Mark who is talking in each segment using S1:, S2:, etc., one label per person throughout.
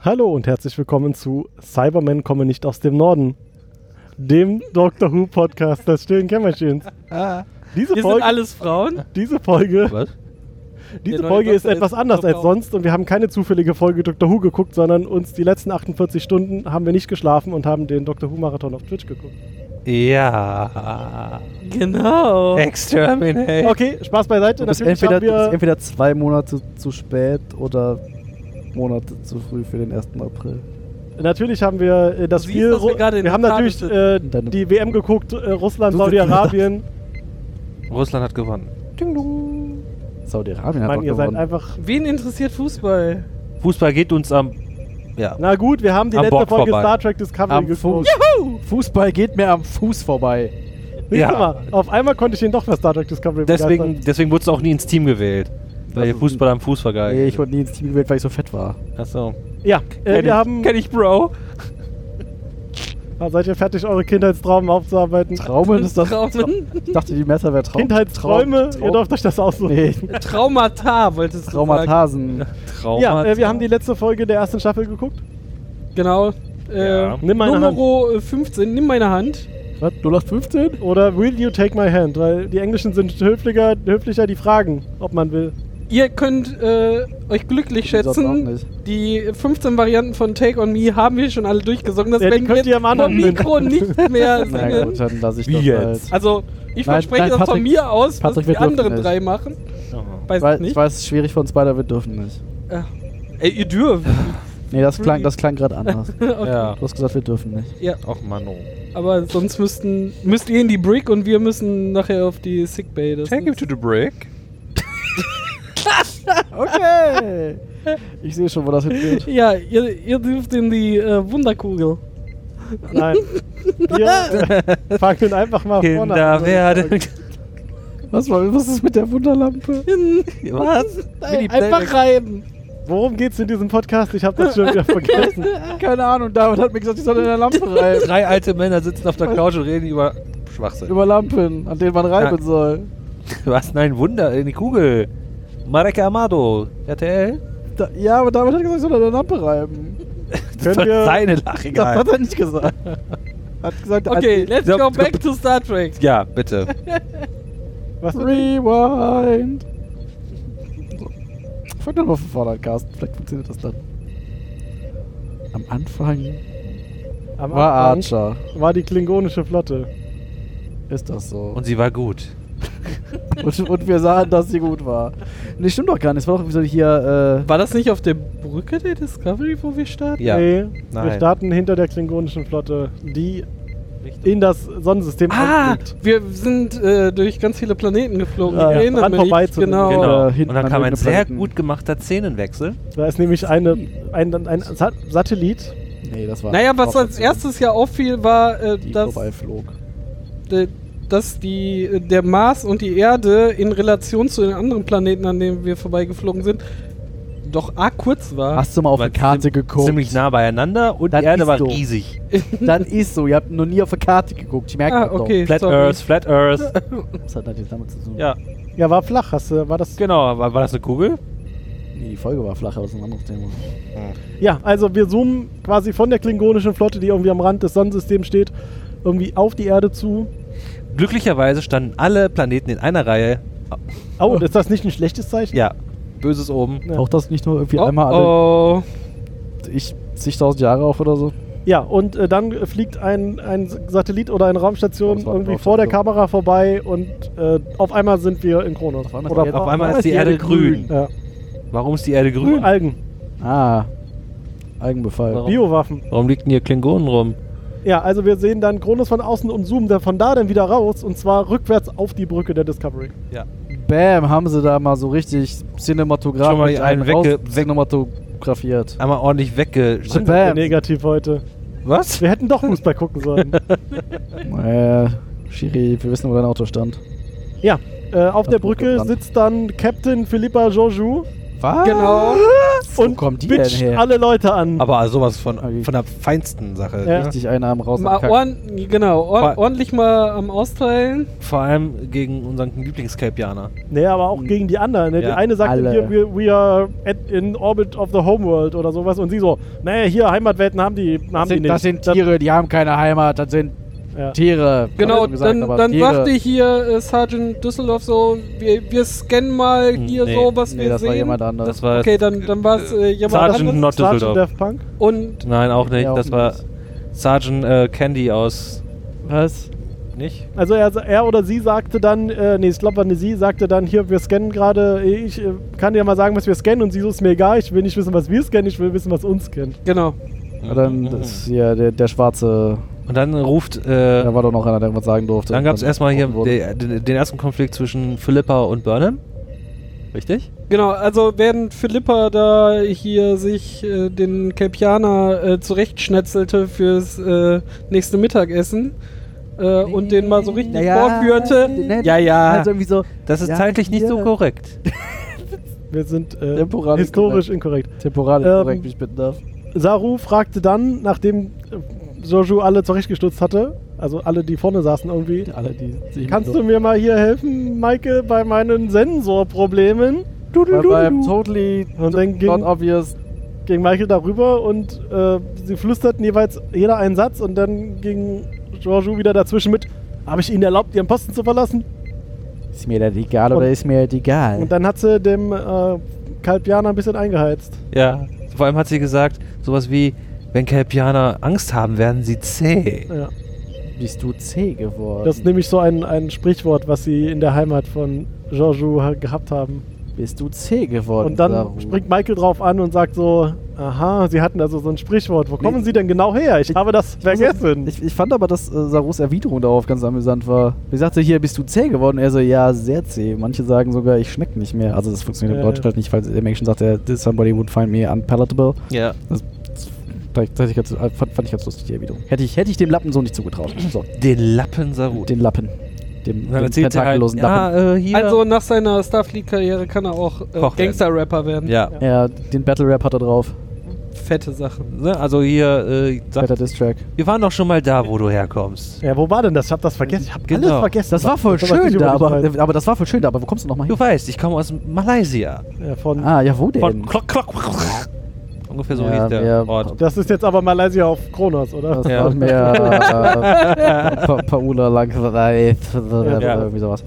S1: Hallo und herzlich willkommen zu Cybermen kommen nicht aus dem Norden, dem Doctor Who Podcast des stillen Kämmerchens.
S2: Ah,
S1: Diese
S3: Wir sind
S1: Folge,
S3: alles Frauen.
S1: diese Folge,
S2: was?
S1: diese
S3: neue
S1: Folge ist
S3: Doktor ist
S1: etwas anders als
S3: Doktor Who.
S1: sonst und wir haben keine zufällige Folge Doctor Who geguckt, sondern uns die letzten 48 Stunden haben wir nicht geschlafen und haben den Doctor Who Marathon auf Twitch geguckt.
S2: Ja.
S3: Genau.
S2: Exterminate.
S1: Okay, Spaß beiseite.
S4: Du bist,
S1: Natürlich
S4: entweder,
S1: haben
S4: du bist
S1: wir
S4: entweder zwei Monate zu spät oder Monate zu früh für den 1. April.
S1: Natürlich haben wir äh, das
S3: Du siehst,
S1: Spiel.
S3: dass wir
S1: Ru-
S3: gerade in
S1: wir haben
S3: der
S1: natürlich
S3: Tat
S1: äh,
S4: sind. Deine-
S1: die WM geguckt, äh, Russland,
S4: Du sitzt-
S1: Saudi-Arabien.
S2: Russland hat gewonnen.
S4: Saudi-Arabien hat
S1: Mann,
S4: auch
S1: ihr seid
S4: gewonnen.
S1: einfach.
S3: Wen interessiert Fußball?
S2: Fußball geht uns am. Ja.
S1: Na gut, wir haben die
S2: Am
S1: letzte
S2: Bock
S1: Folge
S2: vorbei.
S1: Star Trek Discovery
S4: Am
S1: geguckt.
S4: Fuß. Fußball geht mir am Fuß vorbei.
S1: Siehst du
S2: Ja.
S1: mal, auf einmal konnte ich ihn doch für Star Trek Discovery
S2: Deswegen,
S1: begeistern.
S2: deswegen wurdest du auch nie ins Team gewählt. Weil
S4: Also,
S2: ihr Fußball am Fuß war geil.
S4: Nee, ich wurde nie ins Team gewählt, weil ich so fett war.
S2: Achso.
S1: Ja, äh,
S2: Kenn ich.
S1: wir haben.
S2: Kenn ich, Bro.
S1: Ah, Seid ihr fertig, eure Kindheitstraumen aufzuarbeiten?
S4: Traumen ist das.
S3: Traumen?
S4: Ich dachte, die Messer wäre Traum.
S1: Kindheitsträume,
S4: Traum-
S1: ihr dürft euch das aussuchen.
S4: Nee,
S3: Traumata wolltest du sagen.
S4: Traumatasen.
S2: Trauma.
S1: Ja, äh, wir haben die letzte Folge der ersten Staffel geguckt.
S3: Genau. Äh,
S2: Ja.
S1: Nimm meine
S3: Numero äh, 15, nimm meine Hand.
S4: Was? 0815?
S1: Oder Will You Take My Hand? Weil die Englischen sind höflicher, höflicher die fragen, ob man will.
S3: Ihr könnt äh, euch glücklich
S4: Ich sonst auch
S3: schätzen.
S4: nicht.
S3: Die 15 Varianten von Take on Me haben wir schon alle durchgesungen. Das
S1: Ja, die
S3: werden
S1: könnt
S3: wir
S1: ihr am anderen
S3: vom Mikro nicht mehr
S4: Na gut,
S3: singen.
S4: dann lasse ich
S2: Wie
S4: das
S2: jetzt?
S4: halt.
S3: Also, ich
S4: Nein,
S3: verspreche
S4: nein,
S3: das von
S4: Patrick-
S3: mir aus, was
S4: Patrick, wir
S3: die
S4: dürfen
S3: anderen
S4: nicht.
S3: drei machen.
S2: Oh.
S3: Weiß ich
S4: Weil,
S3: nicht.
S4: ich weiß, es ist schwierig für uns beide, wir dürfen nicht.
S3: Äh, ey, ihr dürft.
S4: Nee, das
S3: Hm.
S4: klang, das klang gerade anders. Du
S2: Ja.
S4: hast gesagt, wir dürfen nicht.
S3: ja,
S2: Och, Mann, oh.
S3: aber sonst müssten, müsst ihr in die Brick und wir müssen nachher auf die Sickbay. Das
S2: Take him to the break.
S4: Okay. Ich sehe schon, wo das hingeht.
S3: ja, ihr, ihr dürft in die äh, Wunderkugel.
S1: Nein. Wir äh, fangen einfach mal vorne
S2: Kinder
S1: an.
S2: werden.
S4: Was, war- was ist mit der Wunderlampe?
S2: Was?
S3: Ey, Einfach reiben.
S1: Worum geht's in diesem Podcast? Ich habe das schon wieder vergessen.
S4: Keine Ahnung, David hat mir gesagt, ich soll in der Lampe reiben.
S2: Drei alte Männer sitzen auf der Couch und reden über Schwachsinn.
S4: Über Lampen, an denen man reiben
S2: Ja.
S4: soll.
S2: Was? Nein, Wunder, in die Kugel. Marek Amado, RTL.
S4: Da, ja, aber David hat gesagt, ich soll an der Lampe reiben.
S2: Das
S1: Können
S2: war
S1: wir-
S2: seine Lache,
S4: Das
S2: egal.
S4: hat er nicht gesagt. Hat gesagt,
S3: Okay, let's
S2: so-
S3: go back to Star Trek.
S2: Ja, bitte.
S1: Was ist
S4: rewind. So. Fang doch mal von vorne an, Carsten. Vielleicht funktioniert das dann. Am Anfang
S1: Am
S4: war
S1: Anfang
S4: Archer.
S1: war die klingonische Flotte.
S4: Ist das so?
S2: Und sie war gut.
S4: Und, und wir sahen, dass sie gut war. Nee, stimmt doch gar nicht. Es war doch irgendwie so hier. äh,
S3: War das nicht auf der Brücke der Discovery, wo wir starten?
S2: Ja.
S1: Nee, wir
S2: Nein.
S1: starten hinter der klingonischen Flotte, die in das Sonnensystem
S3: Ah,
S1: einblickt.
S3: wir sind äh, durch ganz viele Planeten geflogen.
S1: Ja,
S3: Ich
S1: ja.
S3: erinnere
S1: Dran
S3: mich.
S1: vorbei zu-
S3: genau.
S4: Genau.
S2: Genau.
S4: Äh, hinten
S2: und dann
S4: an
S2: kam ein
S4: irgendeinem
S2: sehr
S4: Planeten.
S2: gut gemacht Szenenwechsel.
S1: Da ist nämlich eine, ein, ein, ein Sa- Satellit.
S4: Äh, nee, das war.
S3: Naja, was
S4: war
S3: als erstes ja auffiel, war, äh,
S4: Die
S3: dass,
S4: vorbeiflog.
S3: äh, dass die, äh, der Mars und die Erde in Relation zu den anderen Planeten, an denen wir vorbeigeflogen sind, doch arg kurz war.
S4: Hast du mal auf
S2: War
S4: eine Karte
S2: ziem-
S4: geguckt?
S2: Ziemlich nah beieinander und
S4: Das
S2: die Erde
S4: ist
S2: war
S4: so.
S2: riesig.
S4: Dann ist so. Ihr habt noch nie auf eine Karte geguckt. Ich merke
S3: Ah,
S4: das doch.
S3: okay.
S2: Flat
S3: sorry.
S2: Earth, Flat Earth.
S4: Was hat das jetzt damit zu tun?
S2: ja,
S1: Ja, war flach. Hast du, war das?
S2: genau. War, war das eine Kugel?
S4: Nee, die Folge war flach, aber das ist ein anderes Thema.
S1: Ja, also wir zoomen quasi von der klingonischen Flotte, die irgendwie am Rand des Sonnensystems steht, irgendwie auf die Erde zu.
S2: Glücklicherweise standen alle Planeten in einer Reihe.
S1: Oh, ist das nicht ein schlechtes Zeichen? Ne.
S2: Ja, böses oben.
S1: Ja.
S4: Auch das nicht nur irgendwie
S3: Oh,
S4: einmal alle
S3: oh.
S4: ich zigtausend Jahre auf oder so.
S1: Ja, und äh, dann fliegt ein, ein Satellit oder eine Raumstation
S4: Das war-
S1: irgendwie
S4: das
S1: vor
S4: war-
S1: der Kamera vorbei und äh, auf einmal sind wir in Kronos.
S4: Auf einmal-
S1: Oder
S4: jetzt-
S2: Auf einmal ist die Erde grün.
S1: ja.
S2: Warum ist die Erde grün?
S1: Algen,
S4: Ah, Eigenbefall.
S2: Warum?
S1: Biowaffen.
S2: Warum liegt denn hier Klingonen rum?
S1: Ja, also wir sehen dann Kronos von außen und zoomen dann von da dann wieder raus und zwar rückwärts auf die Brücke der Discovery.
S2: Ja.
S4: Bam, haben sie da mal so richtig
S2: Schon mal
S4: cinematografisch
S2: hier einen
S4: raus-
S2: wegge- weg-
S4: cinematografiert.
S2: Einmal ordentlich wegge...
S1: Sind wir
S4: Bam.
S1: negativ heute.
S2: Was?
S1: Wir hätten doch Fußball gucken sollen.
S4: Äh, Schiri, wir wissen, wo dein Auto stand.
S1: Ja, äh, auf der
S4: Hat gut
S1: Brücke
S4: gebrannt.
S1: sitzt dann Captain Philippa Joju.
S4: Was?
S3: Genau.
S4: Wo
S1: und
S4: kommen die denn
S1: bitcht
S4: her?
S1: alle Leute an.
S2: Aber sowas von,
S4: Okay.
S2: von der feinsten Sache.
S1: Ja.
S2: Ne?
S4: Richtig einen Arm raus.
S3: Mal
S4: abkacken.
S3: ordn genau, or
S2: Mal-
S3: ordentlich mal am Austeilen.
S2: Vor allem gegen unseren Lieblingskelpianer.
S1: Nee, aber auch gegen die anderen. Ne?
S2: Ja,
S1: der eine sagt
S4: hm. alle.
S1: hier, we, we are at, in orbit of the homeworld oder sowas. Und sie so, nee, hier Heimatwelten haben die, haben
S4: das,
S1: die
S4: sind,
S1: nicht.
S4: das sind Tiere, die haben keine Heimat. Das sind
S1: Ja.
S4: Tiere.
S3: Genau,
S4: Hab ich schon gesagt,
S3: dann,
S4: aber
S3: dann
S4: Tiere.
S3: sagte hier äh, Sergeant Düsseldorf so, wir, wir scannen mal hier
S2: Nee.
S3: so, was
S4: Hm, Nee,
S3: wir
S4: das
S3: sehen.
S4: war jemand anderes.
S2: Das war
S3: okay, dann, dann war es äh, jemand
S2: Sergeant
S3: anderes.
S2: Not
S1: Sergeant
S2: Düsseldorf.
S1: Daft Punk?
S3: Und
S2: Nein, auch nicht.
S4: Ja, auch
S2: das war
S4: nicht.
S2: Sergeant äh, Candy aus.
S4: Was?
S2: Nicht?
S1: Also er, er oder sie sagte dann, äh, nee, ich glaube, war eine sie, sagte dann, hier, wir scannen gerade, ich äh, kann dir ja mal sagen, was wir scannen und sie so, ist mir egal, ich will nicht wissen, was wir scannen, ich will wissen, was uns scannt.
S3: genau.
S4: Ja, dann das, ja, der, der Schwarze.
S2: Und dann ruft. Äh,
S4: Da war doch noch einer, der irgendwas sagen durfte.
S2: dann gab es erstmal hier
S4: wurde-
S2: der, den, den ersten Konflikt zwischen Philippa und Burnham. Richtig?
S3: Genau, also während Philippa da hier sich äh, den Kelpianer äh, zurechtschnetzelte fürs äh, nächste Mittagessen äh, und den mal so richtig vorführte.
S4: ne,
S2: Ja, ja.
S4: Also irgendwie so.
S2: Das ist
S4: ja,
S2: zeitlich nicht
S4: hier,
S2: so korrekt.
S1: Wir sind äh,
S4: Temporal
S1: historisch inkorrekt.
S4: Temporal
S1: Ähm,
S4: korrekt, wie ich bitten darf.
S1: Saru fragte dann, nachdem äh, Joju alle zurechtgestutzt hatte, also alle, die vorne saßen irgendwie,
S4: Alle, die sich
S1: kannst du mir mal hier helfen, Maike, bei meinen Sensorproblemen?
S4: bei, beim
S1: Dudududu.
S4: Totally
S1: Und dann
S4: Not
S1: ging-
S4: Obvious
S1: ging Michael darüber und äh, sie flüsterten jeweils jeder einen Satz und dann ging Georgiou wieder dazwischen mit, habe ich Ihnen erlaubt, Ihren Posten zu verlassen?
S4: Ist mir das egal oder
S1: Und-
S4: ist mir das egal?
S1: Und dann hat sie dem äh, Kalpianer ein bisschen eingeheizt.
S2: Ja. Vor allem hat sie gesagt, sowas wie: Wenn Kelpianer Angst haben, werden sie zäh.
S1: Ja.
S4: bist du zäh geworden.
S1: Das ist nämlich so ein, ein Sprichwort, was sie in der Heimat von Georgiou ha- gehabt haben.
S4: bist du zäh geworden.
S1: Und dann
S4: Saru.
S1: springt Michael drauf an und sagt so, aha, Sie hatten also so ein Sprichwort, wo kommen Sie denn genau her? Ich habe das vergessen.
S4: Ich, ich fand aber, dass äh, Sarus Erwiderung darauf ganz amüsant war. Sie sagte hier, bist du zäh geworden? Und er so, ja, sehr zäh. Manche sagen sogar, ich schmeck nicht mehr. Also das funktioniert
S1: Ja,
S4: im Deutsch
S1: ja.
S4: halt nicht, weil im Englischen sagt er, "This somebody would find me unpalatable.
S2: Ja.
S4: Das fand ich ganz, äh, fand, fand ich ganz lustig, die Erwiderung. Hätte ich, hätte ich dem Lappen so nicht zugetraut. So,
S2: Den Lappen Sarut.
S4: den Lappen. Dem,
S2: Und dann
S4: dem
S2: erzählt sie halt,
S4: tentakellosen Lappen.
S2: ja, äh, hier.
S3: Also nach seiner Starfleet-Karriere kann er auch äh,
S2: Koch werden.
S3: Gangster-Rapper werden.
S2: ja.
S4: Ja, den Battle Rap hat er drauf.
S3: Fette Sachen.
S2: Ne, Also hier, äh,
S4: Better
S2: sagt,
S4: Diss Track.
S2: wir waren doch schon mal da, wo du herkommst.
S1: ja, wo war denn das? Ich habe das vergessen. Ich habe alles
S2: Genau.
S1: vergessen.
S4: Das war voll
S1: Das hab ich
S4: schön da, aber,
S1: übergefallen.
S4: aber das war voll schön da, aber wo kommst du nochmal hin?
S2: Du weißt, ich komme aus Malaysia.
S1: Ja, von
S4: Ah, ja, wo denn?
S2: Von Klock, Klock. Ungefähr so
S4: Ja,
S2: hieß der
S4: wir-
S2: Ort.
S1: Das ist jetzt aber Malaysia auf Kronos, oder?
S4: Das
S2: Ja.
S4: war mehr äh, pa Paula Langweit oder
S2: Ja.
S4: irgendwie sowas.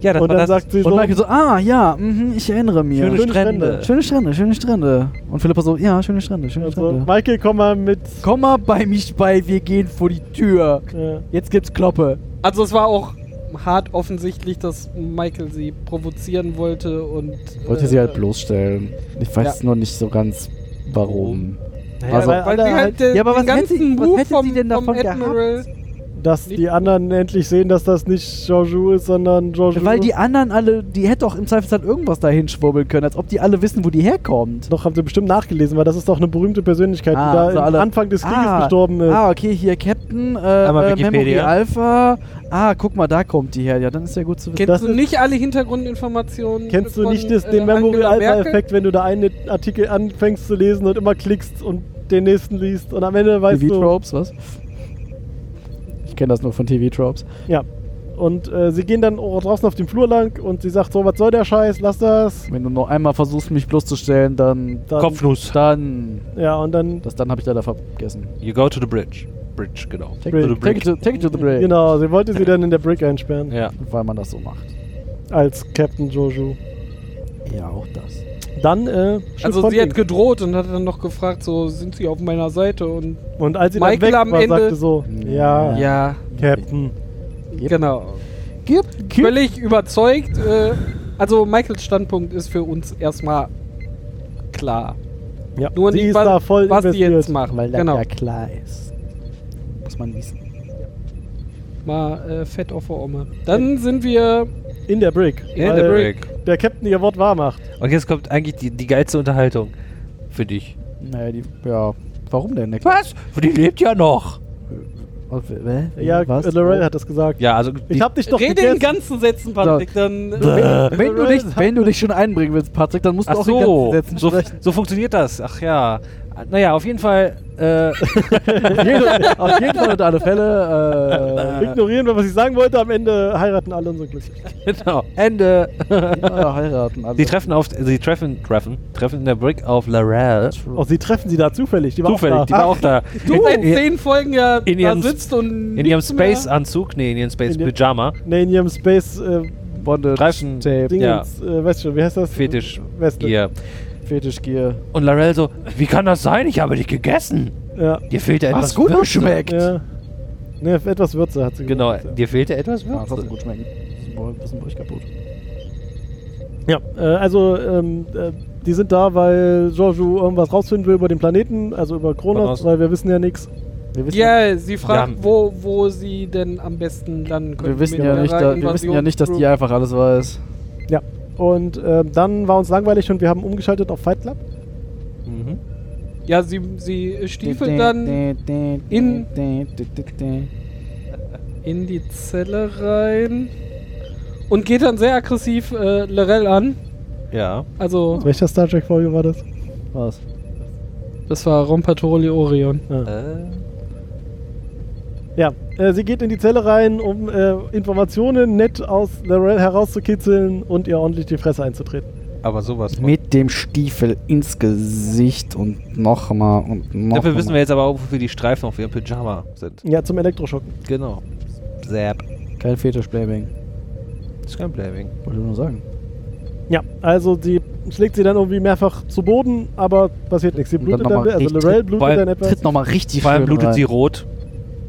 S2: Ja, das
S1: Und
S2: war
S1: dann
S2: das.
S1: sagt sie
S4: Und
S1: so,
S4: Michael so, ah ja, mhm, ich erinnere mich.
S2: schöne,
S1: schöne
S2: Strände.
S4: schöne Strände, schöne Strände. Und Philippa so, ja, schöne Strände, schöne
S1: also,
S4: Strände.
S1: Michael, komm mal mit.
S4: Komm mal bei mich bei, wir gehen vor die Tür.
S1: Äh,
S4: Jetzt gibt's Kloppe.
S3: Also es war auch hart offensichtlich, dass Michael sie provozieren wollte und
S4: Wollte
S3: äh,
S4: sie halt bloßstellen. Ich weiß
S3: Ja.
S4: nur nicht so ganz warum.
S1: naja,
S4: Also-
S1: weil
S3: weil
S1: alle
S3: sie
S1: halt,
S3: halt den,
S4: Ja, aber
S3: den
S4: was hätte-
S3: ganzen
S4: was
S3: Ruf
S4: hätte sie
S3: vom,
S4: denn davon
S3: vom Admiral
S1: dass die anderen endlich sehen, dass das nicht Georgiou ist, sondern Georgiou.
S4: Weil die anderen alle, die hätte doch im Zweifelsfall irgendwas dahin schwurbeln können, als ob die alle wissen, wo die herkommt.
S1: Doch, haben sie bestimmt nachgelesen, weil das ist doch eine berühmte Persönlichkeit, die da
S4: also
S1: am
S4: alle-
S1: Anfang des Krieges
S4: ah,
S1: gestorben ist.
S4: Ah, okay, hier Captain, äh,
S2: Einmal
S4: äh, Memory
S2: Wikipedia.
S4: Alpha. Ah, guck mal, da kommt die her. Ja, dann ist ja gut zu wissen.
S3: Kennst
S1: Das
S3: du
S1: ist-
S3: nicht alle Hintergrundinformationen?
S1: Kennst du
S3: von,
S1: nicht das,
S3: äh,
S1: den Memory
S3: Angela Merkel?
S1: Alpha-Effekt, wenn du da einen Artikel anfängst zu lesen und immer klickst und den nächsten liest und am Ende weißt du.
S4: TV-Tropes, was? Ich kenne das nur von TV-Tropes.
S1: Ja. Und äh, sie gehen dann auch draußen auf dem Flur lang und sie sagt so, was soll der Scheiß, lass das.
S4: Wenn du noch einmal versuchst, mich bloßzustellen, dann.
S1: Dann,
S2: Kopfnuss.
S4: Dann.
S1: Ja, und dann
S4: Das dann habe ich leider vergessen.
S2: You go to the bridge. Bridge, genau.
S4: Take,
S1: Break.
S4: it- take, it to, take it to the break.
S1: Genau, sie wollte sie dann in der Brick einsperren.
S2: Ja.
S4: Weil man das so macht.
S1: Als Captain Jojo.
S4: Ja, auch das.
S1: Dann, äh, Schiff
S3: Also
S1: von
S3: sie hat
S1: links.
S3: gedroht und hat dann noch gefragt, so sind sie auf meiner Seite und
S1: Und als sie
S3: Michael
S1: dann weg
S3: am
S1: war,
S3: Ende-
S1: sagte so, ja,
S3: ja,
S1: Captain.
S3: genau.
S4: Gibt, gibt.
S3: Völlig überzeugt. Äh, also Michaels Standpunkt ist für uns erstmal klar.
S1: Ja.
S3: Nur
S1: sie
S3: nicht,
S1: ist
S3: was-
S1: da voll
S3: was die
S1: investiert.
S3: jetzt machen.
S4: Weil das
S3: genau.
S4: ja klar ist. Muss man wissen.
S3: Mal äh, fett auf der Oma. Dann sind wir
S1: In der Brick.
S3: In
S1: Weil
S3: der
S1: Der Captain ihr Wort wahr macht.
S2: Und jetzt kommt eigentlich die, die geilste Unterhaltung. Für dich.
S4: Naja, die. Ja. Warum denn?
S2: Was? Die lebt ja noch.
S4: Was, hä?
S1: Ja,
S4: was? Oh.
S1: Lorel hat das gesagt.
S2: Ja, also die,
S1: Ich hab dich doch
S3: Rede in
S1: gegessen.
S3: ganzen Sätzen, Patrick, dann. äh,
S4: Wenn, wenn, du dich, wenn du dich schon einbringen willst, Patrick, dann musst du
S2: Ach
S4: auch
S2: so,
S4: in ganzen Sätzen
S2: so,
S4: sprechen.
S2: so funktioniert das. Ach ja. Naja, auf jeden Fall. Äh,
S4: Jede, auf jeden Fall und alle Fälle. Äh,
S1: Ignorieren wir, was ich sagen wollte. Am Ende heiraten alle unsere glücklich.
S2: genau. Ende.
S4: äh, ja, heiraten. also alle.
S2: Sie treffen auf, sie treffen, treffen, treffen in der Brick auf Laurel.
S1: Auch Oh, sie treffen sie da zufällig. Die war
S2: Zufällig,
S1: auch
S2: die
S1: da.
S2: war auch da.
S3: Du seit zehn Folgen ja
S2: In
S3: da
S2: ihrem-
S3: sitzt und.
S2: in ihrem
S3: nichts mehr.
S2: Space-Anzug, nee, in ihrem
S1: In ihrem-
S2: Space-Pyjama.
S1: Nee, in ihrem Space äh,
S4: Bondage,
S2: Treffen.
S4: Tape,
S1: Dingens, äh, weißt du, wie heißt das?
S2: Fetisch.
S1: Weste.
S2: Hier.
S4: Fetischgier.
S2: Und Laurel so, wie kann das sein? Ich habe dich gegessen.
S1: Ja.
S2: Dir fehlt ja etwas
S4: Was gut
S2: Würze."
S4: Ah, schmeckt.
S1: ja. Ne, etwas Würze hat sie
S2: Genau,
S1: gesagt,
S2: dir fehlt ja etwas
S4: Ja, trotzdem
S2: Würze.
S4: gut schmecken. Boah, bisschen Brüch kaputt.
S1: Ja, äh, also ähm, äh, die sind da, weil Giorgio irgendwas rausfinden will über den Planeten, also über Kronos,
S2: Kronos.
S1: weil wir wissen ja nichts.
S4: Wir wissen,
S3: Ja, sie fragt,
S2: haben-
S3: wo, wo sie denn am besten landen können.
S4: wir wissen
S3: mit
S4: ja
S3: ihrer
S4: nicht, da, wir wissen ja nicht, dass die einfach alles weiß.
S1: Ja. Und ähm, dann war uns langweilig und wir haben umgeschaltet auf Fight Club.
S2: Mhm.
S3: Invasionsgroup. Ja, sie, sie stiefelt dann in- in die Zelle rein und geht dann sehr aggressiv äh, Lorel an.
S2: Ja.
S3: Also,
S1: Welcher Star Trek Folge war das?
S4: Was?
S3: das war Rompatoli Orion.
S2: Äh,
S1: Ah. Ja, äh, sie geht in die Zelle rein, um äh, Informationen nett aus Lorel herauszukitzeln und ihr ordentlich die Fresse einzutreten.
S2: aber sowas. von.
S4: Mit dem Stiefel ins Gesicht und nochmal und nochmal.
S2: Dafür wissen wir jetzt aber auch, wofür die Streifen auf ihrem Pyjama sind.
S1: Ja, zum Elektroschocken.
S2: Genau. Zap.
S4: Kein Fetischblaming.
S2: Ist kein Blaming.
S4: Wollte nur sagen.
S1: Ja, also sie schlägt sie dann irgendwie mehrfach zu Boden, aber passiert nichts. Sie
S4: Und dann
S1: blutet dann,
S4: nochmal
S1: also
S4: richtig-
S1: Lorel blutet
S2: Weil-
S1: dann etwas.
S4: Tritt nochmal richtig
S2: Vor allem
S4: schön
S2: blutet
S4: rein.
S2: sie rot.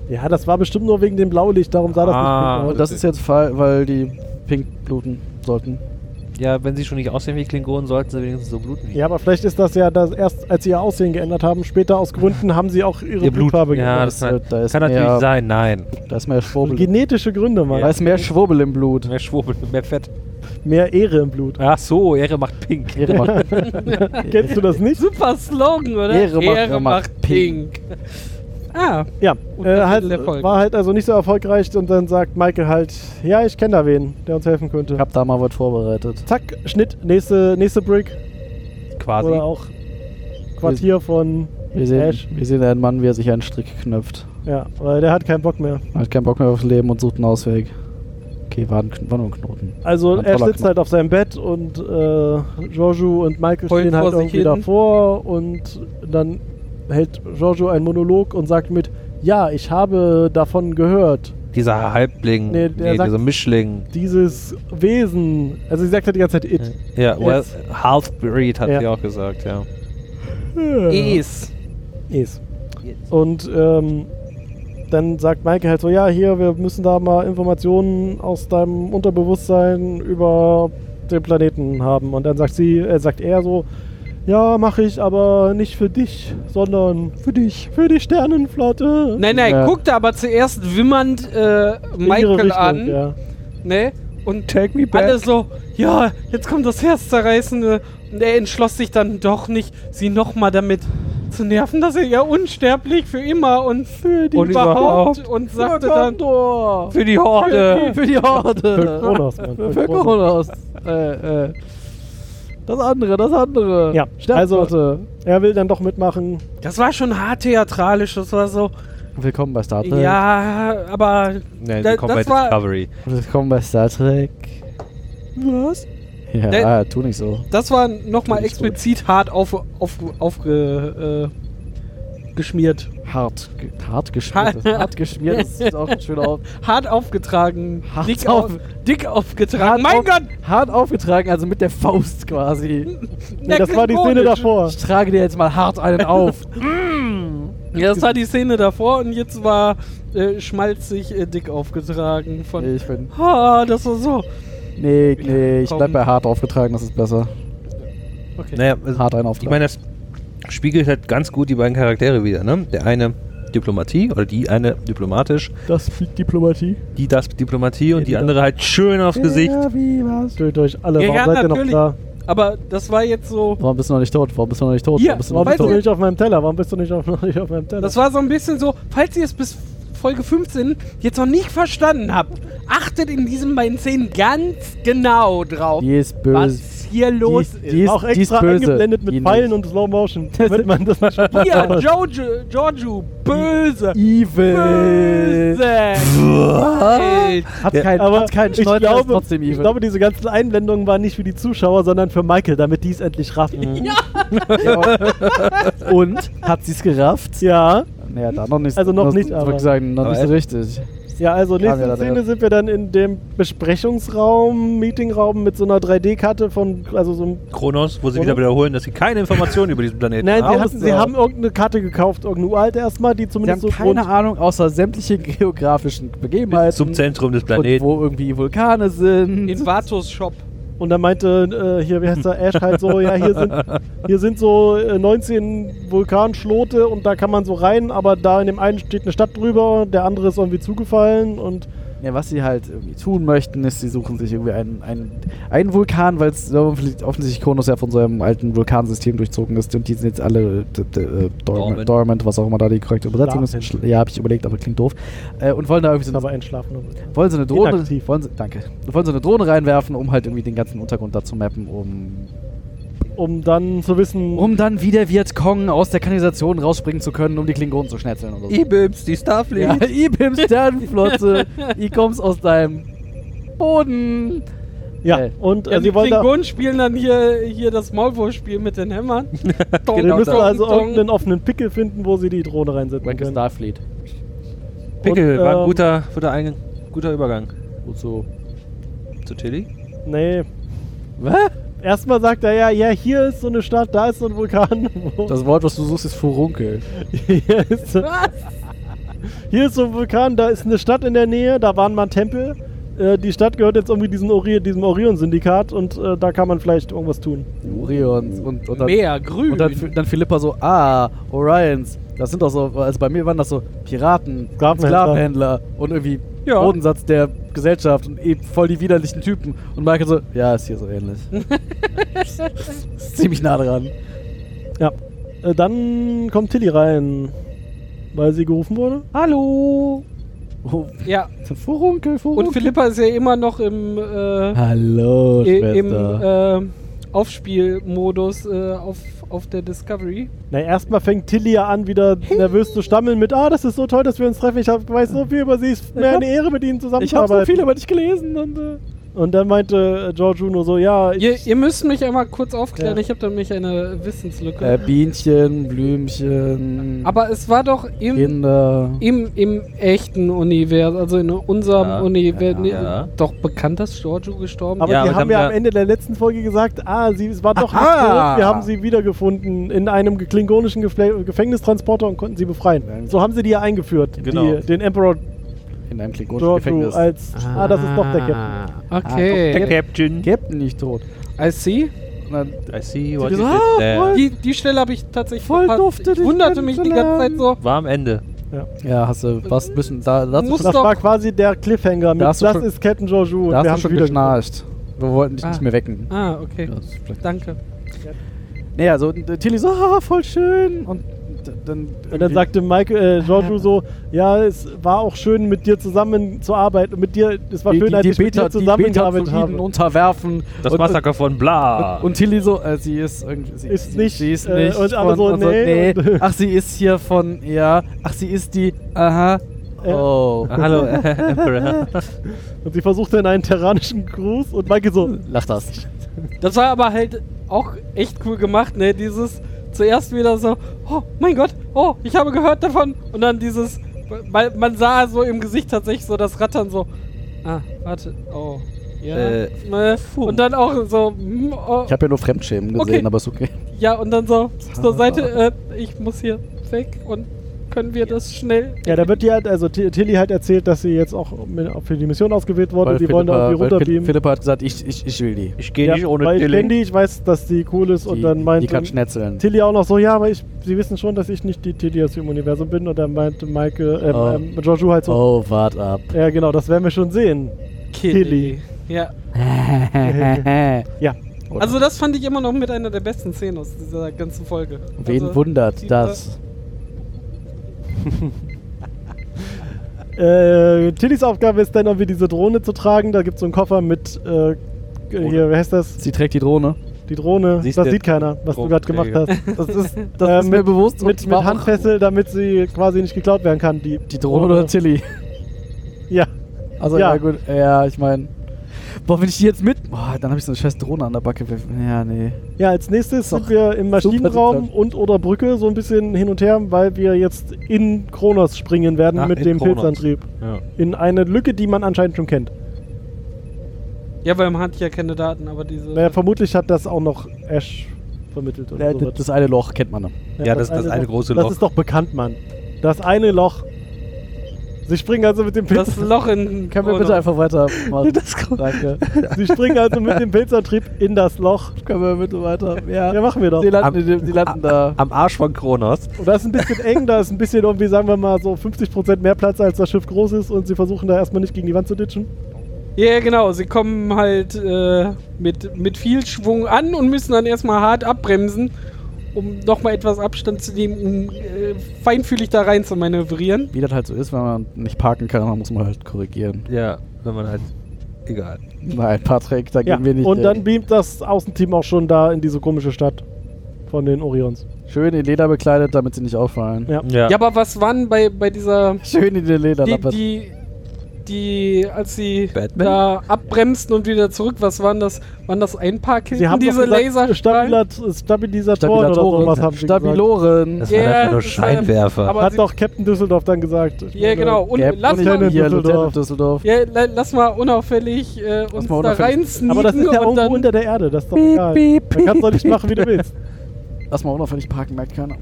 S1: Ja, das war bestimmt nur wegen dem Blaulicht, darum sah das
S2: Ah.
S1: nicht gut aus.
S4: Und das ist jetzt Fall, weil die pink bluten sollten.
S2: Ja, wenn sie schon nicht aussehen wie Klingonen, sollten sie wenigstens so bluten wie.
S1: Ja, aber vielleicht ist das ja das erst, als sie ihr Aussehen geändert haben. Später aus Gründen haben sie auch ihre
S2: Ihr Blut.
S1: Blutfarbe
S2: Ja,
S1: geändert.
S2: das
S4: Da
S2: kann
S4: ist- da ist
S2: natürlich
S4: mehr-
S2: sein. Nein.
S4: Da ist mehr Schwurbel.
S1: Genetische Gründe, Mann.
S4: Da ist mehr Schwurbel im Blut.
S2: Mehr Schwurbel, mehr Fett.
S1: Mehr Ehre im Blut.
S2: Ach so, Ehre macht pink.
S4: Ehre macht,
S1: Kennst du das nicht?
S3: Super Slogan, oder?
S4: Ehre macht- macht
S3: pink. Ah,
S1: Ja,
S3: Und
S1: äh,
S3: das
S1: halt,
S3: ist der Erfolg.
S1: war halt also nicht so erfolgreich und dann sagt Michael halt, ja, ich kenne da wen, der uns helfen könnte.
S4: ich hab da mal was vorbereitet.
S1: Zack, Schnitt, nächste, nächste Brick
S2: Quasi.
S1: oder auch Quartier von
S4: Wir sehen,
S1: Ash.
S4: wir sehen einen Mann, wie er sich einen Strick knöpft.
S1: Ja, weil der hat keinen Bock mehr.
S4: Hat keinen Bock mehr aufs Leben und sucht einen Ausweg. Okay, war, ein, Kn- war nur ein Knoten.
S1: Also
S4: Ein
S1: er
S4: voller
S1: sitzt
S4: Knopf.
S1: halt auf seinem Bett und äh, Giorgio und Michael
S3: Heult
S1: stehen halt
S3: vor sich
S1: irgendwie
S3: hin.
S1: davor und dann hält Giorgio einen Monolog und sagt mit Ja, ich habe davon gehört,
S2: Dieser Halbling,
S1: Nee,
S2: nee,
S1: der sagt-
S2: dieser Mischling.
S1: dieses Wesen, also sie sagt halt die ganze Zeit It.
S2: Ja, well,
S1: Yes.
S2: Half-Breed hat
S1: Ja.
S2: sie auch gesagt, ja.
S4: Genau.
S3: es.
S1: Es. Und ähm, dann sagt Michael halt so, ja, hier, wir müssen da mal Informationen aus deinem Unterbewusstsein über den Planeten haben. Und dann sagt sie, äh, sagt er so, ja, mache ich, aber nicht für dich, sondern für dich, für die Sternenflotte.
S3: Nein, nein,
S4: Ja.
S3: guckt aber zuerst wimmernd äh,
S1: In ihre
S3: Michael
S1: Richtung,
S3: an.
S1: Ja.
S3: Ne? Und
S4: Take me
S2: äh,
S3: alle so, ja, jetzt kommt das Herzzerreißende. Und er entschloss sich dann doch nicht, sie nochmal damit zu nerven, dass er ja unsterblich für immer und für die
S2: Und
S3: überhaupt,
S2: überhaupt.
S3: und sagte dann
S2: Für die Horde!
S4: Für die
S1: Für
S4: Horde!
S1: Kronos, Mann. für
S4: Für
S1: Kronos.
S4: Kronos! Äh, äh. Das andere, das andere!
S1: Ja, also
S4: Sternflotte.
S1: Er will dann doch mitmachen.
S3: Das war schon hart theatralisch, das war so,
S4: Willkommen bei Star Trek.
S3: ja, aber
S2: Nein,
S3: Da-
S2: sie kommt bei
S3: das war-
S2: Discovery.
S4: Willkommen bei Star Trek.
S3: was?
S4: Ja,
S3: Ne-
S4: ah, tu nicht so.
S3: Das war nochmal
S4: Finde ich gut.
S3: explizit hart auf, auf, aufge, äh, geschmiert.
S4: Hart, ge hart geschmiert. hart geschmiert das ist auch ein schöner Auf
S3: Hart aufgetragen.
S4: Hart
S3: dick,
S4: auf-
S3: dick
S4: Hart
S3: aufgetragen. mein
S4: auf-
S3: Gott!
S4: Hart aufgetragen, also mit der Faust quasi.
S1: Nee, das war die Szene davor.
S4: Ich trage dir jetzt mal hart einen auf.
S3: Ja, das war die Szene davor und jetzt war äh, schmalzig äh, dick aufgetragen von.
S4: ich bin.
S3: Ha, das war so.
S4: Nee, nee, ich bleib
S3: Komm.
S4: bei hart aufgetragen, das ist besser.
S3: Okay.
S2: Naja, also,
S4: Hart einen
S2: ich
S4: auftragen.
S2: meine, das spiegelt halt ganz gut die beiden Charaktere wieder, ne? Der eine Diplomatie oder die eine diplomatisch,
S1: Das fliegt Diplomatie.
S2: die das Diplomatie und die
S1: Ja,
S2: andere halt schön aufs Gesicht.
S4: Ja, wie was?
S1: Tötet euch alle.
S3: Ja,
S1: Warum
S3: ja,
S1: seid ihr noch
S3: natürlich.
S1: da?
S3: Aber das war jetzt so.
S4: Warum bist du noch nicht tot? Warum bist du noch nicht tot?
S3: Hier,
S4: Warum bist du noch
S1: Warum
S4: nicht
S1: bist
S3: Weißt
S1: du
S3: du-
S1: nicht auf meinem Teller? Warum bist du nicht auf, nicht auf meinem Teller?
S3: Das war so ein bisschen so, falls ihr es bis Folge 15 jetzt noch nicht verstanden habt, achtet in diesen beiden Szenen ganz genau drauf,
S4: Die ist böse.
S3: was hier los
S4: die
S3: ist.
S4: Die ist,
S1: auch
S4: die ist
S1: extra
S4: böse.
S1: eingeblendet mit
S4: Die
S1: Pfeilen und Slow Motion, damit man das nicht
S3: Hier, Jojo, Jojo, böse,
S4: Evil.
S3: böse. Alter.
S4: Hat,
S2: Ja.
S4: kein,
S1: Aber
S4: hat keinen
S1: ich
S4: Schnäuzer, ist
S1: glaube,
S4: trotzdem
S1: ich
S4: evil.
S1: glaube, diese ganzen Einblendungen waren nicht für die Zuschauer, sondern für Michael, damit die es endlich raffen. Ja.
S4: Und? Hat sie es gerafft?
S1: ja,
S4: Naja, da noch nicht.
S1: Also noch
S4: muss-
S1: nicht,
S4: Würde
S1: aber-
S4: ich sagen, noch
S2: Aber
S4: nicht so richtig.
S1: also
S4: Ja,
S1: nächste
S4: wir-
S1: Szene sind wir dann in dem Besprechungsraum, Meetingraum mit so einer 3D-Karte von, also so einem
S2: Kronos, wo sie
S1: Oder?
S2: wieder wiederholen, dass sie keine Informationen über diesen Planeten
S1: Nein, sie,
S2: haben.
S1: hatten, sie haben irgendeine Karte gekauft, irgendeine uralte erstmal, die
S4: Wir
S1: zumindest
S4: haben
S1: so
S4: keine
S1: Grund-
S4: Ahnung, außer sämtliche geografischen Begebenheiten.
S2: zum Zentrum des
S4: und
S2: Planeten.
S4: wo irgendwie Vulkane sind.
S3: In Vatos Shop.
S1: Und dann meinte äh, hier, wie heißt der Ash halt so, ja, hier sind, hier sind so äh, 19 Vulkanschlote und da kann man so rein, aber da in dem einen steht eine Stadt drüber, der andere ist irgendwie zugefallen und
S4: Ja, was sie halt irgendwie tun möchten, ist, sie suchen sich irgendwie einen, einen, einen Vulkan, weil es offensichtlich Kronos ja von so einem alten Vulkansystem durchzogen ist und die sind jetzt alle äh, d- d- äh, dormant,
S2: Dormant.
S4: dormant, was auch immer da die korrekte Übersetzung ist.
S1: Schlafend.
S4: Schla- Ja, habe ich überlegt, aber klingt doof. Äh, und wollen da irgendwie
S1: ist
S4: so
S1: aber
S4: eine,
S1: entschlafen.
S4: wollen so eine Drohne,
S1: inaktiv.
S4: wollen sie, danke, wollen so eine Drohne reinwerfen, um halt irgendwie den ganzen Untergrund da zu mappen, um,
S1: Um dann zu wissen,
S4: um dann wie der Vietcong aus der Kanalisation rausspringen zu können, um die Klingonen zu schnetzeln oder so.
S2: Ibims, die Starfleet.
S4: Ja, Ibim Sternenflotte, ich kommst aus deinem Boden.
S1: ja,
S4: äh,
S1: und äh,
S3: Ja, die
S1: sie wollen da,
S3: Klingonen spielen dann hier, hier das Maulwurfspiel mit den Hämmern. Tong,
S1: wir müssen
S3: tong,
S1: also
S3: tong.
S1: irgendeinen offenen Pickel finden, wo sie die Drohne reinsetzen
S4: Rank
S1: können.
S4: Starfleet.
S2: Pickel,
S1: Und,
S2: war
S1: ähm,
S2: ein guter, guter, Eingang, guter Übergang
S4: Und so.
S2: zu Tilly.
S1: Nee.
S4: Was?
S1: Erstmal sagt er ja, ja, hier ist so eine Stadt, da ist so ein Vulkan. wo-
S4: Das Wort, was du suchst, ist Furunkel.
S1: Hier ist, so- hier ist so ein Vulkan, da ist eine Stadt in der Nähe, da waren mal ein Tempel. Äh, die Stadt gehört jetzt irgendwie diesen Ori diesem Orion-Syndikat und äh, da kann man vielleicht irgendwas tun.
S4: Orions und, und dann,
S3: Meer, grün.
S4: Und dann, dann Philippa so, ah, Orions. Das sind doch so, also bei mir waren das so Piraten,
S1: Sklavenhändler.
S4: Sklavenhändler und irgendwie
S3: Ja.
S4: Bodensatz der Gesellschaft und eben voll die widerlichen Typen. Und Michael so, ja, ist hier so ähnlich. ist ziemlich nah dran.
S1: Ja. Äh, dann kommt Tilly rein, weil sie gerufen wurde.
S3: Hallo.
S4: Oh,
S3: Ja,
S4: Furunkel, Furunkel.
S3: und Philippa ist ja immer noch im, äh,
S4: Hallo,
S3: i- im
S4: Schwester.
S3: äh, Aufspielmodus äh, auf, auf der Discovery.
S1: Na, erstmal fängt Tilly ja an, wieder nervös zu stammeln mit, ah, das ist so toll, dass wir uns treffen. Ich hab, weiß so viel über sie. Es ist mir
S4: hab-
S1: eine Ehre, mit ihnen
S4: ich habe so
S1: zusammenzuarbeiten.
S4: viel über dich gelesen und äh,
S1: und dann meinte äh, George Juno so, ja, ich,
S3: Ihr, ihr müsst mich einmal kurz aufklären,
S1: Ja.
S3: ich habe da nämlich eine Wissenslücke.
S4: Äh, Bienchen, Blümchen,
S3: Aber es war doch im,
S4: Kinder.
S3: im, im echten Universum, also in unserem
S2: Ja.
S3: Universum,
S2: Ja.
S3: doch bekannt, dass Giorgio gestorben
S1: Aber
S2: Ja,
S1: die
S2: aber
S1: haben
S2: wir
S1: ja
S2: haben
S1: am
S2: ja-
S1: Ende der letzten Folge gesagt, ah, sie es war doch nicht
S4: Aha.
S1: tot, wir haben sie wiedergefunden in einem ge- klingonischen Gefle Gefängnistransporter und konnten sie befreien. So haben sie die ja eingeführt,
S2: Genau.
S1: die, den Emperor
S4: In einem klingonischen
S1: Joru
S4: Gefängnis. Ah.
S1: als, ah, das ist doch der Captain.
S4: Der
S3: Ah, Okay,
S2: Captain.
S4: Captain nicht tot.
S3: I see.
S4: Und dann,
S2: I see what
S4: Sie
S2: you
S4: gesagt,
S2: did
S4: ah,
S2: there.
S3: Die, die Stelle habe ich tatsächlich
S4: Voll
S3: verpasst.
S4: dufte
S3: ich
S4: dich
S3: wunderte mich die ganze Zeit
S4: kennenzulernen.
S3: so.
S2: War am Ende.
S4: ja, hast du fast ein bisschen. Da, da hast du
S3: Muss-
S4: schon,
S1: Das
S3: doch-
S1: war quasi der Cliffhanger mit,
S4: Da hast
S1: das
S4: du schon-
S1: ist Captain Joju und
S4: da
S1: wir
S4: hast
S1: haben
S4: du schon
S1: wieder
S4: geschnarcht. Wir wollten dich
S3: Ah.
S4: nicht mehr wecken.
S3: Ah, okay.
S4: Ja, das ist vielleicht-
S3: Danke.
S4: Naja, so und, äh, Tilly so, ah, voll schön. Und d- dann.
S1: Und dann sagte Mike, äh, Jojo so, ja, es war auch schön, mit dir zusammen zu arbeiten. Und mit dir, es war
S4: die,
S1: schön,
S4: die,
S1: als
S4: die
S1: ich mit dir
S4: Beta, die Beta
S1: zusammengearbeitet habe.
S4: unterwerfen.
S2: Das
S4: und, und,
S2: Massaker von Bla.
S4: und Tilly so, äh, sie ist irgendwie. Sie,
S1: Ist
S4: sie,
S1: nicht,
S4: Sie ist
S1: äh,
S4: nicht.
S1: und alle so,
S4: und
S1: nee, und-
S4: Ach, sie ist hier von. Ja. Ach, sie ist die. Aha.
S1: Ja.
S4: Oh.
S2: Ah, Hallo, Emperor.
S1: Und sie versuchte in einen terranischen Gruß und Mike so,
S4: Lach das.
S3: Das war aber halt auch echt cool gemacht, ne? Dieses zuerst wieder so, oh mein Gott, oh, ich habe gehört davon. Und dann dieses, man, man sah so im Gesicht tatsächlich so das Rattern so, ah, warte, oh. Ja.
S2: Äh,
S3: ne? und dann auch so, hm, oh,
S4: Ich habe ja nur Fremdschämen gesehen,
S3: Okay.
S4: aber ist okay.
S3: ja, und dann so zur Seite, äh, ich muss hier weg und können wir das schnell.
S1: Ja, da wird dir halt, also T- Tilly hat erzählt, dass sie jetzt auch mit- auch für die Mission ausgewählt wurde. und die wollen da
S4: weil
S1: irgendwie runterbeamen.
S4: Phil- Philippa hat gesagt, ich, ich, ich will die.
S2: Ich gehe nicht ohne
S1: weil ich kenne
S2: Tilly.
S1: die, ich weiß, dass die cool ist und
S4: die,
S1: dann
S4: die
S1: meinte
S4: kann schnetzeln.
S1: Tilly auch noch so, ja, aber ich, sie wissen schon, dass ich nicht die Tilly aus dem Universum bin. Und dann meinte Michael, ähm,
S4: Oh.
S1: ähm, Jojo halt so,
S4: Oh, wart ab.
S1: ja genau, das werden wir schon sehen. Tilly.
S3: Ja.
S1: Ja,
S3: Also das fand ich immer noch mit einer der besten Szenen aus dieser ganzen Folge.
S4: Wen
S3: also,
S4: wundert
S3: die-
S4: das?
S1: Äh, Tillys Aufgabe ist dann irgendwie diese Drohne zu tragen. Da gibt es so einen Koffer mit, äh, hier, wer heißt das?
S4: Sie trägt die Drohne.
S1: Die Drohne.
S2: Siehst
S1: das
S2: du-
S1: sieht keiner, was du gerade gemacht hast.
S4: Das ist, das
S1: Äh,
S4: ist mir bewusst. und
S1: Mit, mit
S4: warum-
S1: Handfessel, damit sie quasi nicht geklaut werden kann. Die,
S4: Die Drohne oder Tilly?
S1: Ja.
S4: Also,
S1: Ja.
S4: ja, gut. Ja, ich meine. Boah, wenn ich die jetzt mit. Boah, dann habe ich so eine scheiß Drohne an der Backe. Ja, nee.
S1: Ja, als nächstes sind
S4: Doch.
S1: wir im Maschinenraum
S4: Sitzung.
S1: und oder Brücke so ein bisschen hin und her, weil wir jetzt in Kronos springen werden
S2: Ach,
S1: mit
S2: Ah, in
S1: dem
S2: Kronos.
S1: Pilzantrieb.
S2: Ja.
S1: In eine Lücke, die man anscheinend schon kennt.
S3: Ja, weil man hat ja keine Daten, aber diese.
S1: Naja, vermutlich hat das auch noch Ash vermittelt oder
S4: Ja,
S1: so.
S4: das, das eine Loch kennt man.
S2: Ja, das- das eine große
S1: Das
S2: Loch.
S1: ist doch bekannt, Mann. Das eine Loch. Sie springen also mit dem
S3: das
S1: Pilz.
S3: Loch in.
S4: Können wir
S3: Corona.
S4: bitte einfach weiter machen?
S2: Das kommt-
S4: Danke.
S1: Sie springen also mit dem Pilzantrieb in das Loch.
S4: Können wir bitte weiter?
S1: Ja, machen wir doch.
S4: Die
S2: Am-
S4: landen, in dem- die landen da.
S2: Am Arsch von Kronos.
S1: Und das ist ein bisschen eng, da ist ein bisschen irgendwie, sagen wir mal, so 50% mehr Platz, als das Schiff groß ist und sie versuchen da erstmal nicht gegen die Wand zu ditchen.
S3: Ja, ja, genau. Sie kommen halt äh, mit, mit viel Schwung an und müssen dann erstmal hart abbremsen, um nochmal etwas Abstand zu nehmen, um äh, feinfühlig da rein zu manövrieren.
S4: Wie das halt so ist, wenn man nicht parken kann, dann muss man halt korrigieren.
S2: Ja, wenn man halt. Egal.
S4: Nein, Patrick, da
S1: Ja,
S4: gehen wir nicht.
S1: und dann
S4: hin.
S1: beamt das Außenteam auch schon da in diese komische Stadt von den Orions.
S4: Schön in Leder bekleidet, damit sie nicht auffallen.
S1: Ja.
S3: Ja, aber was waren bei, bei dieser.
S4: Schön in der
S3: Die,
S4: Lederlappe.
S3: die, die, als sie
S2: Batman?
S3: da abbremsten und wieder zurück, was waren das? Waren das ein paar
S1: Sie haben
S3: Kilden,
S1: doch
S3: diese
S1: gesagt,
S3: Laserstrahlen?
S1: Stabilat Stabilisatoren oder sowas haben sie gesagt.
S4: Stabiloren.
S2: Das waren
S3: Ja,
S2: einfach nur
S3: das war-
S2: Scheinwerfer.
S3: ähm, aber-
S1: Hat
S3: sie-
S1: doch Captain Düsseldorf dann gesagt.
S3: Ja, genau. Und
S4: Gap
S3: lass
S4: und
S3: mal,
S1: Lieutenant-
S4: hier,
S1: Düsseldorf.
S4: Lieutenant Düsseldorf.
S3: ja, la- lass mal unauffällig äh, uns
S4: mal
S3: da
S4: unauffällig.
S3: rein sneaken
S1: Aber das ist ja
S3: und
S1: irgendwo
S3: dann
S1: unter der Erde, das ist doch
S4: Piep,
S1: egal.
S4: piep,
S1: Dann kannst du doch nicht
S4: piep,
S1: machen, wie du willst.
S4: Lass mal unauffällig parken, merkt keiner.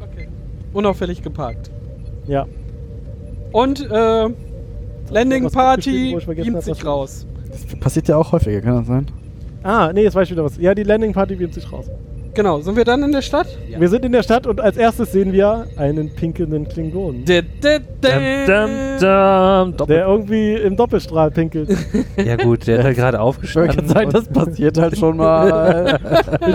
S3: Okay. Unauffällig geparkt.
S1: Ja.
S3: Und äh, Landing
S1: was aufgeschrieben,
S3: Party
S1: wo ich vergessen
S3: beamt
S1: hab,
S3: sich
S1: was-
S3: raus.
S4: Das passiert ja auch häufiger, kann das sein?
S1: Ah, nee, jetzt weiß ich wieder was. Ja, die Landing Party beamt sich raus.
S3: Genau, sind wir dann in der Stadt?
S2: Ja.
S1: Wir sind in der Stadt und als erstes sehen wir einen pinkelnden Klingon.
S3: Dä, dä, dä.
S2: Dum, dum, dum.
S1: Der irgendwie im Doppelstrahl pinkelt.
S2: Ja gut, der ist halt gerade
S4: Ich wollte
S2: aufgestanden.
S4: gerade sagen, das passiert halt schon mal.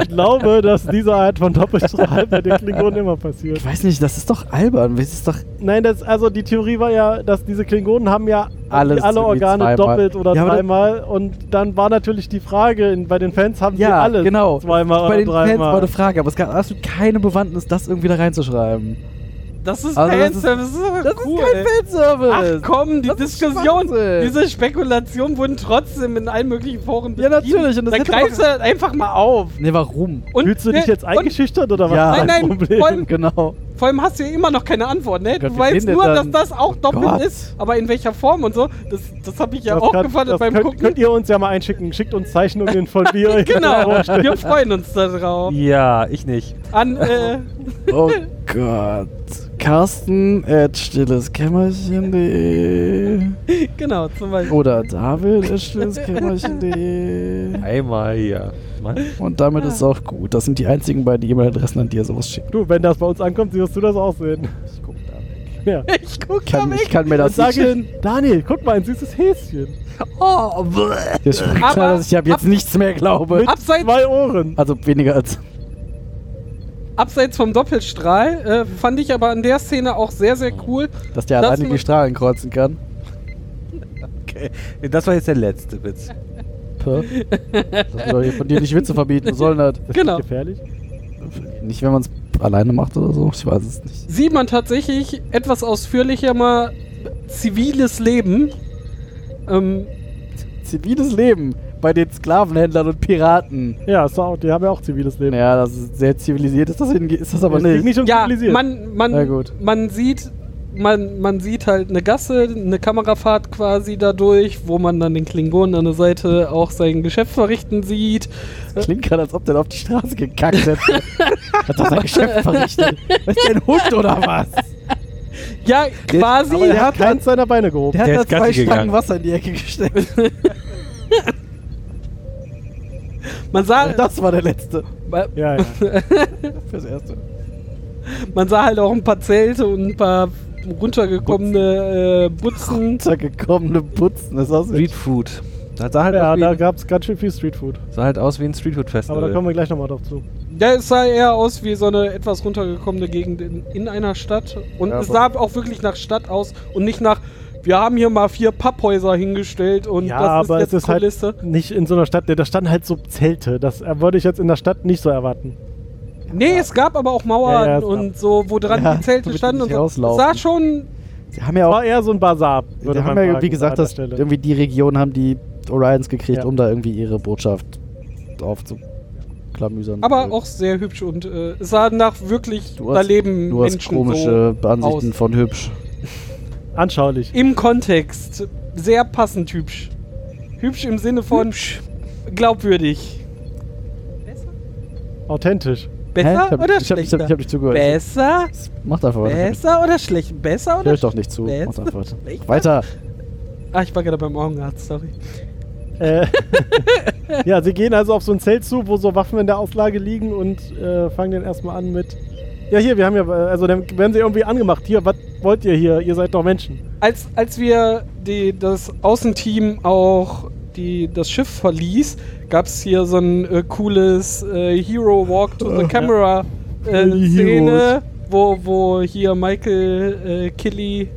S1: Ich glaube, dass diese Art von Doppelstrahl bei den Klingonen immer passiert.
S4: ich weiß nicht, das ist doch albern. Das ist doch
S1: Nein, das, also die Theorie war ja, dass diese Klingonen haben ja
S4: Alles
S1: alle
S4: irgendwie
S1: Organe
S4: zweimal.
S1: doppelt oder
S4: Ja, aber das-
S1: dreimal und dann war natürlich die Frage, in, bei den Fans haben sie
S4: ja,
S1: alle
S4: genau.
S1: zweimal
S4: Bei
S1: oder
S4: den Fans war
S1: dreimal.
S4: eine Frage, aber es gab absolut keine Bewandtnis, das irgendwie da reinzuschreiben.
S3: Das ist
S4: Also das ist-
S3: Fanservice, das ist, aber cool. ey. Ach
S4: Fanservice.
S3: komm, die
S4: Das ist
S3: Diskussion,
S4: Schwachsinn.
S3: diese Spekulationen wurden trotzdem in allen möglichen Foren
S4: Ja,
S3: betrieben.
S4: natürlich, und das
S3: da
S4: hätte
S3: greifst du
S4: doch-
S3: halt einfach mal auf.
S4: nee, warum?
S3: Und,
S1: Fühlst du dich
S3: ne,
S1: jetzt eingeschüchtert oder was
S4: Ja.
S1: ist dein
S3: Nein, nein,
S1: Problem?
S3: vor allem-
S4: Genau.
S3: Und vor allem hast du ja immer noch keine Antwort, ne?
S4: Gott,
S3: Du
S4: wir
S3: weißt
S4: sehen das
S3: nur, dass
S4: dann. Oh
S3: das auch doppelt
S4: Gott.
S3: ist, aber in welcher Form und so, das, das habe ich ja auch
S1: kann-
S3: gefallen
S1: das
S3: beim
S1: könnt,
S3: Gucken.
S1: könnt ihr uns ja mal einschicken. Schickt uns Zeichnungen von dir.
S3: genau, wir freuen uns darauf.
S2: ja, ich nicht.
S3: An, äh,
S4: Oh Gott. Carsten at stilleskämmerchen.de
S3: genau, zum Beispiel.
S4: oder David at stilleskämmerchen.de
S2: Einmal hier. Mann.
S4: Und damit ist es auch gut. Das sind die einzigen beiden E-Mail-Adressen, an die ihr sowas schickt.
S1: Du, wenn das bei uns ankommt, wirst du das auch sehen.
S4: Ich guck da weg.
S1: Ja.
S3: Ich guck
S4: Ich kann,
S3: da
S4: ich
S3: weg.
S4: kann mir das
S1: Sag
S4: nicht...
S1: ich, Daniel, guck mal, ein süßes Häschen.
S2: Oh, bleh.
S4: Hier ist schon klar,
S3: Aber-
S4: dass ich ab jetzt
S3: ab-
S4: nichts mehr glaube.
S3: Abseits,
S1: Zwei Ohren.
S4: Also weniger als...
S3: abseits vom Doppelstrahl äh, fand ich aber an der Szene auch sehr, sehr cool.
S4: Dass der
S3: Das
S4: alleine die
S3: muss-
S4: Strahlen kreuzen kann.
S2: Okay. Das war jetzt der letzte Witz.
S4: Puh. Das wird doch hier von dir nicht Witze verbieten sollen halt.
S3: Genau.
S1: Gefährlich.
S4: Nicht, wenn man es alleine macht oder so. Ich weiß es nicht.
S3: sieht man tatsächlich etwas ausführlicher mal ziviles Leben. Ähm,
S4: Ziviles Leben bei den Sklavenhändlern und Piraten.
S1: Ja, ist doch auch, die haben ja auch ziviles Leben.
S4: Ja, das ist sehr zivilisiert. Ist das, hinge- ist das aber
S1: Es ging
S4: nicht.
S1: nicht um
S3: ja,
S1: zivilisiert.
S3: man, man,
S4: Na gut.
S3: man sieht. Man, man sieht halt eine Gasse, eine Kamerafahrt quasi dadurch, wo man dann den Klingonen an der Seite auch sein Geschäft verrichten sieht.
S4: Klingt gerade, als ob der auf die Straße gekackt hätte. Hat doch sein Geschäft verrichtet. Ist der ein Hund oder was?
S3: Ja, quasi.
S1: Aber er hat keins seiner Beine gehoben.
S4: Der hat
S2: Der
S4: da
S2: ist Gassi
S4: zwei Stangen
S2: gegangen.
S4: Wasser in die Ecke gesteckt.
S3: man, sah,
S4: Das war der letzte.
S1: Ja, ja.
S4: Fürs Erste.
S3: man sah halt auch ein paar Zelte und ein paar runtergekommene äh, Butzen.
S4: Untergekommene Putzen. Das aus wie
S2: Street Food. Das sah halt,
S1: ja
S2: aus, wie,
S1: da gab es ganz schön viel Streetfood.
S2: sah halt aus wie ein Street Food Festival.
S1: Aber da kommen wir gleich nochmal drauf zu.
S3: Ja, es sah eher aus wie so eine etwas runtergekommene Gegend in, in einer Stadt. Und
S4: Ja,
S3: es
S4: aber-
S3: sah auch wirklich nach Stadt aus und nicht nach, wir haben hier mal vier Papphäuser hingestellt und
S1: ja,
S3: das ist
S1: aber
S3: jetzt
S1: es ist
S3: Kulisse.
S1: halt nicht in so einer Stadt. Da standen halt so Zelte. Das äh, würde ich jetzt in der Stadt nicht so erwarten.
S3: Nee, es gab aber auch Mauern
S1: Ja, ja, es
S3: und so, wo dran
S4: Ja,
S3: die Zelte
S4: damit die
S3: standen und
S4: nicht
S3: so.
S4: rauslaufen.
S3: sah schon.
S4: Sie haben ja auch
S1: War eher so ein Basar, würde
S4: Wir
S1: man
S4: haben ja,
S1: sagen,
S4: wie gesagt,
S1: an der
S4: dass
S1: Stelle.
S4: irgendwie die Region haben die Orions gekriegt,
S1: Ja.
S4: um da irgendwie ihre Botschaft aufzuklamüsern.
S3: Aber
S4: Also,
S3: auch sehr hübsch und äh, es sah nach wirklich,
S4: du hast,
S3: da leben
S4: du hast
S3: Menschen
S4: komische Ansichten
S3: aus.
S4: von hübsch.
S1: anschaulich.
S3: so. Im Kontext sehr passend hübsch. Hübsch im Sinne von glaubwürdig.
S1: Authentisch.
S3: Besser
S4: Hä? Ich hab-
S3: oder
S4: ich hab- ich hab-
S3: schlechter?
S4: Ich hab nicht zugehört.
S3: Besser?
S4: Macht einfach weiter. Ich
S3: Besser oder schlecht? Besser
S4: hab- Hör
S3: oder
S4: ich doch nicht zu.
S3: Bäh.
S4: Macht einfach weiter. Weiter.
S3: Ah, ich war gerade beim Augenarzt, sorry.
S1: Äh, ja, sie gehen also auf so ein Zelt zu, wo so Waffen in der Auslage liegen und äh, fangen den erstmal an mit. Ja, hier, wir haben ja, äh, also dann werden sie irgendwie angemacht. Hier, was wollt ihr hier? Ihr seid doch Menschen.
S3: Als, als wir die, das Außenteam auch die, das Schiff verließ, gab es hier so ein äh, cooles äh, Hero Walk
S4: Oh,
S3: to the Camera äh,
S1: Die
S3: Szene, wo, wo hier Michael, äh, Killy,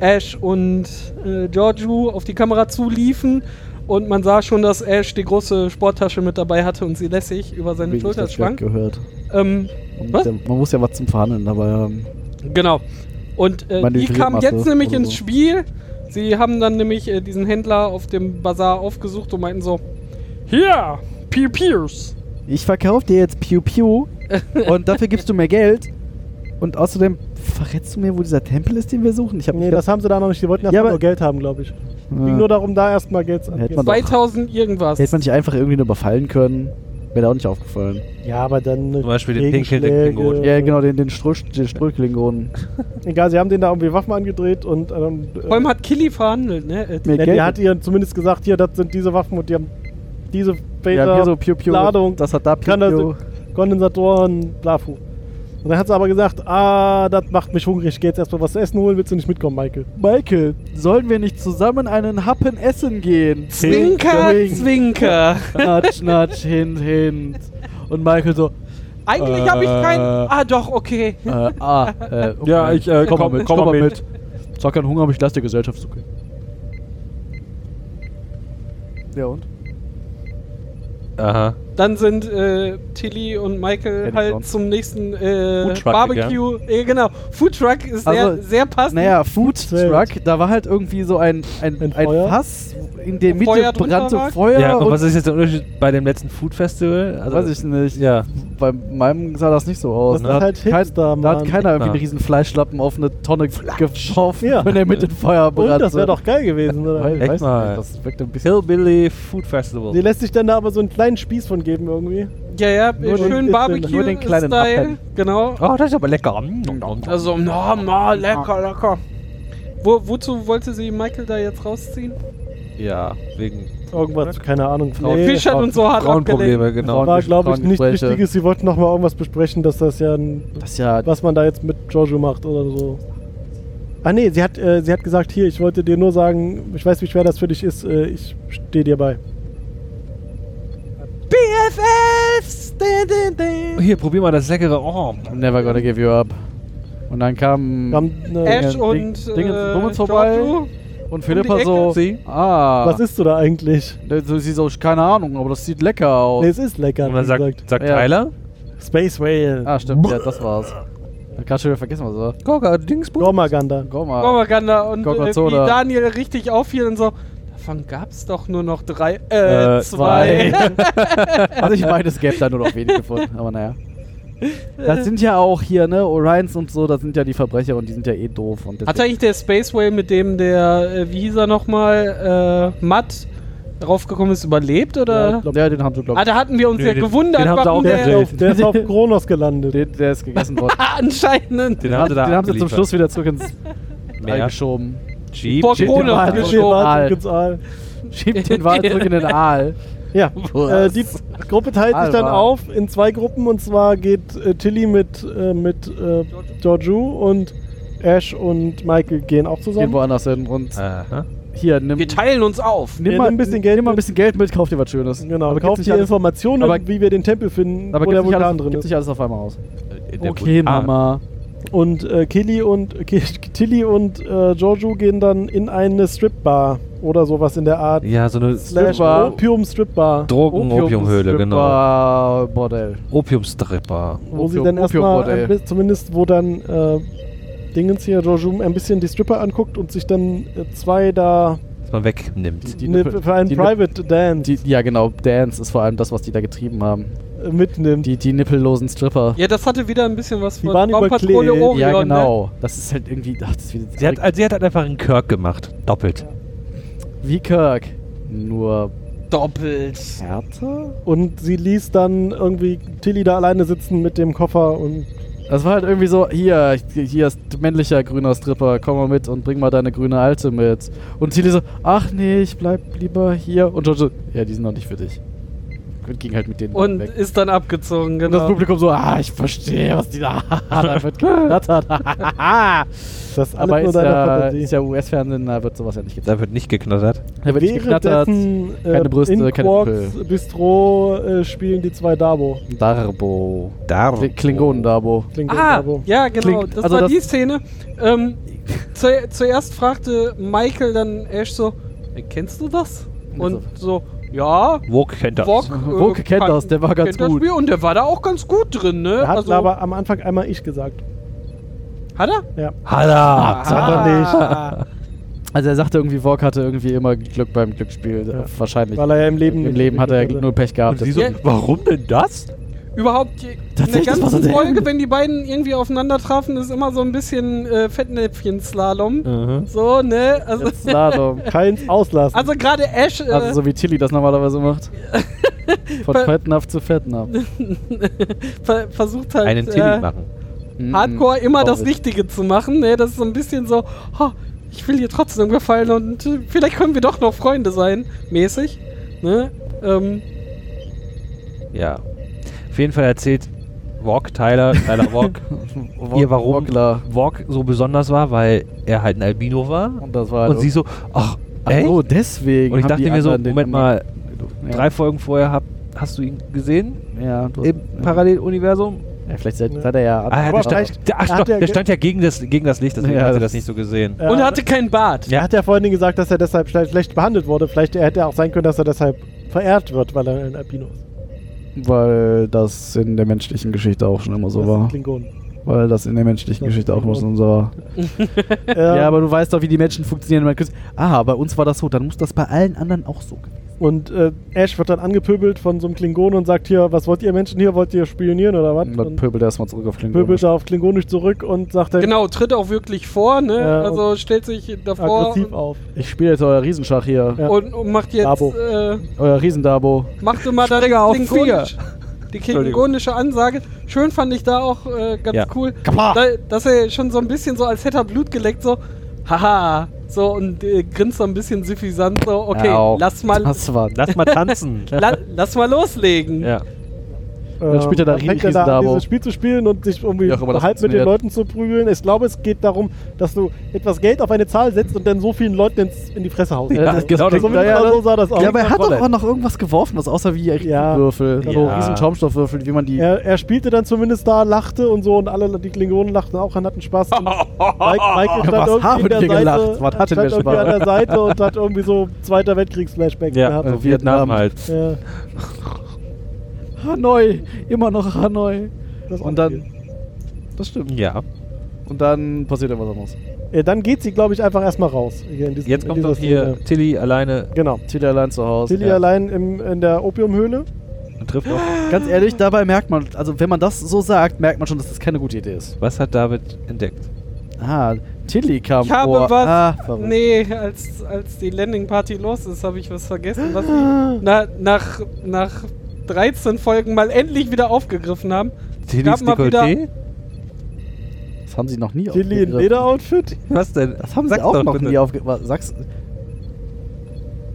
S3: Ash und äh, Giorgio auf die Kamera zuliefen. Und man sah schon, dass Ash die große Sporttasche mit dabei hatte und sie lässig über seine
S4: Wie ich
S3: Schulter
S4: das grad
S3: schwang.
S4: gehört.
S3: Ähm,
S4: Man
S3: Was?
S4: muss, ja, man muss ja was zum Verhandeln, aber ähm,
S3: Genau. Und äh, die
S4: Manövriert
S3: kamen
S4: machst du
S3: jetzt nämlich
S4: oder
S3: ins
S4: so.
S3: Spiel. Sie haben dann nämlich äh, diesen Händler auf dem Bazar aufgesucht und meinten so: Hier, Pew Pews.
S4: ich verkaufe dir jetzt Pew Pew und dafür gibst du mir Geld. Und außerdem verrätst du mir, wo dieser Tempel ist, den wir suchen? Ich hab
S1: Nee,
S4: nicht
S1: das haben sie da noch nicht. Die wollten
S4: Ja,
S1: erstmal
S4: aber-
S1: nur Geld haben, glaube ich.
S4: ganz-
S1: Ging
S4: äh,
S1: nur darum, da erstmal Geld zu
S4: Hätte man doch-
S3: 2000 irgendwas.
S4: Hätte man nicht einfach irgendwie nur überfallen können, wäre da auch nicht aufgefallen.
S1: Ja, aber dann.
S2: Zum Beispiel den pinkelnden
S1: Regenschläge.
S2: Klingonen.
S4: Ja, genau, den, den, Strösch, den Ströhlklingonen.
S1: Egal, sie haben denen da irgendwie Waffen angedreht und. Ähm,
S3: Vor allem hat Killy verhandelt, ne? Äh,
S4: Mir
S1: Ja,
S4: Geld-
S1: die hat ihr zumindest gesagt, hier, das sind diese Waffen und die haben diese Beta,
S4: ja, hier so Piu Piu.
S1: Ladung,
S4: Das hat da Piu
S1: kann das-
S4: Piu.
S1: Kondensatoren, Blafu. Und dann hat sie aber gesagt, ah, das macht mich hungrig, ich geh jetzt erstmal was zu essen holen, willst du nicht mitkommen, Michael?
S4: Michael, sollen wir nicht zusammen einen Happen essen gehen?
S3: Zwinker,
S4: Wink.
S3: Zwinker.
S4: Natsch, natsch, hint, hint. Und Michael so,
S3: Eigentlich
S4: Äh,
S3: habe ich keinen. Ah, doch, okay.
S4: äh, ah, äh, okay.
S5: Ja, ich, äh,
S4: komm,
S5: komm-
S4: mal mit,
S5: komm
S4: komm mal
S5: mal
S4: mit. Zwar keinen Hunger, aber ich lasse dir Gesellschaft zu. Ja und?
S2: Aha.
S3: Dann sind äh, Tilly und Michael
S4: Hätte ich
S3: halt
S4: sonst.
S3: zum nächsten äh,
S2: Foodtruck
S3: Barbecue. Äh, genau, Foodtruck ist
S4: Also,
S3: sehr, sehr passend.
S4: Naja, Food
S1: Zelt.
S4: Truck, da war halt irgendwie so ein, ein, ein,
S1: Ein Feuer?
S4: Fass, in der
S3: Wo
S4: Mitte
S3: Feuer drunter
S4: brannte
S3: lag?
S4: Feuer
S2: Ja, und
S4: und
S2: was ist jetzt der Unterschied bei dem letzten Food Festival? Also,
S4: Weiß ich nicht.
S2: Ja.
S4: Bei meinem sah das nicht so aus.
S1: Das ist halt Hipster,
S4: da hat
S1: Mann.
S4: keiner irgendwie einen
S2: Ja.
S4: riesen Fleischlappen auf eine Tonne geschaufelt,
S1: Ja.
S4: wenn er mit dem Feuer
S1: Und
S4: brannte.
S1: das wäre doch geil gewesen,
S4: Weil-
S1: oder?
S2: Echt
S4: weiß nicht,
S2: mal.
S4: Das wirkt ein bisschen...
S2: Hillbilly Food Festival.
S1: Sie lässt sich dann da aber so einen kleinen Spieß von geben irgendwie.
S3: ja, ja, äh,
S1: nur den-
S3: schön
S1: den-
S4: nur den kleinen
S3: Barbecue-Style.
S4: Appen.
S3: Genau.
S2: Oh, das ist aber lecker. Also,
S3: Also, na, ma, lecker, lecker. Wo, wozu wollte sie Michael da jetzt rausziehen?
S2: ja, wegen
S1: Irgendwas, keine Ahnung.
S2: Nee,
S3: Fischert
S2: Frauen-
S3: und so hart abgelenkt.
S2: Frauenprobleme, genau.
S1: war, glaube ich, nichts
S4: Frauengespräche.
S1: Wichtiges. Sie wollten nochmal irgendwas besprechen, dass das ja ein
S4: Das ist ja...
S1: was man da jetzt mit Giorgio macht oder so. Ah nee, sie hat, äh, sie hat gesagt, hier, ich wollte dir nur sagen, ich weiß, wie schwer das für dich ist, äh, ich stehe dir bei.
S3: BFFs! Din, din, din.
S2: Hier, probier mal das leckere. Oh,
S4: I'm never gonna give you up. Und dann kam...
S1: Wir haben, äh,
S3: Ash
S4: Ding-
S3: und äh,
S4: Ding- Dingens vorbei.
S3: Giorgio.
S4: und Philippa
S3: um die
S4: so...
S3: Ecke.
S2: Sie?
S4: Ah...
S1: was isst du da eigentlich?
S4: So, sie so, keine Ahnung, aber das sieht lecker aus.
S1: Nee, es ist lecker.
S2: und dann
S1: wie
S2: sagt, sagt
S4: Ja.
S2: Tyler,
S1: Space Whale.
S4: Ah, stimmt, ja, das war's. Dann kannst du wieder vergessen, was war.
S2: Goga, Dingsbus.
S1: Gormaganda.
S4: Gomma.
S3: Propaganda und äh, wie
S4: Gorgonzola.
S3: Daniel richtig auffiel und so. Davon gab's doch nur noch drei. Äh,
S2: Äh,
S3: zwei.
S4: also ich meine, es gäbe da nur noch wenige gefunden, aber naja. Das sind ja auch hier, ne, Orions und so, das sind ja die Verbrecher und die sind ja eh doof. Und
S3: Hat
S4: deswegen-
S3: eigentlich der Space Whale, mit dem der, äh, wie hieß er nochmal, äh, Matt draufgekommen ist, überlebt?
S1: Ja,
S3: Oder?
S1: ich glaub-
S4: ja, den haben sie, glaube
S3: ah, da hatten wir uns
S2: Nö,
S3: ja
S2: den-
S3: gewundert,
S2: den haben sie
S3: warum
S2: auch
S1: Der, ist
S3: der
S2: gegrillt.
S1: auf, der ist auf Kronos gelandet.
S4: Den, der ist gegessen worden.
S3: Ah, anscheinend
S2: Den haben sie da
S4: den haben sie zum
S2: abgeliefert.
S4: Schluss wieder zurück ins All
S2: mehr.
S4: geschoben.
S2: Jeep.
S3: Vor
S2: Jeep.
S3: Corona.
S1: Der Wal-
S4: geschoben.
S1: der Wal
S4: Aal.
S1: gibt's Aal.
S4: Schiebt den Wal zurück in den Aal.
S1: Ja, äh,
S4: Was?
S1: die Gruppe teilt sich dann
S4: Aal-Wal.
S1: auf in zwei Gruppen und zwar geht äh, Tilly mit, äh, mit äh, Giorgio und Ash und Michael gehen auch
S4: Geht
S1: zusammen.
S4: woanders hin und
S2: Aha.
S4: hier, nimm,
S3: Wir teilen uns auf.
S4: nimm,
S1: Ja,
S4: mal,
S1: nimm ein bisschen Geld
S4: nimm mal ein
S1: mit.
S4: bisschen Geld mit, kauf dir was Schönes.
S1: Genau, aber
S4: kauf
S1: kauft die Informationen,
S4: aber-
S1: wie wir den Tempel finden,
S4: Aber
S1: wo
S4: gibt's
S1: der
S4: nicht
S1: Vulkan
S4: alles,
S1: drin
S4: gibt's
S1: ist.
S4: nicht alles auf einmal aus.
S2: Äh, der
S4: Okay,
S2: Vulkan.
S4: Mama.
S1: Und äh, Killy und äh, Ki- Tilly und äh, Giorgio gehen dann in eine Stripbar oder sowas in der Art.
S2: Ah, Ja, so eine
S1: Slash
S4: Stripbar.
S1: Opium Stripbar.
S2: Drogen, Opiumhöhle, genau.
S4: genau. Bordell.
S2: Opiumstripper.
S1: Wo sie
S4: Opium-
S1: dann erstmal,
S4: Opiumbordell.
S1: ein bi- zumindest wo dann äh, Dingens hier, Giorgio, ein bisschen die Stripper anguckt und sich dann äh, zwei da
S2: Dass man wegnimmt.
S4: Die
S1: ne,
S4: Nippel-
S1: für einen
S4: die Nippel-
S1: Private Dance
S4: Die, ja, genau. Dance ist vor allem das, was die da getrieben haben.
S1: äh, mitnimmt.
S4: Die, die nippellosen Stripper.
S3: Ja, das hatte wieder ein bisschen was
S1: Die waren
S3: Baumpatrouille
S1: überklebt.
S3: Orion.
S4: Ja,
S3: Ne?
S4: genau. Das ist halt irgendwie. Ach, das ist wieder
S2: Sie hat, also sie hat halt einfach einen Kirk gemacht. Doppelt.
S4: wie Kirk. Nur
S3: Doppelt.
S4: härter?
S1: Und sie ließ dann irgendwie Tilly da alleine sitzen mit dem Koffer und
S4: Das war halt irgendwie so, hier, hier ist männlicher grüner Stripper, komm mal mit und bring mal deine grüne Alte mit. Und Tilly so, ach nee, ich bleib lieber hier. Und George so, ja, die sind noch nicht für dich. Und ging halt mit denen
S3: Und
S4: weg.
S3: ist dann abgezogen,
S4: Und das
S3: genau.
S4: Publikum so, ah, ich verstehe, was die da, da wird gedacht hat.
S1: das ist alles
S4: Aber
S1: nur
S4: ist
S1: deine
S4: ja,
S1: Fantasie.
S4: ist ja US-Fernsehen, da wird sowas ja nicht gezeigt.
S2: Da wird nicht geknattert.
S4: Da wird nicht geknattert.
S1: Währenddessen, äh,
S4: keine Brüste,
S1: in
S4: keine
S1: Quarks Bistro äh, spielen die zwei Dabo.
S4: Darbo.
S2: Da.
S4: Kli- Klingonen-Darbo.
S1: Klingt
S3: Ah,
S1: Dabo.
S3: ja, genau.
S4: Klingt-
S3: das
S4: also
S3: war
S4: das-
S3: die Szene. Ähm, zu, zuerst fragte Michael dann Ash so: "Äh, Kennst du das? Und so: Ja,
S2: Wok kennt das.
S3: Wok.
S4: Wok kennt das, der war ganz
S3: kennt das
S4: gut.
S3: Spiel Und der war da auch ganz gut drin, ne?
S1: Er hat aber am Anfang einmal ich gesagt.
S3: hat er? Ah.
S1: Ja.
S2: Halla.
S1: Sagt er
S3: nicht.
S4: Also er sagte irgendwie, Vork hatte irgendwie immer Glück beim Glücksspiel.
S1: Ja.
S4: Wahrscheinlich.
S1: Weil er ja im Leben
S4: Im Leben hat er ja nur Pech
S2: Und
S4: gehabt.
S2: sie so,
S3: Ja.
S2: warum denn das?
S3: Überhaupt, die- in der
S4: Tatsächlich, das war so
S3: ganzen
S4: der-
S3: Folge, wenn die beiden irgendwie aufeinander trafen, ist immer so ein bisschen äh, Fettnäpfchen-Slalom.
S2: Mhm.
S3: So, ne? Also,
S4: Jetzt Slalom.
S1: keins auslassen.
S3: also gerade Ash. Äh,
S4: Also so wie Tilly das normalerweise macht. Von
S3: Ver-
S4: Fettnapf zu Fettnapf.
S3: ver versucht halt
S2: Einen Tilly
S3: äh,
S2: machen.
S4: Mhm.
S3: Hardcore immer das
S4: Richtig.
S3: Richtige zu machen. Ne? Das ist so ein bisschen so, "Ha, ich will dir trotzdem gefallen und äh, vielleicht können wir doch noch Freunde sein, mäßig. Ne? Ähm,
S2: Ja. Auf jeden Fall erzählt Wok, Tyler, Tyler Wok, ihr warum Wok so besonders war, weil er halt ein Albino war.
S4: Und das war
S2: Und sie so, ach,
S4: Ach
S2: echt?
S4: so, deswegen.
S2: Und ich
S4: haben
S2: dachte
S4: die
S2: mir so,
S4: anderen den
S2: Moment
S4: anderen-
S2: mal, drei Folgen vorher hab, hast du ihn gesehen?
S4: Ja, du hast,
S2: Im
S4: ja.
S2: Paralleluniversum?
S4: ja, vielleicht seid, seid er ja.
S2: Ah, ja,
S1: aber
S2: der, stand,
S1: vielleicht-
S2: der, ach,
S1: hat
S2: stopp,
S1: er
S2: der
S1: ge-
S2: stand ja gegen das, gegen das Licht, deswegen
S4: Ja,
S2: hat er
S4: das-
S2: das nicht so gesehen.
S1: Ja.
S3: Und er hatte keinen Bart.
S1: er hat ja vorhin gesagt, dass er deshalb schle- schlecht behandelt wurde. Vielleicht hätte er auch sein können, dass er deshalb verehrt wird, weil er ein Albino ist.
S4: weil das in der menschlichen Geschichte auch schon immer so
S1: Das
S4: war.
S1: sind Klingonen.
S4: Weil das in der menschlichen
S1: Das
S4: Geschichte auch
S1: klingt
S4: immer
S1: gut.
S4: schon so war.
S1: Ähm,
S4: Ja, aber du weißt doch, wie die Menschen funktionieren. Man könnte- ah, bei uns war das so, dann muss das bei allen anderen auch so.
S1: und äh, Ash wird dann angepöbelt von so einem Klingon und sagt hier, was wollt ihr Menschen hier? Wollt ihr spionieren oder was?
S4: Und dann
S1: Und
S4: pöbelt er erstmal zurück auf Klingon.
S1: pöbelt er auf Klingonisch zurück und sagt dann
S3: Genau, tritt auch wirklich vor, ne?
S1: Ja,
S3: also stellt sich davor
S1: aggressiv
S3: und,
S1: auf.
S4: Ich spiele jetzt euer Riesenschach hier.
S1: Ja.
S3: und, und macht jetzt,
S1: Dabo.
S3: äh,
S4: Euer Riesendabo.
S3: macht immer dann
S2: Springer auf
S3: klingonisch- die klingonische Ansage. Schön fand ich da auch äh, ganz
S2: Ja.
S3: cool, da, dass er schon so ein bisschen so, als hätte er Blut geleckt, so, haha, so und äh, grinst so ein bisschen suffisant, so, okay,
S4: Au.
S3: lass mal
S4: Das war.
S2: Lass mal tanzen.
S3: La lass mal loslegen.
S2: ja.
S1: Dann
S4: spielt er da Riesen-
S1: Ähm, fängt er da an,
S4: Riesendabo.
S1: dieses Spiel zu spielen und sich irgendwie
S4: Ja, aber das
S1: halb mit den
S4: funktioniert.
S1: Leuten zu prügeln. Ich glaube, es geht darum, dass du etwas Geld auf eine Zahl setzt und dann so vielen Leuten ins, in die Fresse haust.
S2: Ja,
S1: das so,
S2: genau, das-
S1: ungefähr
S4: ja,
S1: so sah das aus.
S4: Ja, aber er hat doch
S2: Volley.
S4: auch noch irgendwas geworfen, was außer wie
S1: Ja.
S4: Würfel. So
S2: Ja.
S4: riesen Schaumstoffwürfel, wie man die.
S1: er, er spielte dann zumindest da, lachte und so und alle, die Klingonen lachten auch und hatten Spaß. Und Mike, Michael stand
S4: Was
S1: irgendwie
S4: haben
S1: an der
S4: die
S1: Seite,
S4: gelacht? Was hatten wir
S1: stand irgendwie
S4: Spaß?
S1: an der Seite und hat irgendwie so Zweiter Weltkriegs-Flashback
S2: Ja,
S1: gehabt.
S2: äh,
S4: Vietnam.
S2: Vietnam halt.
S1: Ja,
S4: Hanoi, immer noch Hanoi.
S1: das war
S4: Und dann.
S1: viel.
S4: Das stimmt.
S2: Ja.
S4: Und dann passiert irgendwas anderes.
S1: Äh, dann geht sie, glaube ich, einfach erstmal raus. Hier in diesem-
S2: Jetzt
S1: in
S2: kommt
S1: dieser
S2: doch hier
S1: Szene.
S2: Tilly alleine
S1: Genau.
S4: Tilly allein zu Hause.
S1: Tilly allein im, in der Opiumhöhle.
S2: und trifft auf.
S4: Ganz ehrlich, dabei merkt man, also wenn man das so sagt, merkt man schon, dass das keine gute Idee ist.
S2: Was hat David entdeckt?
S4: Ah, Tilly kam
S3: Ich habe
S4: vor.
S3: was.
S4: Ah, verrückt.
S3: Nee, als, als die Landing-Party los ist, habe ich was vergessen, was sie na, nach, nach 13 Folgen mal endlich wieder aufgegriffen haben.
S2: Tillys
S3: mal wieder-
S2: Dekolleté?
S4: Das haben sie noch nie
S1: Tilly in
S4: aufgegriffen.
S1: Lederoutfit.
S2: Was denn?
S4: Das haben sie
S2: Sag's
S4: auch
S2: doch
S4: noch
S2: bitte.
S4: nie aufgegriffen. Sag's.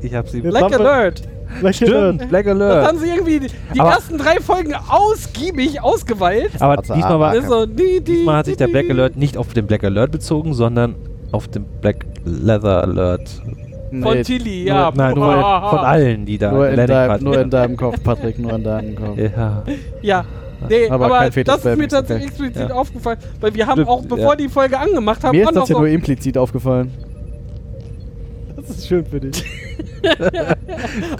S2: Ich hab sie.
S1: Jetzt
S3: Black
S1: haben wir-
S3: Alert.
S1: Vielleicht
S2: Stimmt, Black
S3: Das
S2: Alert.
S3: haben sie irgendwie die, die
S2: Aber-
S3: ersten drei Folgen ausgiebig ausgeweilt.
S2: Aber
S4: Schwarzer
S2: diesmal, war,
S4: Adler.
S3: Das ist so, die, die,
S2: diesmal hat sich der
S3: die,
S2: Black
S3: die.
S2: Alert nicht auf den Black Alert bezogen, sondern auf den Black Leather Alert.
S3: Von
S4: Nee,
S3: Tilly,
S2: Nur-
S3: ja.
S2: Nein, nur von allen, die da
S4: Nur in,
S2: Atlantic
S4: deinem,
S2: hatten.
S4: nur in deinem Kopf, Patrick, nur in deinem Kopf.
S2: Ja.
S3: Ja, Nee, aber,
S4: kein Fetus
S3: das ist
S4: Baby,
S3: mir tatsächlich
S4: okay.
S3: explizit
S2: Ja.
S3: aufgefallen, weil wir haben
S2: Stimmt,
S3: auch, bevor
S2: ja.
S3: die Folge angemacht haben,
S4: Mir
S3: auch
S4: ist das
S3: noch
S4: ja
S3: so,
S4: nur implizit aufgefallen.
S1: Das ist schön für dich.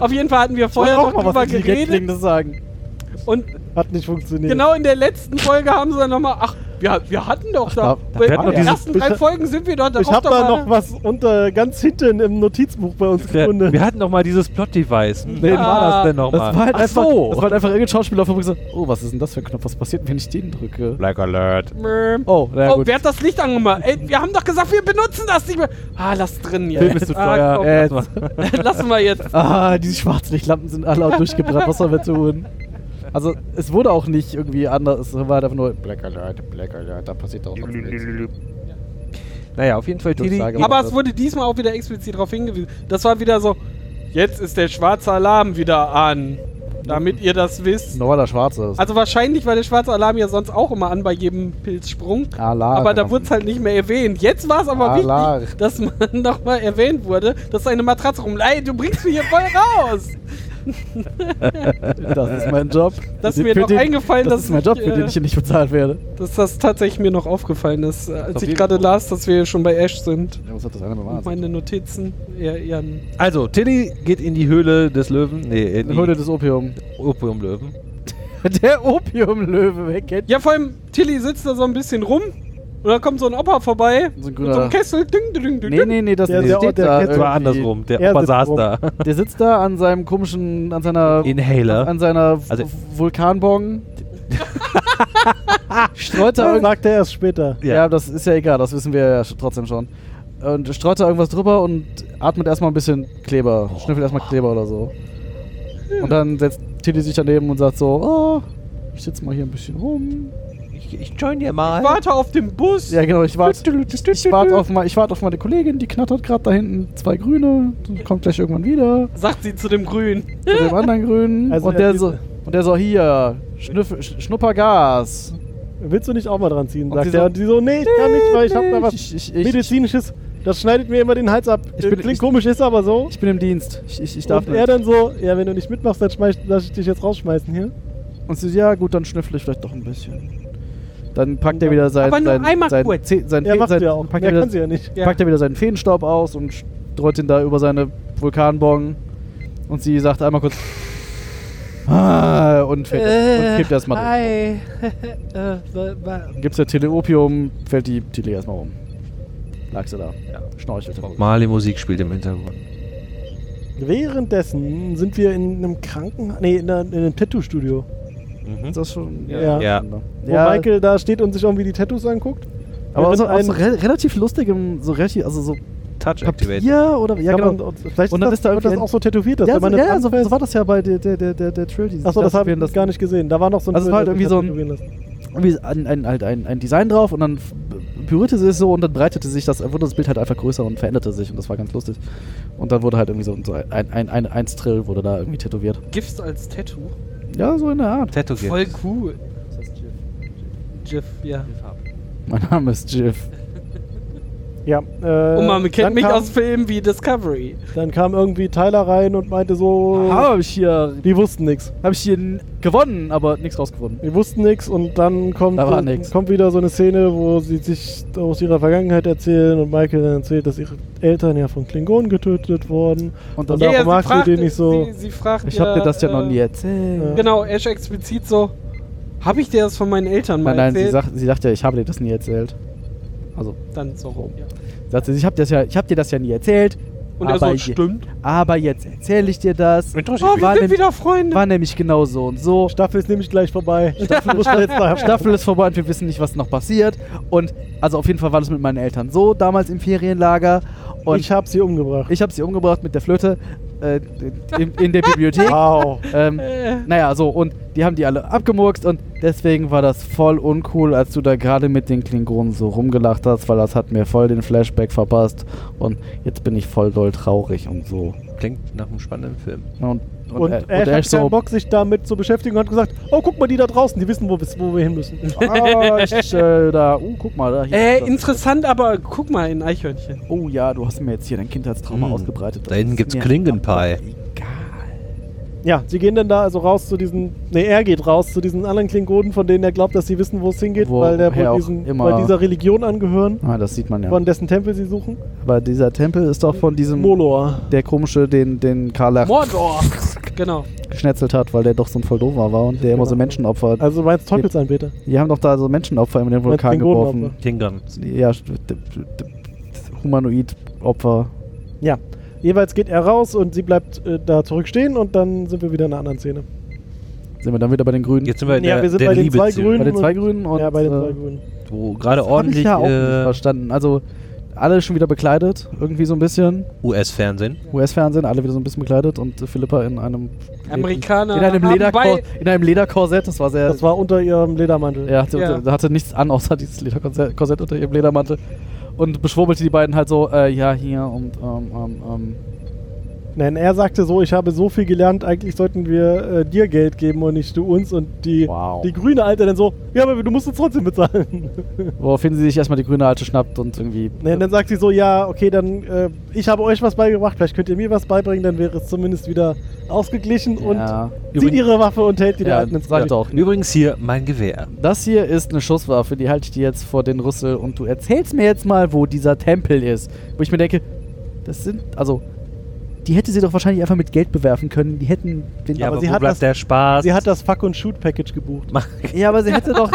S3: auf jeden Fall hatten wir vorher noch drüber geredet
S4: Klingendes sagen.
S3: und
S1: Hat nicht funktioniert.
S3: genau in der letzten Folge haben sie dann nochmal, ach, wir, wir hatten doch da,
S4: da-
S3: bei
S2: wir hatten doch
S3: den
S2: dieses-
S3: ersten drei
S1: ich-
S3: Folgen sind wir dort
S1: Ich
S3: auch
S1: habe
S3: doch
S1: da
S3: mal-
S1: noch was unter ganz hinten im Notizbuch bei uns
S2: Der,
S1: gefunden.
S2: wir hatten noch mal dieses Plot-Device.
S3: Ah.
S2: Wen war das denn
S4: Das war,
S2: nochmal?
S4: halt
S1: Ach
S4: einfach,
S1: so.
S4: das war halt einfach irgendein Schauspieler auf der Brücke gesagt, oh, was ist denn das für ein Knopf? Was passiert, wenn ich den drücke?
S2: Black Alert.
S3: Mö.
S4: Oh, na ja,
S3: oh,
S4: gut.
S3: wer hat das Licht angemacht? Ey, wir haben doch gesagt, wir benutzen das nicht mehr. Ah, lass drin jetzt.
S4: Film ist zu
S3: ah,
S4: teuer.
S3: komm,
S4: Äh,
S2: lass
S3: Lassen wir jetzt.
S4: Ah, diese Schwarzlichtlampen sind alle durchgebrannt. Was sollen wir tun? Also, es wurde auch nicht irgendwie anders. Es war halt einfach nur Black Alert, Black Alert, da passiert auch noch nichts.
S2: Naja, auf jeden Fall Tilly.
S4: Durchsage.
S3: Aber es wurde diesmal auch wieder explizit darauf hingewiesen. Das war wieder so, jetzt ist der schwarze Alarm wieder an. Damit ihr das wisst.
S4: Normaler Schwarzer.
S3: Also wahrscheinlich war der schwarze Alarm ja sonst auch immer an bei jedem Pilzsprung.
S4: Alarm.
S3: Aber da wurde es halt nicht mehr erwähnt. Jetzt war es aber
S4: Alarm.
S3: wichtig, dass man nochmal erwähnt wurde, dass eine Matratze rum. Ey, du bringst mich hier voll raus!
S4: Das ist mein Job.
S3: Das ist mir
S4: Für
S3: noch
S4: den-
S3: eingefallen,
S4: Das
S3: dass
S4: ist mein
S3: ich,
S4: Job, für
S3: äh,
S4: den ich hier nicht bezahlt werde.
S3: Dass das tatsächlich mir noch aufgefallen ist, äh, als
S4: Auf
S3: ich
S4: jeden
S3: gerade
S4: Fall.
S3: las, dass wir schon bei Ash sind.
S4: Ja, was hat das eine
S3: Und
S4: bewahren?
S3: meine Notizen eher, eher ein-
S2: Also, Tilly geht in die Höhle des Löwen. Nee, in die
S4: Hülle des Opium.
S2: Opiumlöwen.
S4: Der Opiumlöwe, wer kennt
S3: Ja, vor allem, Tilly sitzt da so ein bisschen rum und dann kommt so ein Opa vorbei
S4: So ein
S3: mit so einem
S4: grüner.
S3: Kessel. Ding, ding, ding,
S4: Nee,
S3: ding.
S4: nee, nee, das
S1: Der-
S4: nee,
S1: der-
S4: steht
S1: der
S4: da.
S1: Kette
S2: Das war
S4: irgendwie.
S2: andersrum. Der
S1: Er
S2: Opa
S1: sitzt
S2: saß
S1: rum.
S2: da.
S4: Der sitzt da an seinem komischen, an seiner
S2: Inhaler.
S4: an seiner
S2: Also-
S4: V- Vulkanbong. streut da
S1: das
S4: irgendwas.
S1: sagt er erst später.
S4: Ja.
S2: Ja.
S4: das ist ja egal, das wissen wir ja sch- trotzdem schon. Und streut da irgendwas drüber und atmet erstmal ein bisschen Kleber,
S2: Oh.
S4: schnüffelt erstmal Kleber oder so. Und dann setzt Tilly sich daneben und sagt so, oh, ich sitze mal hier ein bisschen rum.
S2: Ich, ich join dir mal.
S3: Ich warte auf den Bus.
S4: Ja genau, ich warte ich wart auf, ma- ich wart auf meine Kollegin, die knattert gerade da hinten zwei Grüne, die kommt gleich irgendwann wieder.
S3: Sagt sie zu dem Grün.
S4: mit dem anderen Grünen.
S1: Also
S4: und,
S1: der
S4: der so, und der so, hier, Schnüff, Sch- Schnuppergas.
S1: Willst du nicht auch mal dran ziehen?
S4: Und
S1: Sagt
S4: sie so-
S1: er. Und die so, nee, ich kann nicht, weil ich habe da was
S4: Ich, ich, ich,
S1: Medizinisches. Das schneidet mir immer den Hals ab.
S4: Ich bin-
S1: Klingt
S4: ich-
S1: komisch, ist aber so.
S4: ich bin im Dienst. Ich, ich, ich darf
S1: und
S4: nicht.
S1: er dann so, ja, wenn du nicht mitmachst, dann schmeiß, lass ich dich jetzt rausschmeißen hier.
S4: und sie so, ja gut, dann schnüffle ich vielleicht doch ein bisschen. Dann packt er wieder sein,
S3: Aber nur
S4: sein,
S3: einmal
S4: sein,
S3: kurz.
S4: Ze- sein,
S1: Er
S4: Fe-
S1: macht
S4: sein
S1: ja auch.
S4: Packt,
S1: Mehr
S4: er
S1: kann sie ja
S4: wieder,
S1: nicht.
S3: Ja.
S4: packt er wieder seinen Feenstaub aus und streut ihn da über seine Vulkanbong. Und sie sagt einmal kurz. Ah, und, fällt,
S3: Äh,
S4: und kippt erstmal.
S2: Hi.
S4: um. Gibt's ja Teleopium, fällt die Tele erstmal um. Lag sie da.
S2: Ja.
S4: Schnorchelte.
S2: Mal die Musik spielt im Hintergrund.
S1: Währenddessen sind wir in einem Kranken... Nee, in, einer, in einem Tattoo-Studio.
S2: Mhm.
S4: Ist das schon?
S1: Ja.
S2: Ja.
S1: Wo Michael da steht und sich irgendwie die Tattoos anguckt.
S4: aber
S1: Während
S4: so, auch
S1: ein-
S4: so re relativ lustigem, so relativ, also so
S2: Touch activated.
S4: Papier oder ja
S1: Ja,
S4: genau.
S1: genau. Und, vielleicht
S4: Und
S1: ist
S4: dann
S1: das,
S4: ist da
S1: wird
S4: irgendwie
S1: das
S4: ein-
S1: auch so tätowiert, dass
S4: ja,
S1: wenn
S4: so,
S1: man das
S4: ja, ja so,
S1: anfasst-
S4: so war das ja bei der der der der, der Trill. die-
S1: Achso, das
S4: da
S1: habe ich
S4: das
S1: gar nicht gesehen. Da war noch so ein
S4: Also es war halt
S1: Bild,
S4: irgendwie so ein-
S1: das tätowieren
S4: irgendwie ein, ein, halt ein, ein Design drauf und dann f- berührte sie es so und dann breitete sich das wurde das Bild halt einfach größer und veränderte sich und das war ganz lustig. Und dann wurde halt irgendwie so so ein ein ein eins Trill wurde da irgendwie tätowiert.
S3: Gifts als Tattoo.
S4: Ja, so in der Art.
S2: Tattoo geht.
S3: Voll cool. Jeff, ja.
S4: Mein Name ist Jiff.
S1: lässt. Ja. Äh,
S3: Und man kennt
S1: dann
S3: mich
S1: kam,
S3: aus Filmen wie Discovery.
S1: Dann kam irgendwie Tyler rein und meinte so.
S4: Habe ich hier
S1: Die wussten nichts.
S4: habe ich hier n- gewonnen, aber nichts rausgewonnen.
S1: Die wussten nichts und dann kommt,
S4: Da war nix.
S1: kommt wieder so eine Szene, wo sie sich aus ihrer Vergangenheit erzählen und Michael dann erzählt, dass ihre Eltern ja von Klingonen getötet wurden.
S4: Und
S1: Ja, ja, mag sie den nicht so.
S3: sie, sie fragt
S4: Ich hab dir das ja
S3: äh,
S4: noch nie erzählt.
S1: ja.
S3: Genau, Ash explizit so. Habe ich dir das von meinen Eltern mal
S4: Nein, nein, sie
S3: erzählt?
S4: sagt, sie sagt ja, ich habe dir das nie erzählt. Also,
S3: Dann so rum. Ja.
S4: sagt sie, ich habe ja, ich hab dir das ja nie erzählt.
S3: Und
S4: aber,
S3: er so,
S4: je- Oh,
S3: stimmt.
S4: aber jetzt erzähle ich dir das. Ah,
S3: Oh, wir
S4: war,
S3: sind
S4: nämlich-
S3: wieder Freunde.
S4: war nämlich genau so und so.
S1: Staffel ist nämlich gleich vorbei. Staffel muss man jetzt da
S4: Staffel ist vorbei und wir wissen nicht, was noch passiert. Und also auf jeden Fall war das mit meinen Eltern so, damals im Ferienlager. Und
S1: Ich
S4: ich,
S1: hab sie umgebracht.
S4: habe sie umgebracht mit der Flöte äh, in, in der Bibliothek.
S1: Wow.
S4: ähm,
S3: Äh,
S4: naja, so, und die haben die alle abgemurkst und deswegen war das voll uncool, als du da gerade mit den Klingonen so rumgelacht hast, weil das hat mir voll den Flashback verpasst und jetzt bin ich voll doll traurig und so.
S2: Klingt nach einem spannenden Film.
S4: Und,
S1: Und,
S4: äh,
S1: er Ash hat keinen Bock, sich damit zu beschäftigen und hat gesagt, oh, guck mal, die da draußen, die wissen, wo, wir- wo wir hin müssen.
S4: Ah, ich, äh, da, uh, guck mal, da hier.
S3: äh,
S4: das-
S3: interessant, aber guck mal in Eichhörnchen.
S4: oh ja, du hast mir jetzt hier dein Kindheitstrauma
S2: Mm.
S4: ausgebreitet.
S2: Da hinten
S4: ist
S2: gibt's
S4: mir
S2: Klingenpie.
S4: aber Egal.
S1: Ja, sie gehen dann da also raus zu diesen. Ne, er geht raus zu diesen anderen Klingonen, von denen er glaubt, dass sie wissen, wo es hingeht,
S4: Woher
S1: weil, der bei,
S4: auch
S1: diesen,
S4: immer.
S1: bei dieser Religion angehören,
S4: Ah, das sieht man ja.
S1: von dessen Tempel sie suchen.
S4: Aber dieser Tempel ist doch von diesem,
S1: Molor.
S4: der komische, den, den Karlach
S3: Mordor! genau.
S4: geschnetzelt hat, weil der doch so ein Volldover war und der immer so
S1: Genau.
S4: Menschenopfer.
S1: Also du meinst Teufelsanbeter.
S4: Die haben doch da so Menschenopfer in den Vulkan
S1: Klingonenopfer.
S4: geworfen.
S2: Tingram.
S4: Ja, d- d- d- Humanoid-Opfer.
S1: Ja. Jeweils geht er raus und sie bleibt äh, da zurückstehen und dann sind wir wieder in einer anderen Szene.
S4: Sind wir dann wieder bei den Grünen?
S2: Jetzt sind wir in
S1: Ja,
S2: der,
S1: wir sind
S2: der
S1: bei den
S2: Liebe
S1: zwei
S2: zu-
S1: Grünen.
S4: bei den zwei
S1: und-
S4: Grünen und
S1: ja, bei den
S4: äh,
S1: zwei Grünen.
S2: Wo gerade
S4: hab ich
S2: ordentlich
S4: ja auch nicht
S2: äh,
S4: verstanden. Also alle schon wieder bekleidet, irgendwie so ein bisschen.
S2: US-Fernsehen.
S4: US-Fernsehen, alle wieder so ein bisschen bekleidet und äh, Philippa in einem
S3: Amerikaner
S4: in einem
S3: haben
S4: Lederkor
S3: bei-
S4: in einem Lederkorsett. Das war sehr
S1: Das war unter ihrem Ledermantel.
S4: Er hatte,
S3: Ja.
S4: hatte nichts an, außer dieses Lederkorsett Korsett unter ihrem Ledermantel. Und beschwurbelte die beiden halt so, äh, ja, hier und ähm, ähm, ähm.
S1: Nein, er sagte so, ich habe so viel gelernt, eigentlich sollten wir äh, dir Geld geben und nicht du uns. Und die,
S4: Wow.
S1: die grüne Alte dann so, ja, aber du musst uns trotzdem bezahlen.
S4: Woraufhin sie sich erstmal die grüne Alte schnappt und irgendwie.
S1: Nee, und dann sagt sie so, ja, okay, dann äh, ich habe euch was beigebracht, vielleicht könnt ihr mir was beibringen, dann wäre es zumindest wieder ausgeglichen
S4: ja.
S1: und zieht ihre Waffe und hält die der
S4: ja,
S1: Alten ins
S4: sagt
S1: Gesicht.
S4: auch.
S2: Übrigens hier mein Gewehr.
S4: Das hier ist eine Schusswaffe, die halte ich dir jetzt vor den Rüssel und du erzählst mir jetzt mal, wo dieser Tempel ist. Wo ich mir denke, das sind, also, die hätte sie doch wahrscheinlich einfach mit Geld bewerfen können. Die hätten den
S2: Ja,
S1: aber
S2: aber,
S1: sie
S2: wo
S1: hat
S2: bleibt
S1: das-
S2: der Spaß?
S1: Sie hat das Fuck- und Shoot-Package gebucht.
S2: Mach-
S4: Ja, aber sie hätte doch.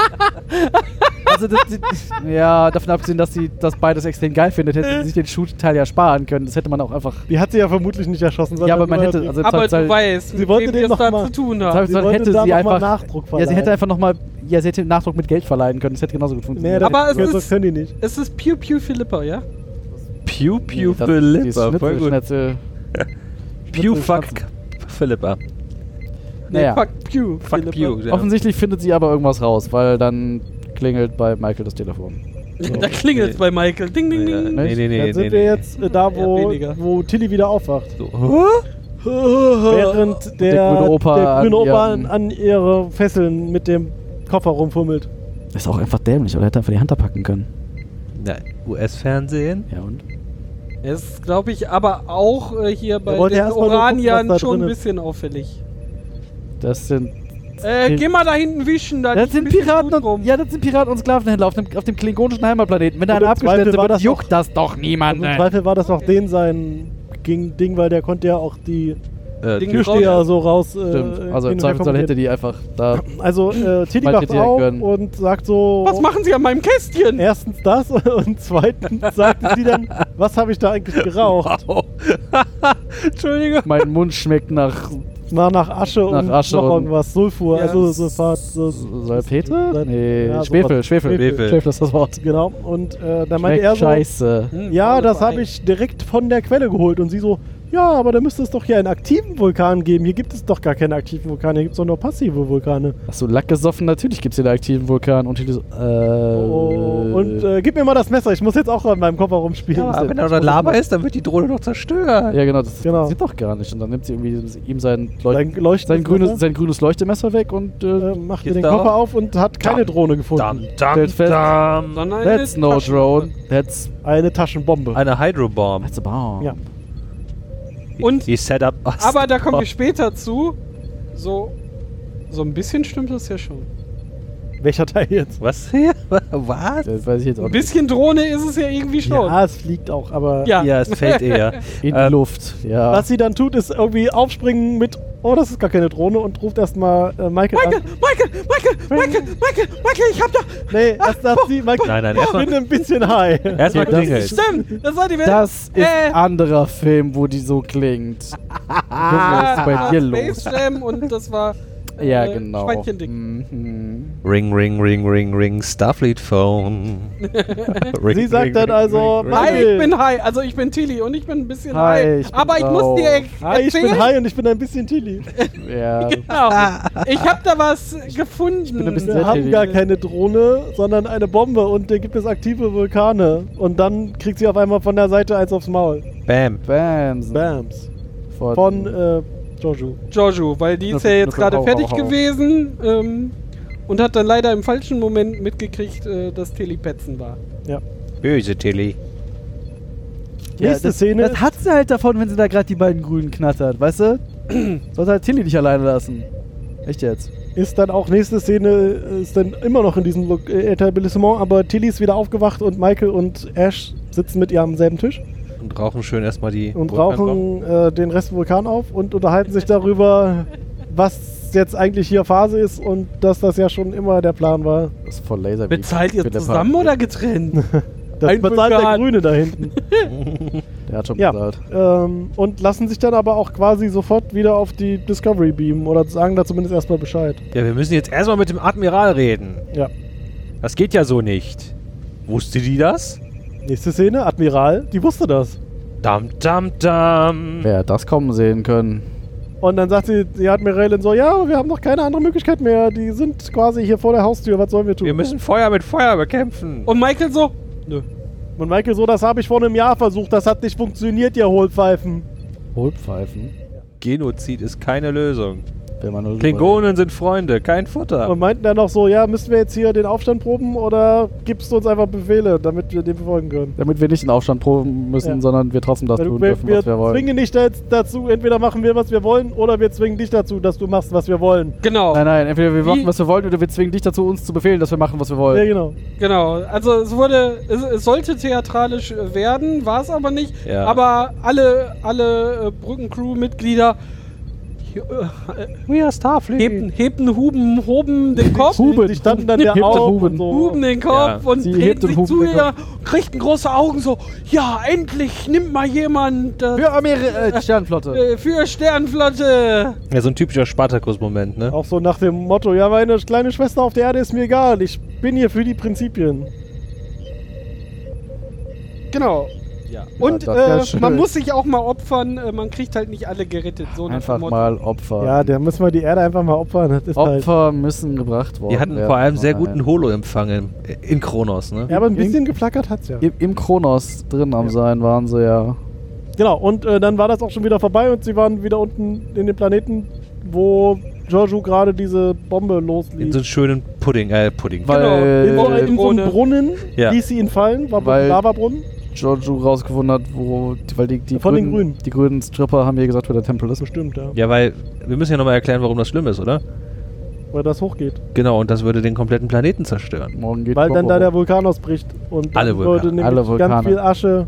S4: Also das, die, ja, davon abgesehen, dass sie das beides extrem geil findet, hätte sie sich den Shoot-Teil ja sparen können. Das hätte man auch einfach.
S1: Die hat sie ja vermutlich nicht erschossen, sondern
S4: Ja, aber man
S1: nur-
S4: hätte. Also jetzt
S3: Aber
S4: hab ich halt-
S3: du weißt,
S1: Sie wollte
S3: mit
S1: den
S3: wem wir es
S1: noch
S3: da
S1: mal-
S3: zu tun
S4: jetzt hab
S3: haben.
S4: ich gesagt,
S1: wollte
S4: hätte
S1: da
S4: sie
S1: noch mal
S4: einfach.
S1: Nachdruck
S4: ja, sie
S1: verleihen.
S4: hätte einfach nochmal. Ja, sie hätte Nachdruck mit Geld verleihen können. Das hätte genauso gut
S1: Nee,
S4: funktioniert.
S1: das,
S3: Aber es
S1: das,
S3: ist-
S1: können die nicht.
S3: Es ist Pew Pew Philippa, ja?
S2: Pew Pew
S4: das- die
S2: Philippa.
S4: Schnitzel-
S2: Voll gut.
S4: Schnitzel-
S2: Pew
S4: Schnitzel-
S2: fuck Philippa. genau.
S4: Naja.
S3: fuck Pew.
S2: Fuck Pew. ja.
S4: Offensichtlich findet sie aber irgendwas raus, weil dann klingelt bei Michael das Telefon.
S3: Da klingelt's bei Michael. Ding, ding,
S2: Ja,
S3: ding.
S2: Nee, nee, nee.
S1: dann
S2: nee,
S1: sind
S2: nee,
S1: wir
S2: nee.
S1: jetzt äh, da,
S3: Ja,
S1: wo,
S3: weniger.
S1: wo Tilly wieder aufwacht.
S2: So.
S1: Während der,
S4: grüne Opa
S1: der grüne
S4: an
S1: Opa an,
S4: ihrem-
S1: ihre Fesseln mit dem Koffer rumfummelt.
S4: Ist auch einfach dämlich, oder hätte einfach die Hand abpacken können.
S2: Na, US-Fernsehen.
S4: Ja und?
S3: Es ist, glaube ich, aber auch äh, hier bei
S1: wollte
S3: den
S1: erst mal nur gucken,
S3: Oraniern
S1: was da
S3: schon ein
S1: drin ist.
S3: bisschen auffällig.
S4: Das sind.
S3: Äh,
S4: Pir-
S3: geh mal da hinten wischen. Da
S4: Das
S3: liegt ein
S4: sind
S3: bisschen
S4: Piraten
S3: Blut
S4: und, ja, das sind Piraten und Sklavenhändler auf dem, auf dem klingonischen Heimatplaneten. Wenn da
S1: Und im
S4: einer abgeschnitten
S1: Zweifel war
S4: wird,
S1: das
S4: juckt das doch
S1: Und Also Im
S4: niemanden.
S1: Zweifel war das auch den sein Ging- Ding, weil der konnte ja auch die
S2: Äh,
S3: Ding-
S2: Tür-
S1: Türsteher so raus. Äh,
S4: Stimmt. Also im
S1: hin und her
S4: Zweifelsfall hätte die einfach da.
S1: Also äh, Tilly
S4: Mal
S1: wacht
S4: Tilly
S1: auf
S4: gönnen.
S1: und sagt so.
S3: Was machen sie an meinem Kästchen?
S1: Erstens das und zweitens sagte sie dann, was habe ich da eigentlich geraucht?
S2: Wow. Entschuldigung.
S4: Mein Mund schmeckt nach
S1: Na, nach Asche
S4: Nach
S1: und
S4: Asche
S1: noch
S4: und-
S1: irgendwas. Sulfur,
S3: Ja.
S1: also Sulfat. So,
S4: Salpeter? Nee,
S1: Ja,
S4: Schwefel,
S1: sowas.
S4: Schwefel.
S2: Schwefel.
S4: Schwefel ist das Wort.
S1: Genau. Und äh, dann meinte
S4: Schmeckt
S1: er so,
S4: scheiße.
S3: Hm,
S1: Ja,
S3: voll
S1: das
S3: dabei.
S1: habe ich direkt von der Quelle geholt. Und sie so, ja, aber da müsste es doch hier einen aktiven Vulkan geben. Hier gibt es doch gar keine aktiven Vulkane, hier gibt es doch nur passive Vulkane.
S4: Hast du Lack gesoffen? Natürlich gibt's hier einen aktiven Vulkan. Und Tilly so, äh.
S1: Oh, und äh, gib mir mal das Messer, ich muss jetzt auch an meinem Koffer rumspielen.
S2: Ja, wenn da noch Lava ist, dann wird die Drohne noch zerstört.
S4: Ja, genau, das
S1: Genau.
S4: genau. sieht doch gar nicht. Und dann nimmt sie irgendwie ihm sein, Leucht
S1: Sein leuchtendes
S4: sein,
S1: Messer?
S4: grünes, sein grünes Leuchtemesser weg und äh,
S1: äh, macht ihr
S2: Geht's
S1: den
S2: da
S1: Koffer auf
S2: auf?
S1: und hat keine
S2: Dam,
S1: Drohne gefunden.
S2: Dam, dam,
S4: Stellt fest.
S2: dam.
S3: Sondern eine
S4: that's no
S3: Taschen-
S4: drone, that's,
S1: Eine Taschenbombe.
S2: Eine Hydrobomb.
S4: that's a bomb.
S1: ja.
S3: Und-
S2: die Setup.
S3: Aber da kommen wir später zu. So, so ein bisschen stimmt das ja schon.
S1: Welcher Teil jetzt?
S2: Was? Was?
S4: Das weiß ich jetzt auch
S3: Ein
S4: nicht.
S3: bisschen Drohne ist es ja irgendwie schon.
S1: Ja, es fliegt auch, aber
S3: Ja.
S2: Ja, es fällt eher.
S4: In
S3: äh,
S2: Ähm,
S4: die Luft, ja.
S1: was sie dann tut, ist irgendwie aufspringen mit, oh, das ist gar keine Drohne und ruft erstmal äh, Michael,
S3: Michael,
S1: an.
S3: Michael, Michael, Michael, Michael, Michael, ich hab da.
S1: Nee, erst sagt sie, Michael,
S2: Nein, nein,
S1: ich
S2: erstmal-
S1: bin ein bisschen high.
S2: Äh, Erstmal
S4: Okay, das
S2: klingelt.
S3: Stimmt, das war die Welt.
S4: Äh, das ist
S3: Äh.
S4: ein anderer Film, wo die so klingt. Junge, was ist bei dir los?
S3: ah, Space Jam und das war. äh,
S4: Ja, genau.
S3: Schweinchendick.
S4: Mhm.
S2: Ring, ring, ring, ring, ring, Starfleet Phone. Ring,
S1: Sie sagt
S2: ring,
S1: dann
S2: ring,
S1: also,
S2: ring, ring.
S1: Mann,
S3: Hi, ich bin high. Also ich bin Tilly und ich bin ein bisschen
S4: Hi,
S3: high.
S4: ich bin
S3: aber ich
S4: auch.
S3: muss dir erzählen.
S1: Hi, ich bin high und ich bin ein bisschen Tilly.
S4: Ja.
S3: Genau. Ich hab da was gefunden. Ich
S4: bin ein bisschen
S1: Wir haben
S4: Tilly.
S1: gar keine Drohne, sondern eine Bombe und da gibt es aktive Vulkane. Und dann kriegt sie auf einmal von der Seite eins aufs Maul.
S2: Bam.
S4: Bams.
S1: Bams. Von äh, Jojo.
S3: Jojo, weil die ist ja
S4: Knuffel,
S3: jetzt
S4: Knuffel,
S3: gerade
S4: hau,
S3: fertig
S4: hau, hau.
S3: gewesen ähm, und hat dann leider im falschen Moment mitgekriegt, äh, dass Telepetzen war.
S2: Böse Tilly.
S1: Nächste
S4: das,
S1: Szene.
S4: Das hat sie halt davon, wenn sie da gerade die beiden Grünen knattert, weißt du? Sollte halt Tilly nicht alleine lassen. Echt jetzt?
S1: Ist dann auch nächste Szene, äh, ist dann immer noch in diesem Lo äh, Etablissement, aber Tilly ist wieder aufgewacht und Michael und Ash sitzen mit ihr am selben Tisch
S2: Und rauchen schön erstmal die.
S1: und
S2: Vulkanrauch.
S1: rauchen äh, den Rest Vulkan auf und unterhalten sich darüber, was jetzt eigentlich hier Phase ist und dass das ja schon immer der Plan war.
S4: Das ist voll laser. wie
S3: Bezahlt ihr
S4: Philippa.
S3: zusammen oder getrennt?
S1: Das
S3: Ein
S1: bezahlt der
S3: Vulkan.
S1: Grüne da hinten.
S4: Der hat schon
S1: Ja.
S4: bezahlt.
S1: Ähm, und lassen sich dann aber auch quasi sofort wieder auf die Discovery beamen oder sagen da zumindest erstmal Bescheid.
S2: Ja, wir müssen jetzt erstmal mit dem Admiral reden.
S1: Ja.
S2: Das geht ja so nicht. Wusste die das?
S1: Nächste Szene, Admiral, die wusste das.
S2: Dam, dam, dam.
S4: Wer hat das kommen sehen können?
S1: Und dann sagt sie, die Admiralin so, ja, wir haben noch keine andere Möglichkeit mehr. Die sind quasi hier vor der Haustür, was sollen wir tun?
S2: Wir müssen Feuer mit Feuer bekämpfen.
S3: Und Michael so? Nö.
S1: und Michael so, das habe ich vor einem Jahr versucht, das hat nicht funktioniert, ihr Hohlpfeifen.
S4: Hohlpfeifen.
S2: Genozid ist keine Lösung.
S4: Wenn man nur
S2: Klingonen sind Freunde, kein Futter.
S1: Und meinten dann noch so, ja, müssen wir jetzt hier den Aufstand proben oder gibst du uns einfach Befehle, damit wir den befolgen können?
S4: Damit wir nicht in Aufstand proben müssen,
S1: Ja.
S4: sondern wir trotzdem das
S1: Weil
S4: tun
S1: wir,
S4: dürfen,
S1: wir
S4: was wir wollen.
S1: zwingen dich da jetzt dazu, entweder machen wir, was wir wollen, oder wir zwingen dich dazu, dass du machst, was wir wollen.
S3: Genau,
S4: Nein, nein, entweder wir
S3: Wie?
S4: machen, was wir wollen, oder wir zwingen dich dazu, uns zu befehlen, dass wir machen, was wir wollen.
S1: Ja, genau.
S3: genau. Also es wurde, es, es sollte theatralisch äh, werden, war es aber nicht.
S2: Ja.
S3: Aber alle, alle äh, Brückencrew-Mitglieder
S2: We are Starfleet.
S3: hebten, hebten, huben, hoben den Kopf.
S1: Huben, die standen dann ja
S4: Hebt
S1: auf
S4: Huben.
S1: und so.
S3: Huben den Kopf
S2: Ja.
S3: und
S4: Sie
S3: drehten
S4: hebt und
S3: sich
S4: huben
S3: zu
S4: den
S3: ihr, kriegten große Augen so, ja, endlich nimmt mal jemand das
S4: Für Amerika, äh, Sternflotte.
S3: äh, für Sternflotte.
S2: Ja, so ein typischer Spartakus-Moment, ne?
S1: Auch so nach dem Motto, ja, meine kleine Schwester auf der Erde ist mir egal, ich bin hier für die Prinzipien.
S3: Genau.
S2: Ja.
S3: Und
S4: das wär
S3: äh,
S4: schön.
S3: man muss sich auch mal opfern, äh, man kriegt halt nicht alle gerettet. So nach dem
S4: Einfach
S3: Motto.
S4: mal Opfer.
S1: Ja, da müssen wir die Erde einfach mal opfern. Das ist halt.
S4: Opfer müssen gebracht worden
S1: Oh,
S2: Die hatten
S4: werden.
S2: vor allem sehr
S4: Nein.
S2: guten Holo-Empfang in, in Kronos, ne?
S1: Ja, aber ein bisschen geflackert hat's ja.
S4: Im, Im Kronos drin am sein waren sie ja.
S1: Genau, und äh, dann war das auch schon wieder vorbei und sie waren wieder unten in dem Planeten, wo Giorgio gerade diese Bombe
S2: In so
S1: losließ.
S2: einen schönen Pudding, äh, Pudding.
S3: Genau.
S4: Weil-
S1: In so, in so
S3: Brunnen.
S1: einem Brunnen
S2: Ja.
S1: ließ sie ihn fallen, war
S4: Weil-
S1: ein Lavabrunnen.
S4: Giorgio rausgefunden hat, wo. die- Weil die, die
S1: Von den
S4: grünen,
S1: Grünen.
S4: Die grünen Stripper haben hier gesagt, wo der Tempel ist.
S1: Bestimmt, ja.
S2: ja, weil wir müssen ja nochmal erklären, warum das schlimm ist, oder?
S1: Weil das hochgeht.
S2: Genau, und das würde den kompletten Planeten zerstören.
S4: Morgen geht
S1: Weil dann da
S4: Bobo.
S1: der Vulkan ausbricht und
S2: Alle
S1: dann
S2: Vulkane.
S1: würde nämlich
S4: Alle Vulkane.
S1: ganz viel Asche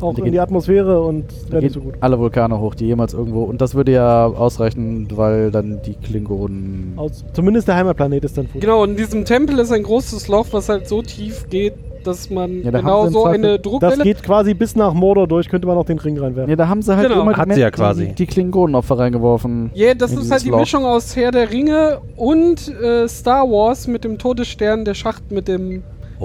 S1: auch
S4: Die
S1: in die
S4: gehen-
S1: Atmosphäre und wäre
S4: Gehen
S1: nicht so gut.
S4: alle Vulkane hoch, die jemals irgendwo. Und das würde ja ausreichen, weil dann die Klingonen.
S1: Aus, zumindest der Heimatplanet ist dann fuhr.
S3: Genau, in diesem Tempel ist ein großes Loch, was halt so tief geht, dass man
S4: Ja, da haben
S3: genau
S4: sie
S3: so
S4: im
S3: eine
S4: Zweifel-
S1: Das
S3: Druckwelle.
S1: geht quasi bis nach Mordor durch, könnte man auch den Ring reinwerfen.
S4: Ja, da haben sie halt
S3: Genau.
S4: immer die,
S2: Hat sie ja
S4: die-
S2: quasi.
S4: die Klingonenopfer reingeworfen.
S3: Ja, das
S4: in
S3: ist
S4: dieses
S3: halt die
S4: Loch.
S3: Mischung aus Herr der Ringe und äh, Star Wars mit dem Todesstern, der Schacht mit dem,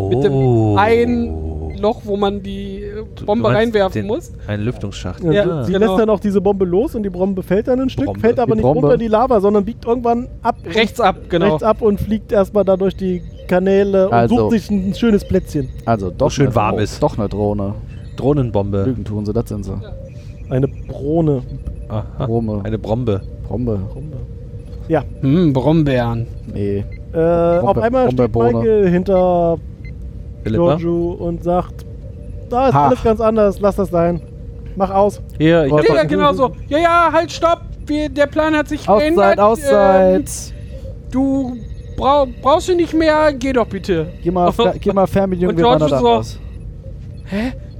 S3: mit dem ein Loch, wo man die äh,
S2: Oh. Du-
S3: Bombe
S2: du meinst
S3: reinwerfen
S2: den-
S3: muss.
S2: Ein Lüftungsschacht.
S1: Ja,
S3: Ja,
S1: du- sie
S3: genau.
S1: lässt dann auch diese Bombe los und die Bombe fällt dann ein Stück,
S2: Bombe.
S1: fällt aber
S4: Die
S1: nicht
S4: Bombe.
S1: runter in die Lava, sondern biegt irgendwann ab. und-
S3: Rechts ab, genau.
S1: rechts ab und fliegt erstmal da durch die Kanäle und
S4: Also.
S1: sucht sich ein schönes Plätzchen.
S4: Also doch
S2: schön
S4: eine
S2: warm
S4: Dro-
S2: ist.
S4: Doch eine Drohne.
S2: Drohnenbombe.
S4: Lügen tun sie, das sind sie.
S1: Eine Brone.
S2: Aha.
S4: Brome.
S2: Eine Brombe.
S4: Bombe.
S1: Ja.
S3: Hm, Brombeeren.
S4: Nee.
S1: Äh, auf einmal steht
S4: Brone.
S1: Michael hinter
S2: Philippa?
S1: Giorgio und sagt, da ist
S4: Ha.
S1: alles ganz anders, lass das sein. Mach aus.
S2: Hier, ich hab
S3: Ja,
S2: doch-
S3: genau so. Ja, ja, halt, stopp. Wir, der Plan hat sich
S4: Auszeit,
S3: geändert.
S4: Auszeit.
S3: Ähm, du brau brauchst du nicht mehr, geh doch bitte.
S4: geh mal, fer- geh mal Fernbedienung,
S3: Und
S4: wir
S3: George
S4: wandern
S3: so-
S4: anders.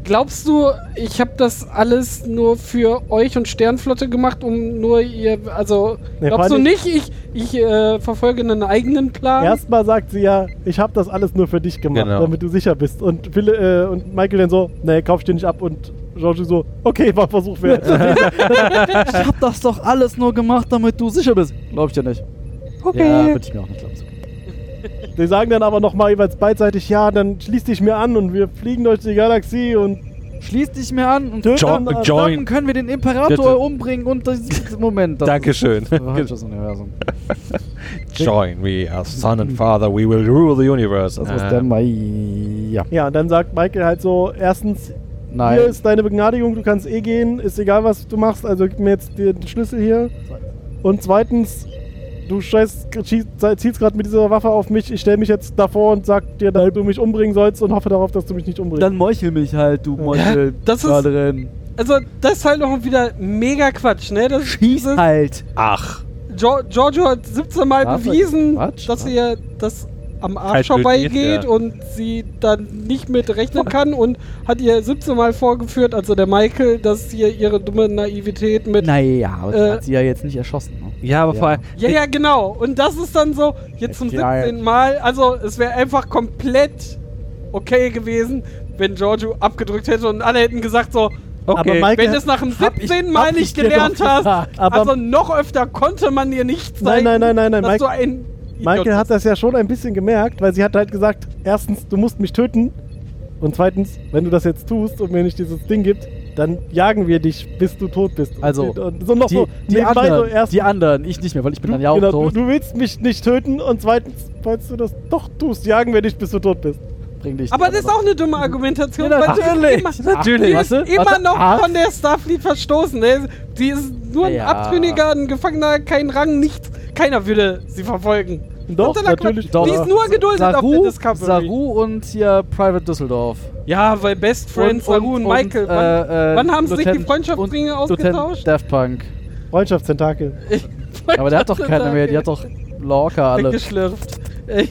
S3: Glaubst du, ich habe das alles nur für euch und Sternflotte gemacht, um nur ihr, also
S1: Nee, vor
S3: glaubst du
S1: allem-
S3: nicht, ich, ich äh, verfolge einen eigenen Plan?
S1: Erstmal sagt sie ja, ich habe das alles nur für dich gemacht,
S2: Genau.
S1: damit du sicher bist. Und, Phil, äh, und Michael dann so, nee, kaufst dir nicht ab. Und Giorgio so, okay, war ein Versuch wert.
S4: Ich hab das doch alles nur gemacht, damit du sicher bist. Glaub ich dir nicht. Ja,
S3: okay.
S4: würde ich mir auch nicht glauben.
S1: Die sagen dann aber nochmal jeweils beidseitig, ja, dann schließ dich mir an und wir fliegen durch die Galaxie und
S4: Schließ dich mir an und
S1: Jo-
S4: zusammen
S2: join.
S4: können wir den Imperator
S2: Bitte.
S4: umbringen und das Moment. Das
S2: Dankeschön.
S4: Ist, das ist das Universum.
S2: Join me as son and father, we will rule the universe.
S4: Das muss der Mai. Ja.
S1: ja, und dann sagt Michael halt so, erstens, hier
S4: Nein.
S1: ist deine Begnadigung, du kannst eh gehen, ist egal, was du machst, also gib mir jetzt den Schlüssel hier. Und zweitens, du scheiß, schieß- ziehst gerade mit dieser Waffe auf mich, ich stelle mich jetzt davor und sag dir, dass du mich umbringen sollst und hoffe darauf, dass du mich nicht umbringst.
S4: meuchel mich halt, du
S1: Meuchel-
S3: Das ist-
S4: Meuchel.
S3: Also, das ist halt auch wieder mega Quatsch, ne? Das,
S5: Schieß
S3: das-
S5: halt.
S2: Ach,
S3: Jo Giorgio hat 17 Mal
S4: Darf er-
S3: bewiesen,
S4: Quatsch,
S3: dass
S4: ne?
S3: ihr das am
S2: Halt
S3: Arsch vorbeigeht
S2: blöd, ja.
S3: und sie dann nicht mit rechnen kann und hat ihr 17 Mal vorgeführt, also der Michael, dass hier ihre dumme Naivität mit.
S5: Naja, aber
S3: Äh,
S5: das hat sie ja jetzt nicht erschossen. Ne?
S2: ja, aber
S5: Ja.
S2: vor allem.
S3: Ja, ja, genau. Und das ist dann so, jetzt zum
S5: Ja, ja.
S3: 17. Mal. Also, es wäre einfach komplett okay gewesen, wenn Giorgio abgedrückt hätte und alle hätten gesagt, so,
S1: Aber
S3: okay,
S1: Michael,
S3: wenn du es nach dem
S1: hab ich-
S3: 17. Mal
S1: hab ich
S3: nicht
S1: dir doch
S3: gelernt hast,
S1: gesagt. Aber-
S3: also noch öfter konnte man dir nicht
S1: Nein,
S3: zeigen,
S1: nein, nein, nein, nein,
S3: dass
S1: Mike-
S3: du ein
S1: Michael
S3: Idiot
S1: hat das ja schon ein bisschen gemerkt, weil sie hat halt gesagt, erstens, du musst mich töten und zweitens, wenn du das jetzt tust und mir nicht dieses Ding gibt, dann jagen wir dich, bis du tot bist. Und
S4: Also,
S1: die- und so noch
S4: Die,
S1: so,
S4: die,
S1: nebenbei so
S4: anderen,
S1: erst-
S4: die anderen, ich nicht mehr, weil ich bin dann ja auch
S1: genau,
S4: tot.
S1: Du, du willst mich nicht töten und zweitens, falls du das doch tust, jagen wir dich, bis du tot bist.
S4: Bring dich
S3: Aber das ist auch eine dumme Argumentation.
S4: Ja,
S3: weil sie
S4: natürlich,
S3: ist
S4: natürlich.
S3: Die ist
S4: Warte,
S3: immer
S4: warte,
S3: noch
S4: acht.
S3: von der Starfleet verstoßen. ne? Die ist nur ein
S4: Ja.
S3: Abtrünniger, ein Gefangener, kein Rang, nichts. Keiner würde sie verfolgen.
S1: Doch,
S3: Totaler Quatsch.
S1: natürlich.
S4: Doch.
S3: Die ist nur geduldet auf der
S4: Saru,
S3: Discovery.
S4: Saru und hier Private Düsseldorf.
S3: Ja, weil Best Friends,
S4: Und- und-
S3: Saru und,
S4: und,
S3: Michael. wann,
S4: äh, äh,
S3: wann haben sie sich die
S4: Lieutenant-
S3: Freundschaftsringe
S4: und
S3: ausgetauscht?
S4: Lieutenant Daft Punk.
S1: Freundschaftstentakel.
S4: Aber der hat doch keine mehr, die hat doch Lorca alle.
S3: Weggeschlürft. Ey,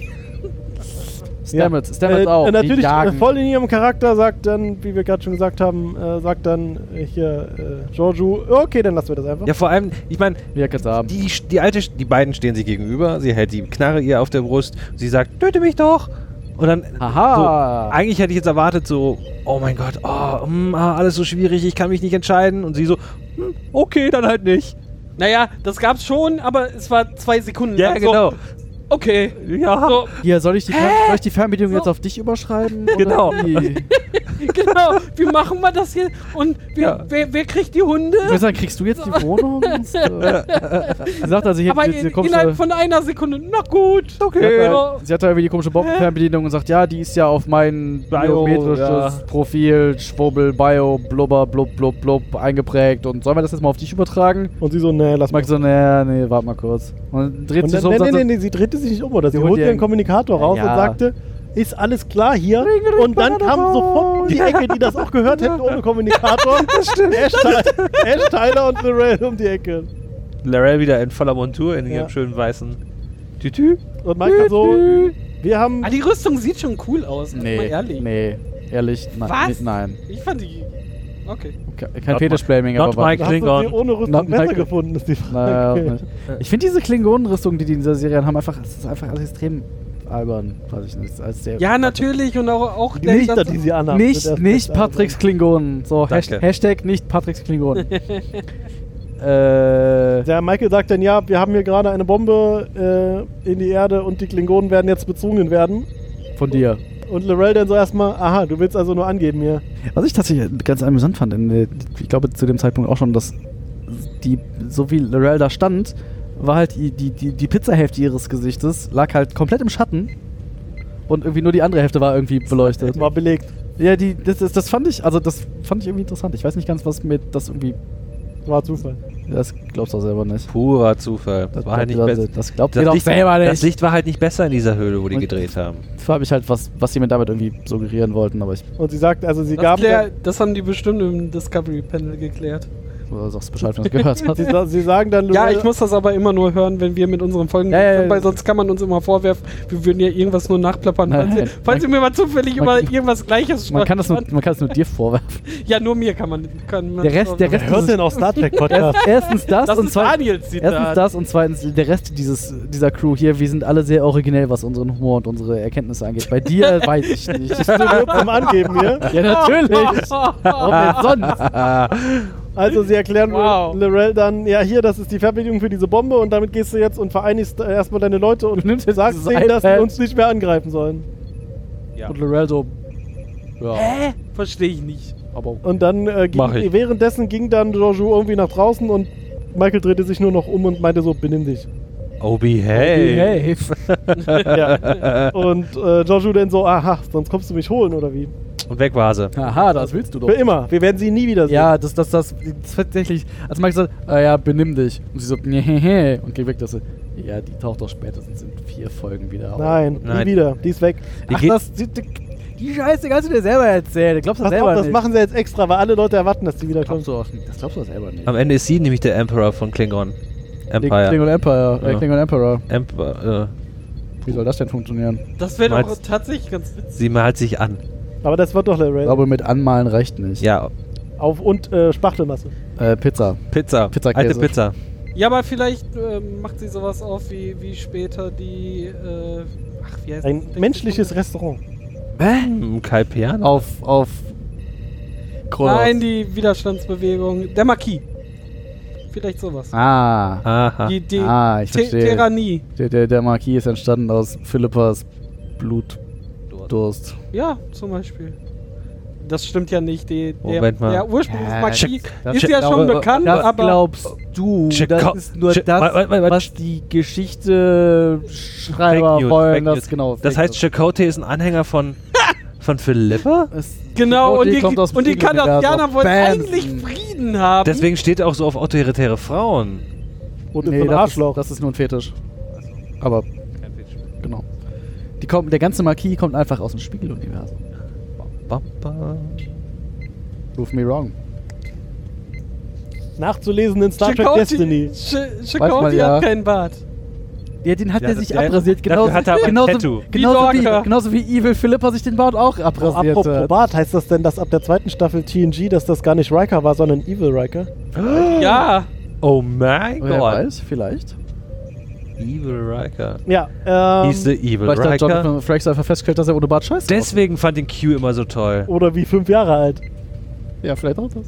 S4: Stamets,
S1: äh,
S4: Stamets auch.
S1: Äh, natürlich, äh,
S4: die jagen.
S1: voll in ihrem Charakter sagt dann, wie wir gerade schon gesagt haben, äh, sagt dann äh, hier äh, Giorgio, okay, dann lassen wir das einfach.
S2: Ja, vor allem, ich meine,
S4: Wie er gesagt haben.
S2: Ähm, die, die alte, die beiden stehen sich gegenüber, sie hält die Knarre ihr auf der Brust, sie sagt, töte mich doch! Und dann,
S4: Aha.
S2: so, eigentlich hätte ich jetzt erwartet, so, oh mein Gott, oh, hm, ah, alles so schwierig, ich kann mich nicht entscheiden. Und sie so, hm, okay, dann halt nicht.
S3: naja, das gab's schon, aber es war zwei Sekunden.
S2: Ja,
S3: lang so,
S2: genau.
S3: Okay.
S2: Ja.
S3: So,
S4: Hier, soll ich die, Fer- soll ich die Fernbedienung
S3: So.
S4: jetzt auf dich überschreiben? oder
S2: Genau.
S4: wie?
S3: genau. Wie machen wir das hier? Und wer,
S2: Ja.
S3: wer, wer kriegt die Hunde?
S4: Ich würde sagen, kriegst du jetzt die Wohnung? Sie sagt also, hier
S3: Aber
S4: diese
S3: in,
S4: komische-
S3: innerhalb von einer Sekunde, na gut.
S4: Sie
S3: Okay.
S4: hat, da, sie hat da irgendwie die komische Bombenfernbedienung und sagt, ja, die ist ja auf mein
S2: Bio,
S4: biometrisches
S2: ja.
S4: Profil, Schwubbel, Bio, Blubber, blub, blub, blub, eingeprägt. Und sollen wir das jetzt mal auf dich übertragen?
S1: Und sie so, nee, lass mal.
S4: Mike so, nee, nee, warte mal kurz. Und dreht
S1: Und
S4: sich
S1: dann,
S4: so und
S1: nee,
S4: sagt,
S1: nee,
S4: so,
S1: nee, nee, sie drehte sich nicht um oder sie
S4: Sie holt
S1: holte ihren
S4: ihren-
S1: Kommunikator
S4: Ja,
S1: raus und
S4: ja.
S1: sagte, ist alles klar hier? Und dann kam sofort um die Ecke, die das auch gehört hätten ohne Kommunikator. das stimmt. Ash, Tyler, Ash Tyler und Lorel um die Ecke.
S2: Larell wieder in voller Montur, in
S1: Ja.
S2: ihrem schönen weißen Tütü.
S1: Und Michael so, wir haben
S3: Ah, die Rüstung sieht schon cool aus, nee, mal
S4: nee,
S3: ehrlich.
S4: nee, ehrlich, nein,
S3: Was?
S4: nee, nein.
S3: Ich fand die. Okay.
S4: Ke- Kein
S2: Not
S4: Fetischblaming,
S2: my-
S4: aber
S2: not
S4: warte.
S2: my-
S1: hast du sie
S2: Klingon.
S1: ohne Rüstung
S4: Na,
S1: besser
S4: Michael.
S1: gefunden, ist die
S4: Naja,
S1: Frage.
S4: nicht. ich finde diese Klingonenrüstung, die die in dieser Serie haben, einfach, es ist einfach alles extrem albern, weiß ich nicht, als der
S3: Ja, natürlich und auch, auch
S1: Die Lichter,
S3: das-
S1: die sie anhaben. sind
S4: Nicht,
S1: erst
S4: nicht
S1: besser.
S4: Patricks Klingonen. So, Hasht-
S2: Danke.
S4: Hashtag nicht Patricks Klingonen. äh,
S1: Der Michael sagt dann, ja, wir haben hier gerade eine Bombe äh, in die Erde und die Klingonen werden jetzt bezwungen werden.
S4: von dir.
S1: Und Lorel dann so erstmal, aha, du willst also nur angeben hier.
S4: Was ich tatsächlich ganz amüsant fand, in, äh, ich glaube zu dem Zeitpunkt auch schon, dass die, so wie Lorel da stand, war halt die, die, die, die Pizzahälfte ihres Gesichtes, lag halt komplett im Schatten. Und irgendwie nur die andere Hälfte war irgendwie beleuchtet.
S1: War belegt.
S4: Ja, die, das, das, das fand ich, also das fand ich irgendwie interessant. Ich weiß nicht ganz, was mit das irgendwie.
S1: War Zufall.
S4: Das glaubst du auch selber nicht.
S2: Purer Zufall. Das, war halt nicht besser.
S4: das, das glaubt ihr
S2: Das
S4: doch
S2: Licht,
S4: selber nicht.
S2: das Licht war halt nicht besser in dieser Höhle, wo die
S4: Und-
S2: gedreht haben.
S4: habe ich halt was, was sie mir damit irgendwie suggerieren wollten, aber ich
S1: Und sie sagt, also sie
S3: Das,
S1: gaben.
S3: klär, das haben die bestimmt im Discovery Panel geklärt.
S4: äh, sag's Bescheid, wenn du gehört
S1: Sie,
S4: hast.
S1: sa- sie sagen dann
S3: Ja,
S1: Lorel-
S3: ich muss das aber immer nur hören, wenn wir mit unseren Folgen
S4: Ja, ja,
S3: sind,
S4: ja.
S3: weil sonst kann man uns immer vorwerfen, wir würden ja irgendwas nur nachplappern, falls,
S4: Nein,
S3: ihr, falls ihr
S4: man-
S3: mir mal zufällig über
S4: man-
S3: irgendwas Gleiches
S4: Man kann, das nur,
S3: schreibt.
S4: man kann es nur dir vorwerfen.
S3: Ja, nur mir kann man. Kann man
S4: Der Rest, der Rest
S1: Wer hört denn auch Star Trek Podcast?
S4: erstens das,
S3: das
S4: und
S3: ist
S4: zweitens.
S3: Daniels Zitat.
S4: Erstens das und zweitens der Rest dieses, dieser Crew hier, wir sind alle sehr originell, was unseren Humor und unsere Erkenntnisse angeht. Bei dir weiß ich nicht.
S1: Du wirst zum Angeben hier.
S4: Ja, natürlich. Warum denn sonst?
S1: Also sie erklären
S3: Wow.
S1: Lorel dann, ja hier, das ist die Verbindung für diese Bombe und damit gehst du jetzt und vereinigst äh, erstmal deine Leute und
S4: Du nimmst jetzt
S1: sagst
S4: dieses
S1: denen, dass sie
S4: iPad.
S1: uns nicht mehr angreifen sollen.
S2: Ja.
S4: Und Loreldo. Ja,
S3: Hä? Verstehe ich nicht.
S4: aber.
S1: Und dann äh,
S2: Mach
S1: ging,
S2: ich.
S1: währenddessen ging dann Jojo irgendwie nach draußen und Michael drehte sich nur noch um und meinte so, benimm dich.
S2: Obi, hey.
S4: Hey,
S1: ja. Und äh, Jojo dann so, aha, sonst kommst du mich holen oder wie?
S2: Und weg war sie.
S4: Aha, das willst du doch.
S1: Für immer. Wir werden sie nie wiedersehen.
S4: Ja, das, das, das, das tatsächlich. Als Mike sagt, ah ja, benimm dich. Und sie so, nee, und geht weg. Dass sie, ja, die taucht doch spätestens in vier Folgen wieder auf.
S1: Nein, nie
S2: Nein.
S1: wieder. Die ist weg.
S2: Die
S4: Ach,
S2: geht-
S4: das, die, die,
S5: Die Scheiße kannst du dir selber erzählen. Du glaubst du
S1: Pass
S5: selber
S1: auf, das
S5: nicht.
S1: machen sie jetzt extra, weil alle Leute erwarten, dass die
S5: glaubst
S1: wiederkommen.
S5: du auch nicht. Das glaubst du auch selber nicht.
S2: Am Ende ist sie nämlich der Emperor von Klingon. Empire.
S4: Klingon Empire. Äh,
S2: Ja.
S4: Klingon Emperor.
S2: Emperor. äh,
S4: Wie soll das denn funktionieren?
S3: Das wäre doch
S2: Meinst-
S3: tatsächlich ganz
S2: Äh,
S3: witzig.
S2: sie malt sich an.
S1: Aber das wird doch
S4: Ich
S1: Lorraine.
S4: glaube, mit Anmalen reicht nicht.
S2: Ja,
S1: Auf und äh, Spachtelmasse.
S4: Äh, Pizza.
S2: Pizza.
S4: Pizzakäse.
S2: Alte Pizza.
S3: Ja, aber vielleicht ähm, macht sie sowas auf wie, wie später die. Äh, ach, wie heißt das
S1: Ein
S3: Ding?
S1: menschliches Restaurant.
S2: Bäm, Kai Piano.
S4: Auf, auf. Kronos.
S3: Nein, die Widerstandsbewegung. Der Marquis. Vielleicht sowas.
S2: Oh.
S4: Ah.
S2: Aha.
S3: Die, die
S4: Ah, ich
S3: Te-
S4: verstehe.
S3: Terranie.
S4: Der, der, der Marquis ist entstanden aus Philippas Blutdurst.
S3: Ja, zum Beispiel. Das stimmt ja nicht. Die, der,
S2: Moment mal.
S3: Der ursprüngliche
S5: Ja,
S3: Marquis
S5: das-
S3: ist ja
S5: das-
S3: schon
S5: das-
S3: bekannt,
S5: das
S3: aber.
S5: glaubst du.
S2: Check
S5: das
S2: out-
S5: ist nur
S2: check-
S5: das,
S2: warte, warte, warte.
S5: was die Geschichte Schreiber
S2: Fake News,
S4: wollen
S2: Fake
S4: das
S2: News.
S4: genau,
S2: Das
S4: Fake
S2: heißt, Chakotay ist ein Anhänger von, von Philippa?
S3: Genau, und die,
S4: kommt aus dem
S3: und die
S4: Klingon
S3: Kanadianer
S4: Universum.
S3: wollten
S4: Bam.
S3: eigentlich Frieden haben.
S2: Deswegen steht er auch so auf autoritäre Frauen.
S1: Und
S4: Nee,
S1: ist ein
S4: das
S1: Arschloch.
S4: Ist, das ist nur ein Fetisch. Aber genau. Die kommt, der ganze Marquis kommt einfach aus dem Spiegeluniversum.
S2: Ba, ba.
S4: Prove me wrong.
S1: Nachzulesen in Star Trek
S3: Chakotay-
S1: Destiny.
S3: Sch-
S4: Weiß man
S3: Chakotay
S4: ja.
S3: hat keinen Bart.
S4: Ja, den hat
S2: Ja,
S4: er
S2: das-
S4: sich
S2: ja,
S4: abrasiert.
S2: dafür
S4: Genauso,
S2: hat er aber ein
S4: genauso,
S2: Tattoo.
S4: Genauso,
S3: Wie
S4: wie,
S3: Lorca.
S4: genauso wie Evil Philippa sich den Bart auch abrasiert
S1: Apropos
S4: hat.
S1: Bart, heißt das denn, dass ab der zweiten Staffel TNG, dass das gar nicht Riker war, sondern Evil Riker?
S3: Ja.
S2: Oh mein
S4: Wer
S2: Gott.
S4: weiß, vielleicht.
S2: Evil Riker.
S1: Ja,
S2: Hieß
S4: E-
S1: ähm,
S2: der Evil
S4: Vielleicht hat
S2: Riker.
S4: Jonathan Frakes einfach festgestellt, dass er ohne Bart scheiße
S2: Deswegen fand den Q immer so toll.
S1: oder wie fünf Jahre alt.
S4: Ja, vielleicht auch das.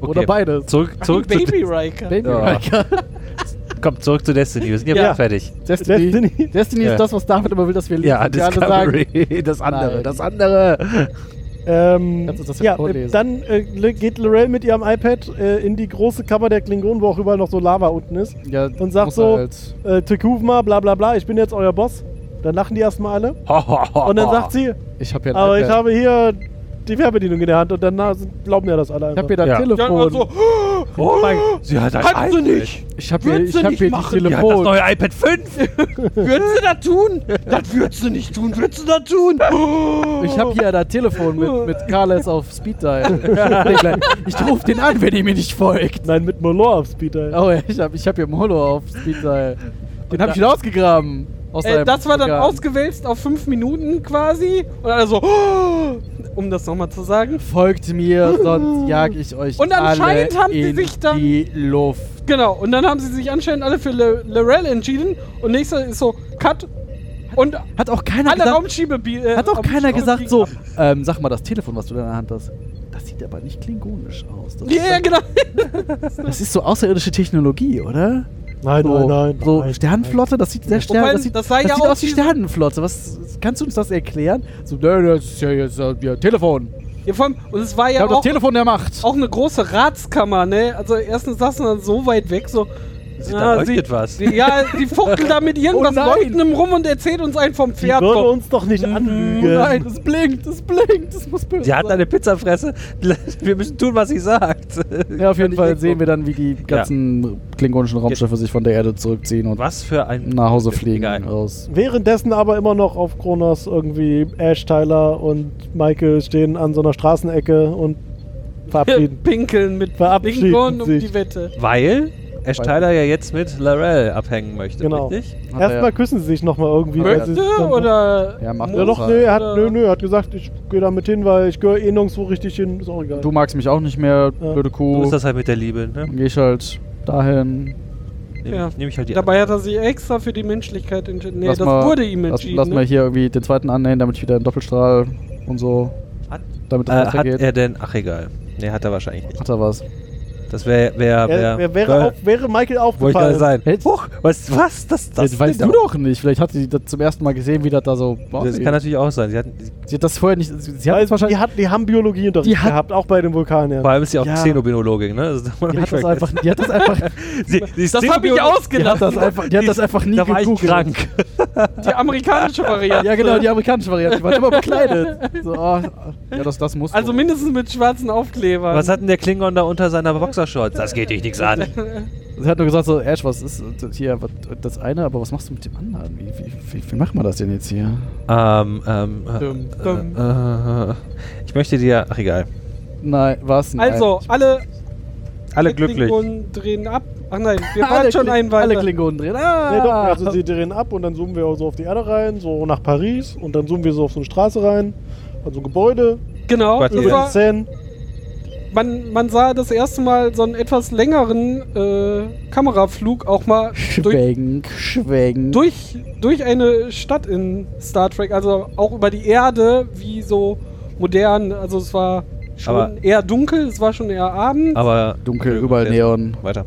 S2: Okay.
S4: Oder beides.
S2: Zurück, zurück, zu,
S3: Baby Riker.
S4: Baby
S2: Ja.
S4: Riker.
S2: komm, zurück zu Destiny. Wir sind ja,
S3: Ja.
S2: bald fertig.
S4: Destiny.
S1: Destiny.
S4: Destiny,
S2: Ja.
S4: ist das, was David immer will, dass wir
S2: Ja,
S4: lieben. Wir alle sagen.
S2: Discovery. Das andere,
S4: Nein.
S2: das andere.
S1: Ähm,
S4: Kannst du das
S1: ja,
S4: vorlesen?
S1: äh, dann äh, le- geht Lorel mit ihrem iPad äh, in die große Kammer der Klingonen, wo auch überall noch so Lava unten ist.
S4: Ja,
S1: Und sag
S4: muss
S1: so,
S4: er halt-
S1: äh, Tekuvma, bla bla bla, ich bin jetzt euer Boss. Dann lachen die erstmal alle. Und
S2: Und
S1: dann sagt sie,
S4: Ich habe Ah, Genau, ja ein
S1: aber ich
S4: iPad.
S1: habe hier die Fernbedienung in der Hand und dann na, sind- glauben ja das alle
S4: ich
S1: einfach.
S4: hab hier das
S2: Ja.
S3: Ja,
S4: Telefon.
S3: und so,
S2: oh mein Gott, sie hat ein
S3: Kannst du
S2: iPad.
S3: nicht.
S4: Ich habe hier,
S3: Würdest
S4: ich
S3: du
S4: hab
S3: nicht
S4: hier das
S3: machen?
S2: Die hat das
S4: Telefon.
S2: neue iPad 5.
S3: Würdest du das tun? Das würdest du nicht tun, würdest du das tun?
S4: Ich habe hier das Telefon mit, mit Carles auf Speed Dial. Der gleich- ich rufe den an, wenn ihr mir nicht folgt.
S1: Nein, mit Molor auf Speed Dial.
S4: Oh ja, ich habe ich hab hier Molo auf Speed Dial. Den habe ich wieder ausgegraben. Aus
S3: Äh,
S4: seinem
S3: das war dann
S4: Garten.
S3: ausgewälzt auf fünf Minuten quasi. Und alle so, um das nochmal zu sagen.
S4: Folgt mir, sonst jag ich euch
S3: Und anscheinend
S4: alle
S3: haben die
S4: in
S3: sich dann-
S4: die Luft.
S3: Genau, und dann haben sie sich anscheinend alle für Le- Lorel entschieden. Und nächster ist so, Cut. Und
S4: Hat auch keiner
S3: alle
S4: gesagt,
S3: Raumschiebe... Äh,
S4: hat auch keiner
S3: Raumschiebe-
S4: gesagt so, ähm, sag mal, das Telefon, was du da in der Hand hast, das sieht aber nicht klingonisch aus. Das,
S3: Ja, genau. ja, genau.
S4: das ist so außerirdische Technologie, oder?
S1: Nein,
S4: So,
S1: nein, nein.
S4: Oh, so
S1: nein,
S4: Sternenflotte, das sieht sehr
S3: Wobei,
S4: Stern, das sieht,
S3: das sah ja
S4: sieht
S3: auch
S4: aus wie
S3: diese-
S4: Sternenflotte. Was, kannst du uns das erklären? So, ne, das ist ja jetzt äh, ja, Telefon.
S3: Ja, vor allem, und es war
S4: Ich
S3: ja
S4: hab das
S3: auch,
S4: Telefon der Macht.
S3: auch eine große Ratskammer, ne? Also erstens saßen dann so weit weg, so...
S2: Sie da leuchtet was.
S3: Die, ja, die fuchteln da mit irgendwas
S4: Oh nein.
S3: Leuchtendem rum und erzählt uns einen vom
S1: Die
S3: Pferd.
S1: würde
S3: So.
S1: uns doch nicht anlügen.
S4: Nein, es blinkt, es blinkt, es muss böse
S2: Sie hat
S4: sein.
S2: eine Pizzafresse. Wir müssen tun, was sie sagt.
S4: Ja, auf jeden Fall sehen wir dann, wie die ganzen klingonischen Raumschiffe sich von der Erde zurückziehen und
S2: Was für ein...
S4: nach Hause fliegen.
S2: Egal.
S4: Aus.
S1: Währenddessen aber immer noch auf Kronos irgendwie Ash, Tyler und Michael stehen an so einer Straßenecke und
S3: Wir
S1: verabreden.
S3: pinkeln mit
S1: Verabschieden
S3: Klingonen um
S1: sich.
S3: die Wette.
S2: Weil Ash
S4: Weil-
S2: Tyler ja jetzt mit Larell abhängen möchte,
S1: Genau.
S2: richtig?
S4: Hat er-
S1: Erstmal küssen sie sich nochmal irgendwie.
S4: Ja,
S1: weil sie
S3: Möchte
S1: sich dann-
S3: oder.
S4: Ja, macht
S1: Ja
S4: das
S1: doch,
S4: halt.
S1: nö, er hat,
S3: Oder-
S1: nö, nö, er hat gesagt, ich gehe damit hin, weil ich gehöre eh nirgendwo richtig hin, ist auch egal.
S4: Du magst mich auch nicht mehr,
S1: Ja.
S4: blöde
S2: So
S4: Kuh.
S2: ist das halt mit der Liebe, ne?
S4: Dann geh ich halt dahin.
S2: Nehme
S3: Ja.
S2: ich, nehm ich halt die
S3: Dabei hat er sich extra für die Menschlichkeit entschieden. Nee,
S4: Lass
S3: das
S4: mal-
S3: wurde ihm
S4: Lass,
S3: entschieden. ne?
S2: ne?
S4: lass mal hier irgendwie den zweiten annähen, damit ich wieder im Doppelstrahl und so,
S2: Hat,
S4: damit
S2: äh,
S4: das
S2: hat
S4: weitergeht.
S2: er denn... Ach, egal. Nee, hat er wahrscheinlich nicht.
S4: Hat er was?
S2: Das wäre... Wär,
S1: er,
S2: wär,
S1: er wäre, auf, wäre Michael
S2: Wollte ich gerade
S1: aufgefallen.
S2: sein.
S4: Jetzt-
S2: Huch, was? Was? Das, das,
S4: Das weißt du doch nicht. Vielleicht hat sie das zum ersten Mal gesehen, wie das da so
S2: Das
S4: aussieht.
S2: kann natürlich auch sein. Sie hat, sie,
S4: sie hat das vorher nicht. Sie, sie hat
S1: Weil
S4: das wahrscheinlich.
S1: die, hat, die haben Biologieunterricht
S4: Die hat-
S1: gehabt, auch bei den Vulkanen.
S2: vor allem ist sie auch
S4: Ja.
S2: Xenobiologin, ne? Das darf man
S4: Die
S2: nicht
S4: hat das
S2: vergessen.
S4: einfach. Die hat das einfach.
S2: Sie, sie
S3: das
S2: ist
S3: habe ich
S2: Xenobiologin.
S4: Die hat
S3: ausgelassen.
S4: das einfach, die hat das einfach nie
S2: Genau. Da war ich
S4: gegoogelt.
S2: krank.
S3: Die amerikanische Variante.
S4: Ja, genau, die amerikanische Variante. Die waren immer bekleidet. So, oh, ja, das, das muss.
S3: Also
S4: so.
S3: mindestens mit schwarzen Aufklebern.
S2: Was hat denn der Klingon da unter seiner Boxer Monstershot. Das geht dich nichts an.
S4: Sie hat nur gesagt so, Ash, was ist das hier was, das eine, aber was machst du mit dem anderen? Wie, wie, wie, wie macht man das denn jetzt hier?
S2: Ähm, ähm, äh,
S3: Dum, dum.
S2: Äh, äh, ich möchte dir. Ach, egal.
S4: Nein, was? äh, Nein.
S3: Also, alle,
S2: Alle glücklich.
S3: Klingonen drehen ab. Ach nein, wir waren schon
S4: Kling-
S3: einen
S4: Alle
S3: weiter.
S4: Klingonen drehen.
S1: Nee, doch,
S4: Ah!
S1: also sie drehen ab und dann zoomen wir so auf die Erde rein, so nach Paris und dann zoomen wir so auf so eine Straße rein, also ein Gebäude,
S3: Genau.
S2: Quartier.
S3: das
S1: über
S3: war-
S1: die Szenen.
S3: man, man sah das erste Mal so einen etwas längeren äh, Kameraflug auch mal durch,
S4: Schwenk, schwenk.
S3: durch, durch eine Stadt in Star Trek, also auch über die Erde, wie so modern, also es war schon
S2: Aber-
S3: eher dunkel, es war schon eher Abend.
S2: Aber.
S4: Dunkel, überall
S2: Jetzt
S4: Neon.
S2: Weiter.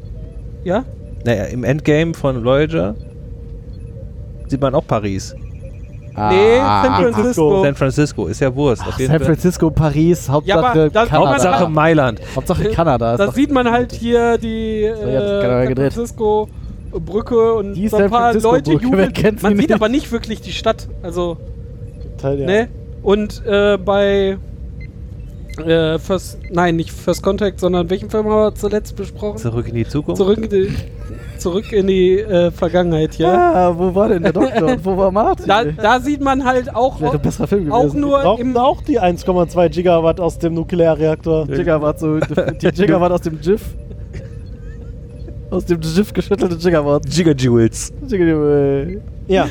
S3: ja?
S2: Naja, im Endgame von Voyager sieht man auch Paris.
S4: Ah.
S3: Nee, San Francisco.
S2: San Francisco ist ja Wurst. auf jeden
S4: San
S2: Fall.
S4: Francisco, Paris, Hauptsache
S3: aber das-
S4: Kanada.
S2: Hauptsache Mailand.
S4: Hauptsache Kanada. ist
S3: Da
S4: doch-
S3: sieht man halt hier die
S4: So, jetzt ist
S3: äh,
S4: Kanada
S3: San
S4: gedreht.
S3: Francisco Brücke und
S4: Die
S3: so ein
S4: San
S3: paar Leute
S4: Francisco-Brücke, wer
S3: jubeln.
S4: kennt sie
S3: Man sieht
S4: nicht?
S3: aber nicht wirklich die Stadt, also
S1: Teil, ja.
S3: Ne? Und äh, bei äh, First, nein, nicht First Contact, sondern welchen Film haben wir zuletzt besprochen?
S2: Zurück in die Zukunft.
S3: Zurück in die, zurück in die äh, Vergangenheit, ja.
S4: Ah, wo war denn der Doktor und wo war Martin?
S3: Da, da sieht man halt auch,
S4: Wäre ein besserer Film
S3: auch
S4: gewesen.
S3: nur
S1: Brauchten
S3: im,
S1: auch die 1,2 Gigawatt aus dem Nuklearreaktor.
S4: Jiggerwart so, die Jiggerwart aus dem GIF. Aus dem GIF geschüttelte Jiggerwart.
S2: Giga Jewels.
S4: Jigger-
S1: Ja.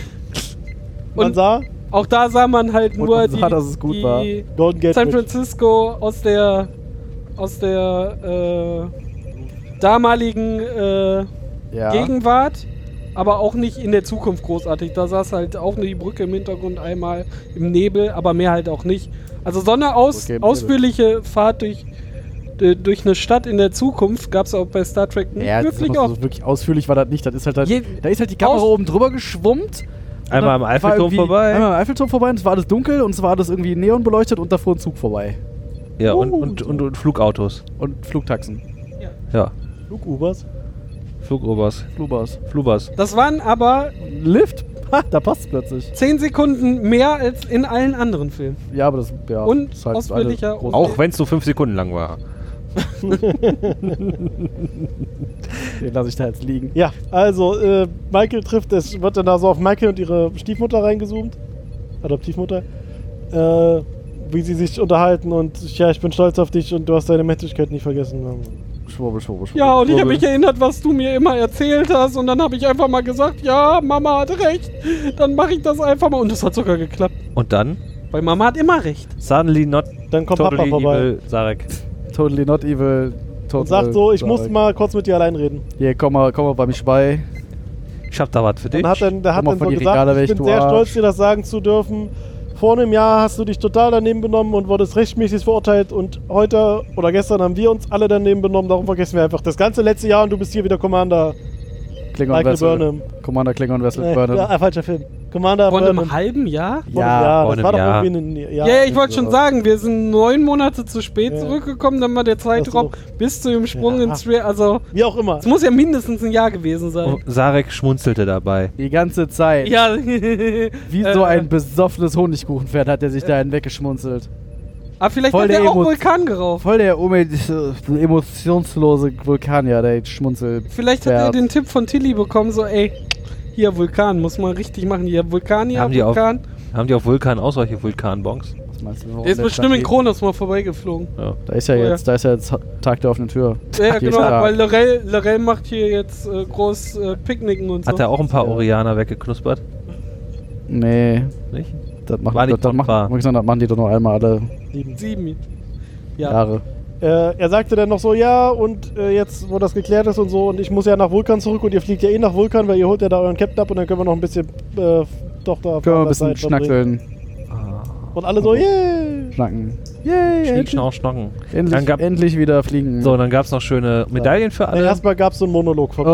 S1: Man
S3: Und-
S1: sah
S3: auch da sah man halt
S4: Und
S3: nur
S4: man
S3: die,
S4: sah, dass es gut
S3: die
S4: war.
S1: Golden Gate
S3: San
S1: Bridge.
S3: Francisco aus der aus der äh, damaligen äh,
S4: Ja.
S3: Gegenwart, aber auch nicht in der Zukunft großartig. Da saß halt auch nur die Brücke im Hintergrund einmal im Nebel, aber mehr halt auch nicht. Also so eine aus,
S4: Brücke im
S3: ausführliche Fahrt durch, d- durch eine Stadt in der Zukunft gab es auch bei Star Trek nicht
S4: Ja, das ist
S3: wirklich
S4: aber
S3: oft.
S4: so wirklich ausführlich war das nicht. Das ist halt, halt
S3: Je-
S4: da ist halt die Kamera
S3: Aus-
S4: oben drüber geschwummt. und
S2: Einmal
S4: dann
S2: am
S4: war
S2: Eiffelturm
S4: irgendwie-
S2: vorbei.
S4: Einmal am Eiffelturm vorbei und es war alles dunkel und es war alles irgendwie neon beleuchtet und davor ein Zug vorbei.
S2: Ja, und, und, und, und Flugautos.
S4: Und Flugtaxen.
S2: Ja.
S1: Flugubers.
S2: Flugobers.
S4: Flubers.
S2: Flubers.
S3: Das waren aber
S4: Lift? Ha, da passt plötzlich.
S3: 10 Sekunden mehr als in allen anderen Filmen.
S4: Ja, aber das ja,
S3: Und
S4: ist halt
S3: ausführlicher
S4: eine große-
S3: und-
S2: Auch wenn es nur fünf Sekunden lang war.
S4: Den lasse ich da jetzt liegen.
S1: Ja, also äh, Michael trifft, es wird dann da so auf Michael und ihre Stiefmutter reingezoomt. Adoptivmutter. Äh, wie sie sich unterhalten und ja, ich bin stolz auf dich und du hast deine Mächtigkeit nicht vergessen.
S4: Schwurbel, schwurbel, schwurbel.
S3: Ja, und ich habe mich
S4: schwurbel.
S3: erinnert, was du mir immer erzählt hast. Und dann habe ich einfach mal gesagt, ja, Mama hat recht. Dann mache ich das einfach mal. Und das hat sogar geklappt.
S2: Und dann?
S3: Weil Mama hat immer recht.
S2: Suddenly not
S1: Dann kommt
S2: totally
S1: Papa vorbei
S2: evil Sarek.
S4: Totally not evil. Total
S1: und sagt so, ich muss
S4: Sarek.
S1: mal kurz mit dir allein reden.
S4: Hier, komm mal, komm mal bei mich bei.
S2: Ich hab da was für dich.
S1: Dann hat dann, der hat dann
S4: Komm mal
S1: so
S4: vor die
S1: gesagt,
S4: Regale weg,
S1: ich bin
S4: du
S1: sehr
S4: Arsch."
S1: stolz, dir das sagen zu dürfen. Vor einem Jahr hast du dich total daneben benommen und wurdest rechtmäßig verurteilt und heute oder gestern haben wir uns alle daneben benommen, darum vergessen wir einfach das ganze letzte Jahr und du bist hier wieder Commander.
S4: Klingon
S1: Michael
S4: Vessel.
S1: Burnham.
S4: Commander Klingon Vessel
S1: Nee,
S4: Burnham.
S1: ja, ah, falscher Film. Commander
S3: Vor
S1: Burnham.
S3: einem halben Jahr?
S1: Vor einem Jahr, das
S2: vor einem
S1: war doch
S2: Jahr.
S1: irgendwie ein Jahr.
S3: Ja, ich wollte schon
S4: so.
S3: sagen, wir sind neun Monate zu spät
S1: Ja.
S3: zurückgekommen, dann war der Zeitraum bis zu dem Sprung
S1: Ja.
S3: ins Real. Also,
S1: Wie auch immer.
S3: es muss ja mindestens ein Jahr gewesen sein.
S2: Und Oh,
S4: Oh.
S2: Sarek schmunzelte dabei.
S4: Die ganze Zeit.
S3: Ja, äh,
S4: Wie
S3: wie
S4: so ein besoffenes Honigkuchenpferd hat er sich da hinweggeschmunzelt.
S3: Aber vielleicht
S4: voll
S3: hat er
S4: der
S3: auch
S4: Emo-
S3: Vulkan gerauft.
S4: Voll der ume- äh, emotionslose Vulkanier, der jetzt schmunzelt.
S3: Vielleicht hat
S4: Ja.
S3: er den Tipp von Tilly bekommen, so, ey, hier Vulkan, muss man richtig machen. Hier Vulkan, hier
S2: Haben die auf-
S3: Vulkan.
S2: Haben die auf Vulkan auch solche Vulkanbons?
S4: Was meinst du, warum
S3: Der ist
S4: der
S3: bestimmt in
S4: Planet-
S3: Kronos mal vorbeigeflogen.
S2: Ja.
S4: Da ist ja
S3: Oh, ja.
S4: jetzt, da ist ja jetzt Tag der offenen Tür.
S3: Ja,
S4: Die ist
S3: genau,
S4: da.
S3: weil Lorel, Lorel macht hier jetzt äh, groß äh, Picknicken und so.
S2: Hat er auch ein paar
S4: Ja.
S2: Orianer weggeknuspert?
S4: Nee,
S2: Nicht?
S4: das machen,
S2: War
S4: das,
S2: nicht
S4: das, machen,
S2: Pampa.
S4: muss ich sagen, das machen die doch noch einmal alle
S1: Lieben.
S3: Sieben. Ja.
S4: Jahre.
S1: Äh, er sagte dann noch so, ja, und äh, jetzt, wo das geklärt ist und so, und ich muss ja nach Vulkan zurück und ihr fliegt ja eh nach Vulkan, weil ihr holt ja da euren Captain ab und dann können wir noch ein bisschen äh, doch da
S4: Können wir ein
S1: woanders
S4: bisschen
S1: Zeit verbringen.
S4: schnackeln,
S1: Und alle so, yeah!
S4: schnacken. Yay,
S2: Schnick,
S4: endlich,
S2: schnau, schnocken. Dann
S4: endlich,
S2: gab,
S4: endlich wieder fliegen.
S2: so, dann gab's noch schöne Medaillen für
S1: Nee,
S2: alle.
S1: erstmal gab es so einen Monolog von
S4: oh,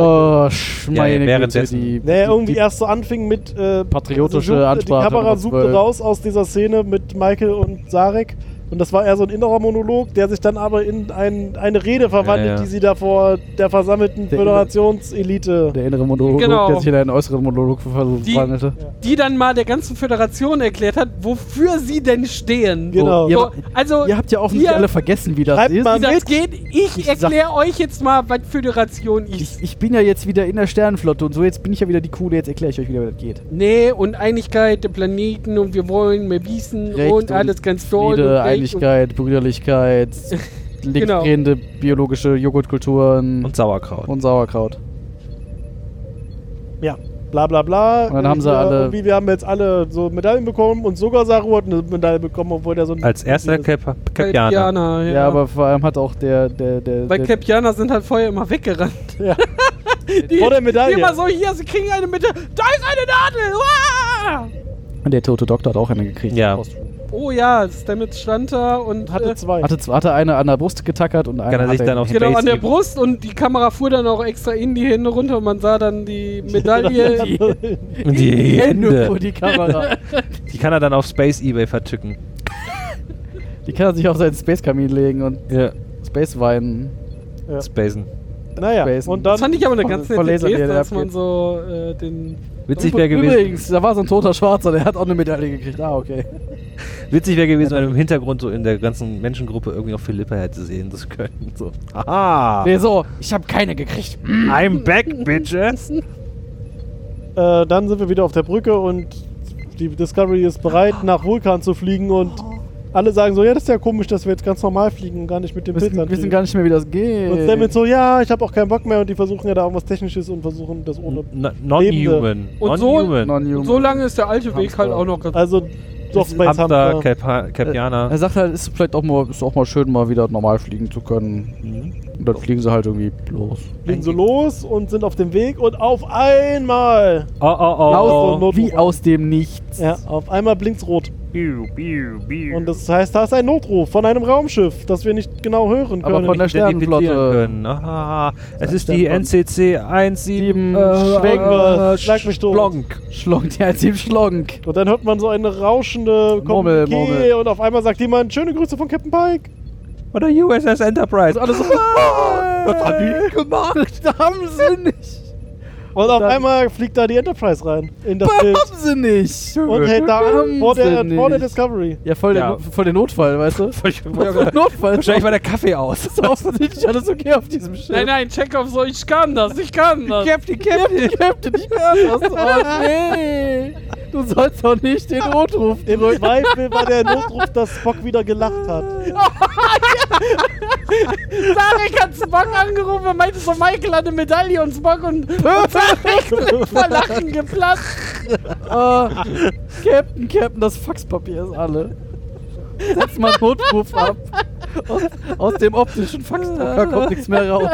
S4: sch-
S2: Ja,
S4: meine Güte,
S2: währenddessen.
S4: die,
S1: Nee, irgendwie
S4: die,
S1: erst so anfing mit äh,
S4: Patriotische
S1: suchte-
S4: Ansprache
S1: Die Kamera
S4: Nummer
S1: suchte
S4: 12.
S1: raus aus dieser Szene mit Michael und Sarek Und das war eher so ein innerer Monolog, der sich dann aber in ein, eine Rede verwandelt,
S2: Ja, ja.
S1: die sie da vor der versammelten
S4: Der innere-
S1: Föderationselite.
S4: Der innere Monolog,
S3: Genau.
S4: der sich in einen äußeren Monolog
S3: Die-
S4: verwandelte.
S3: Die dann mal der ganzen Föderation erklärt hat, wofür sie denn stehen.
S1: Genau.
S4: Oh, Ihr,
S3: So, also,
S4: ihr habt ja offensichtlich
S3: ihr-
S4: alle vergessen, wie das
S1: Schreibt
S4: ist.
S1: mal
S3: wie das
S1: mit.
S3: geht, ich
S4: Ich sag-
S3: erkläre euch jetzt mal, was Föderation ist.
S4: Ich, ich bin ja jetzt wieder in der Sternenflotte und so, jetzt bin ich ja wieder die Coole, jetzt erkläre ich euch wieder, wie das geht.
S3: Nee, und Einigkeit der Planeten und wir wollen mehr wissen
S4: Recht
S3: und
S4: und
S3: alles ganz toll. und
S4: Friede,
S3: Recht
S4: Einigkeit, Brüderlichkeit,
S3: Genau.
S4: linkende biologische Joghurtkulturen
S2: Und
S4: und,
S2: Sauerkraut.
S4: Sauerkraut.
S1: Ja, bla bla bla.
S4: Und dann haben sie
S1: wir,
S4: alle-
S1: Irgendwie, wir haben jetzt alle so Medaillen bekommen und sogar Saru hat eine Medaille bekommen, obwohl der so ein.
S2: Als erster Cap
S3: und
S2: Capiana.
S3: Capiana, ja.
S4: Ja. aber vor allem hat auch der, der, der,
S3: Weil
S4: der
S3: Capiana sind halt vorher immer weggerannt.
S1: Ja.
S3: Die,
S1: Vor der Medaille.
S3: Die immer so, hier, sie kriegen eine Mitte. Da ist eine Nadel. Uah!
S4: der tote Doktor hat auch eine gekriegt.
S2: Ja.
S3: Oh ja, Stamets stand da und
S1: hatte
S3: äh,
S1: zwei.
S4: Hatte, z- hatte eine an der Brust getackert und eine
S2: Kann er sich dann auf die
S3: genau
S2: Base
S3: an der
S2: geben.
S3: Brust und die Kamera fuhr dann auch extra in die Hände runter und man sah dann die Medaille.
S2: Und Die
S4: vor
S2: Hände.
S4: die Kamera.
S2: Die kann er dann auf Space Ebay vertücken.
S4: die kann er sich auf seinen Space-Kamin legen und
S2: Ja.
S4: Space weinen.
S1: Ja.
S2: Spacen.
S1: naja,
S4: Spacen.
S1: und
S3: das
S1: dann.
S3: fand ich aber eine ganz
S4: Voll
S3: nette
S4: Laser,
S3: Geste,
S4: der
S3: dass man
S4: abgeht.
S3: so äh, den...
S2: Witzig wäre gewesen,
S4: Übrigens, da war so ein toter Schwarzer, der hat auch eine Medaille gekriegt. Ah, okay.
S2: witzig wär gewesen wenn im Hintergrund so in der ganzen Menschengruppe irgendwie noch Philippa hätte sehen das können. So. Aha!
S4: Nee, so, ich habe keine gekriegt.
S2: I'm back, bitches!
S1: Äh, dann sind wir wieder auf der Brücke und die Discovery ist bereit, nach Vulkan zu fliegen und
S4: Oh.
S1: alle sagen so, ja, das ist ja komisch, dass wir jetzt ganz normal fliegen und gar nicht mit dem
S4: Wir wissen,
S1: Pilzern
S4: wissen
S1: fliegen.
S4: gar nicht äh, mehr, wie das geht.
S1: und Stamets so, ja, ich habe auch keinen Bock mehr und die versuchen ja da irgendwas Technisches und versuchen das ohne.
S4: Hm.
S2: Non-human.
S3: Und so-
S2: Non-human.
S4: Non-human.
S3: Und so lange ist der alte Weg halt
S4: Hamster.
S3: auch noch ganz...
S1: Also doch Space
S2: Hamster,
S1: Hamster.
S2: Cap
S4: Er
S2: Capiana.
S4: sagt halt, ist vielleicht auch mal, ist auch mal schön, mal wieder normal fliegen zu können.
S2: Mhm.
S4: Und dann fliegen sie halt irgendwie los.
S1: Fliegen so los und sind auf dem Weg und auf einmal,
S2: Oh, oh, oh.
S1: Laus-
S4: Wie aus dem Nichts.
S1: ja, auf einmal blinkt's rot. Und das heißt, da ist ein Notruf von einem Raumschiff, das wir nicht genau hören
S4: Aber
S1: können.
S4: von der
S2: Identifizieren
S4: Sternenflotte.
S2: können. Aha. Es ist die NCC 17
S4: Sieben
S2: äh,
S1: Schwenk-
S2: äh,
S1: Schlag mich tot.
S2: Blonk.
S4: Schlonk, der hat ihm Schlonk.
S1: Und dann hört man so eine rauschende
S4: Murmel,
S1: Kommuniqué
S4: Murmel.
S1: und auf einmal sagt jemand, schöne Grüße von Captain Pike.
S2: Oder USS Enterprise.
S4: Also alles so.
S2: Was haben die denn
S4: gemacht? haben sie nicht.
S1: Und auf
S4: Dann-
S1: einmal fliegt da die Enterprise rein in das Bild
S4: Haben sie nicht.
S1: und hält da an
S4: Haben
S1: vor der,
S4: sie
S1: vor der
S4: nicht.
S1: Discovery.
S4: Ja, voll der,
S2: Ja.
S4: No- voll der Notfall, weißt du?
S2: Wahrscheinlich
S4: Notfall.
S2: war der Kaffee aus.
S4: ist offensichtlich alles okay auf diesem Schiff.
S3: Nein, nein, check auf so, ich kann das, ich kann das.
S4: Captain, Captain, Captain, ich höre das. Oh, nee. Du sollst doch nicht den Notruf
S1: Im Zweifel war der Notruf, dass Spock wieder gelacht hat.
S3: Tarek hat Spock angerufen, er meinte so, Michael hat eine Medaille und Spock und, und Tarek vor Lachen geplatzt.
S4: Ah, Captain, Captain, das Faxpapier ist alle. Setz mal einen Notruf ab. Aus, aus dem optischen Faxdrucker kommt nichts mehr raus.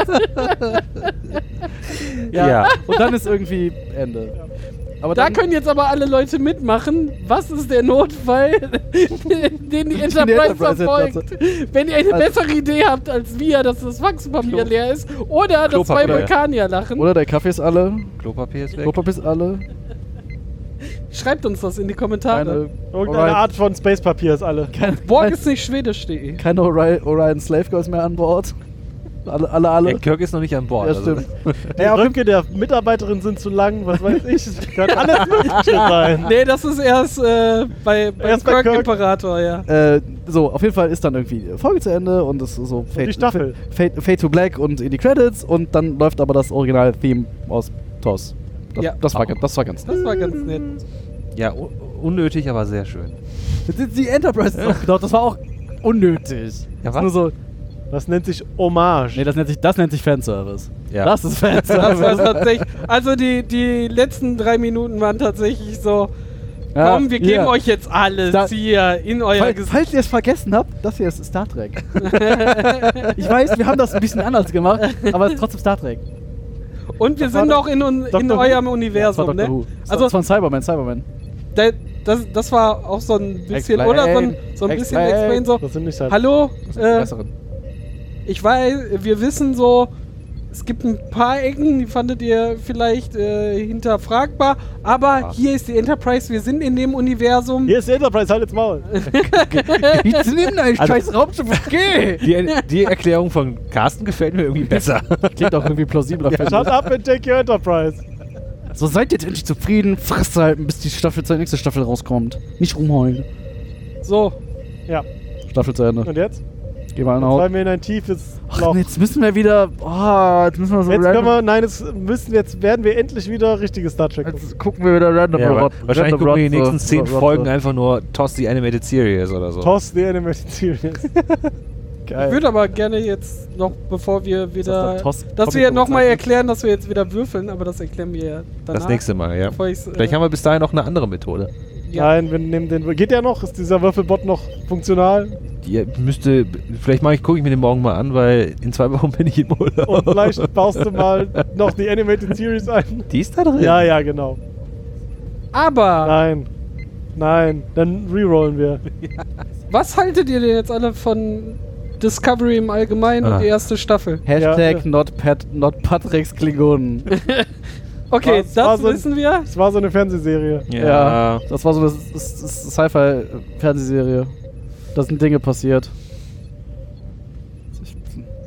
S4: Ja.
S2: Ja.
S4: Und dann ist irgendwie Ende. Aber
S3: Da
S4: dann
S3: können jetzt aber alle Leute mitmachen. Was ist der Notfall, den die Enterprise
S4: Enterprise
S3: verfolgt? Wenn ihr eine bessere Idee habt als wir, dass das Wachspapier
S4: Klo-
S3: leer ist oder dass zwei
S2: Klopapier.
S3: Vulkanier lachen,
S4: oder der Kaffee ist alle,
S2: Klopapier ist weg.
S4: Klopapier ist alle,
S3: schreibt uns das in die Kommentare.
S4: keine,
S1: Irgendeine
S4: Orion-
S1: Art von Spacepapier ist alle.
S4: keine,
S3: Borg ist nicht schwedisch.de.
S4: keine Orion, Orion Slave Girls mehr an Bord. Alle, alle, alle.
S2: Der Kirk ist noch nicht an Bord.
S4: Ja,
S2: also-
S4: stimmt.
S1: Die Röcke der Mitarbeiterin sind zu lang, was weiß ich. Kann alles Mögliche sein.
S3: Nee, das ist erst äh, bei, bei
S1: Erst bei
S3: Kirk,
S1: Kirk.
S3: Imperator, ja.
S4: Äh, so, auf jeden Fall ist dann irgendwie Folge zu Ende und es ist so Fade,
S1: Staffel.
S4: Fade, Fade to Black und in die Credits und dann läuft aber das Original-Theme aus TOS. Das,
S3: Ja.
S4: das, war, ga- das war ganz nett.
S3: Das war ganz nett.
S2: Ja, u- unnötig, aber sehr schön.
S4: Das ist Die Enterprise ist auch gedacht, das war auch unnötig.
S2: Ja,
S4: Das
S2: was?
S4: ist Nur so,
S1: Das nennt sich Hommage.
S4: nee, das nennt sich, das nennt sich Fanservice.
S2: Ja.
S4: Das
S3: Das
S4: ist
S3: war
S4: Fanservice.
S3: tatsächlich. Also die, die letzten drei Minuten waren tatsächlich so.
S4: Ja,
S3: komm, wir geben
S4: hier.
S3: euch jetzt alles
S4: Da-
S3: hier in euer
S4: Falls,
S3: Gesicht.
S4: falls ihr es vergessen habt, das hier ist Star Trek. ich weiß, wir haben das ein bisschen anders gemacht, aber es ist trotzdem Star Trek.
S3: Und wir
S1: Das war
S3: sind
S1: doch-
S3: auch in, un, in
S1: Dr. Who.
S3: eurem
S4: Das war
S3: Universum,
S4: Doctor
S3: ne?
S4: Who. Also, das
S3: Also
S4: war ein Cyberman, Cyberman.
S3: da, das, das war auch so ein bisschen,
S4: Explain.
S3: oder? So ein, so ein bisschen explain
S4: Explain.
S3: so.
S1: Das sind nicht halt.
S3: Hallo,
S4: Das ist die
S3: äh,
S4: besseren.
S3: ich weiß, wir wissen so, Es gibt ein paar Ecken, die fandet ihr vielleicht äh, hinterfragbar, aber hier ist die Enterprise, wir sind in dem Universum.
S1: Hier ist die Enterprise, halt jetzt Maul.
S5: Ich nimm dein
S2: Also-
S5: scheiß Raumschiff, geh!
S2: Die, die Erklärung von Carsten gefällt mir irgendwie besser.
S4: Klingt auch irgendwie plausibler. finde ich.
S1: Shut up and take your Enterprise.
S4: So seid jetzt endlich zufrieden, frisst halten, bis die Staffel zur nächsten Staffel rauskommt. Nicht rumheulen.
S3: So,
S1: Ja,
S4: Staffel zu Ende.
S1: und jetzt?
S4: Geh mal einen
S1: Fallen
S4: Haut.
S1: wir in ein tiefes
S4: Genau. Ach,
S1: Loch.
S4: nee, jetzt müssen wir wieder. Oh, jetzt müssen wir so
S1: Jetzt
S4: random.
S1: können wir, nein, jetzt müssen, jetzt werden wir endlich wieder richtiges Star Trek gucken.
S4: jetzt gucken wir wieder random.
S2: Ja, aber
S4: Rot-
S2: wahrscheinlich
S4: random
S2: gucken wir die
S4: Rotze.
S2: nächsten zehn
S4: Rotze.
S2: Folgen einfach nur Toss the Animated Series oder so.
S1: Toss the Animated Series.
S3: ich
S1: Geil.
S3: würde aber gerne jetzt noch, bevor wir
S4: Das
S3: wieder,
S4: ist doch Toss-
S3: dass wir
S4: Comic-Buch
S3: nochmal
S4: zeichnen.
S3: erklären, dass wir jetzt wieder würfeln, aber das erklären wir ja danach.
S2: das nächste Mal, ja.
S3: Bevor ich's, äh,
S2: Vielleicht haben wir bis dahin noch eine andere Methode.
S3: ja.
S1: Nein, wir nehmen den. Geht der noch? Ist dieser Würfelbot noch funktional?
S2: Die äh, müsste, vielleicht mache ich, gucke ich mir den morgen mal an, weil in zwei Wochen bin ich im Urlaub.
S1: Und vielleicht baust du mal noch die Animated Series ein.
S2: Die ist da drin.
S1: Ja, ja, genau.
S3: Aber
S1: Nein. Nein. Dann rerollen wir.
S3: was haltet ihr denn jetzt alle von Discovery im Allgemeinen
S2: Ah.
S3: und die erste Staffel?
S4: Hashtag
S1: Ja.
S4: not, Pat, not Patricks Klingonen.
S3: Okay,
S1: Was-
S3: das
S1: was ist-
S3: wissen wir.
S1: Es war so eine Fernsehserie.
S2: Ja.
S4: Das war so eine S- S- S- Sci-Fi-Fernsehserie. Da sind Dinge passiert. Ich,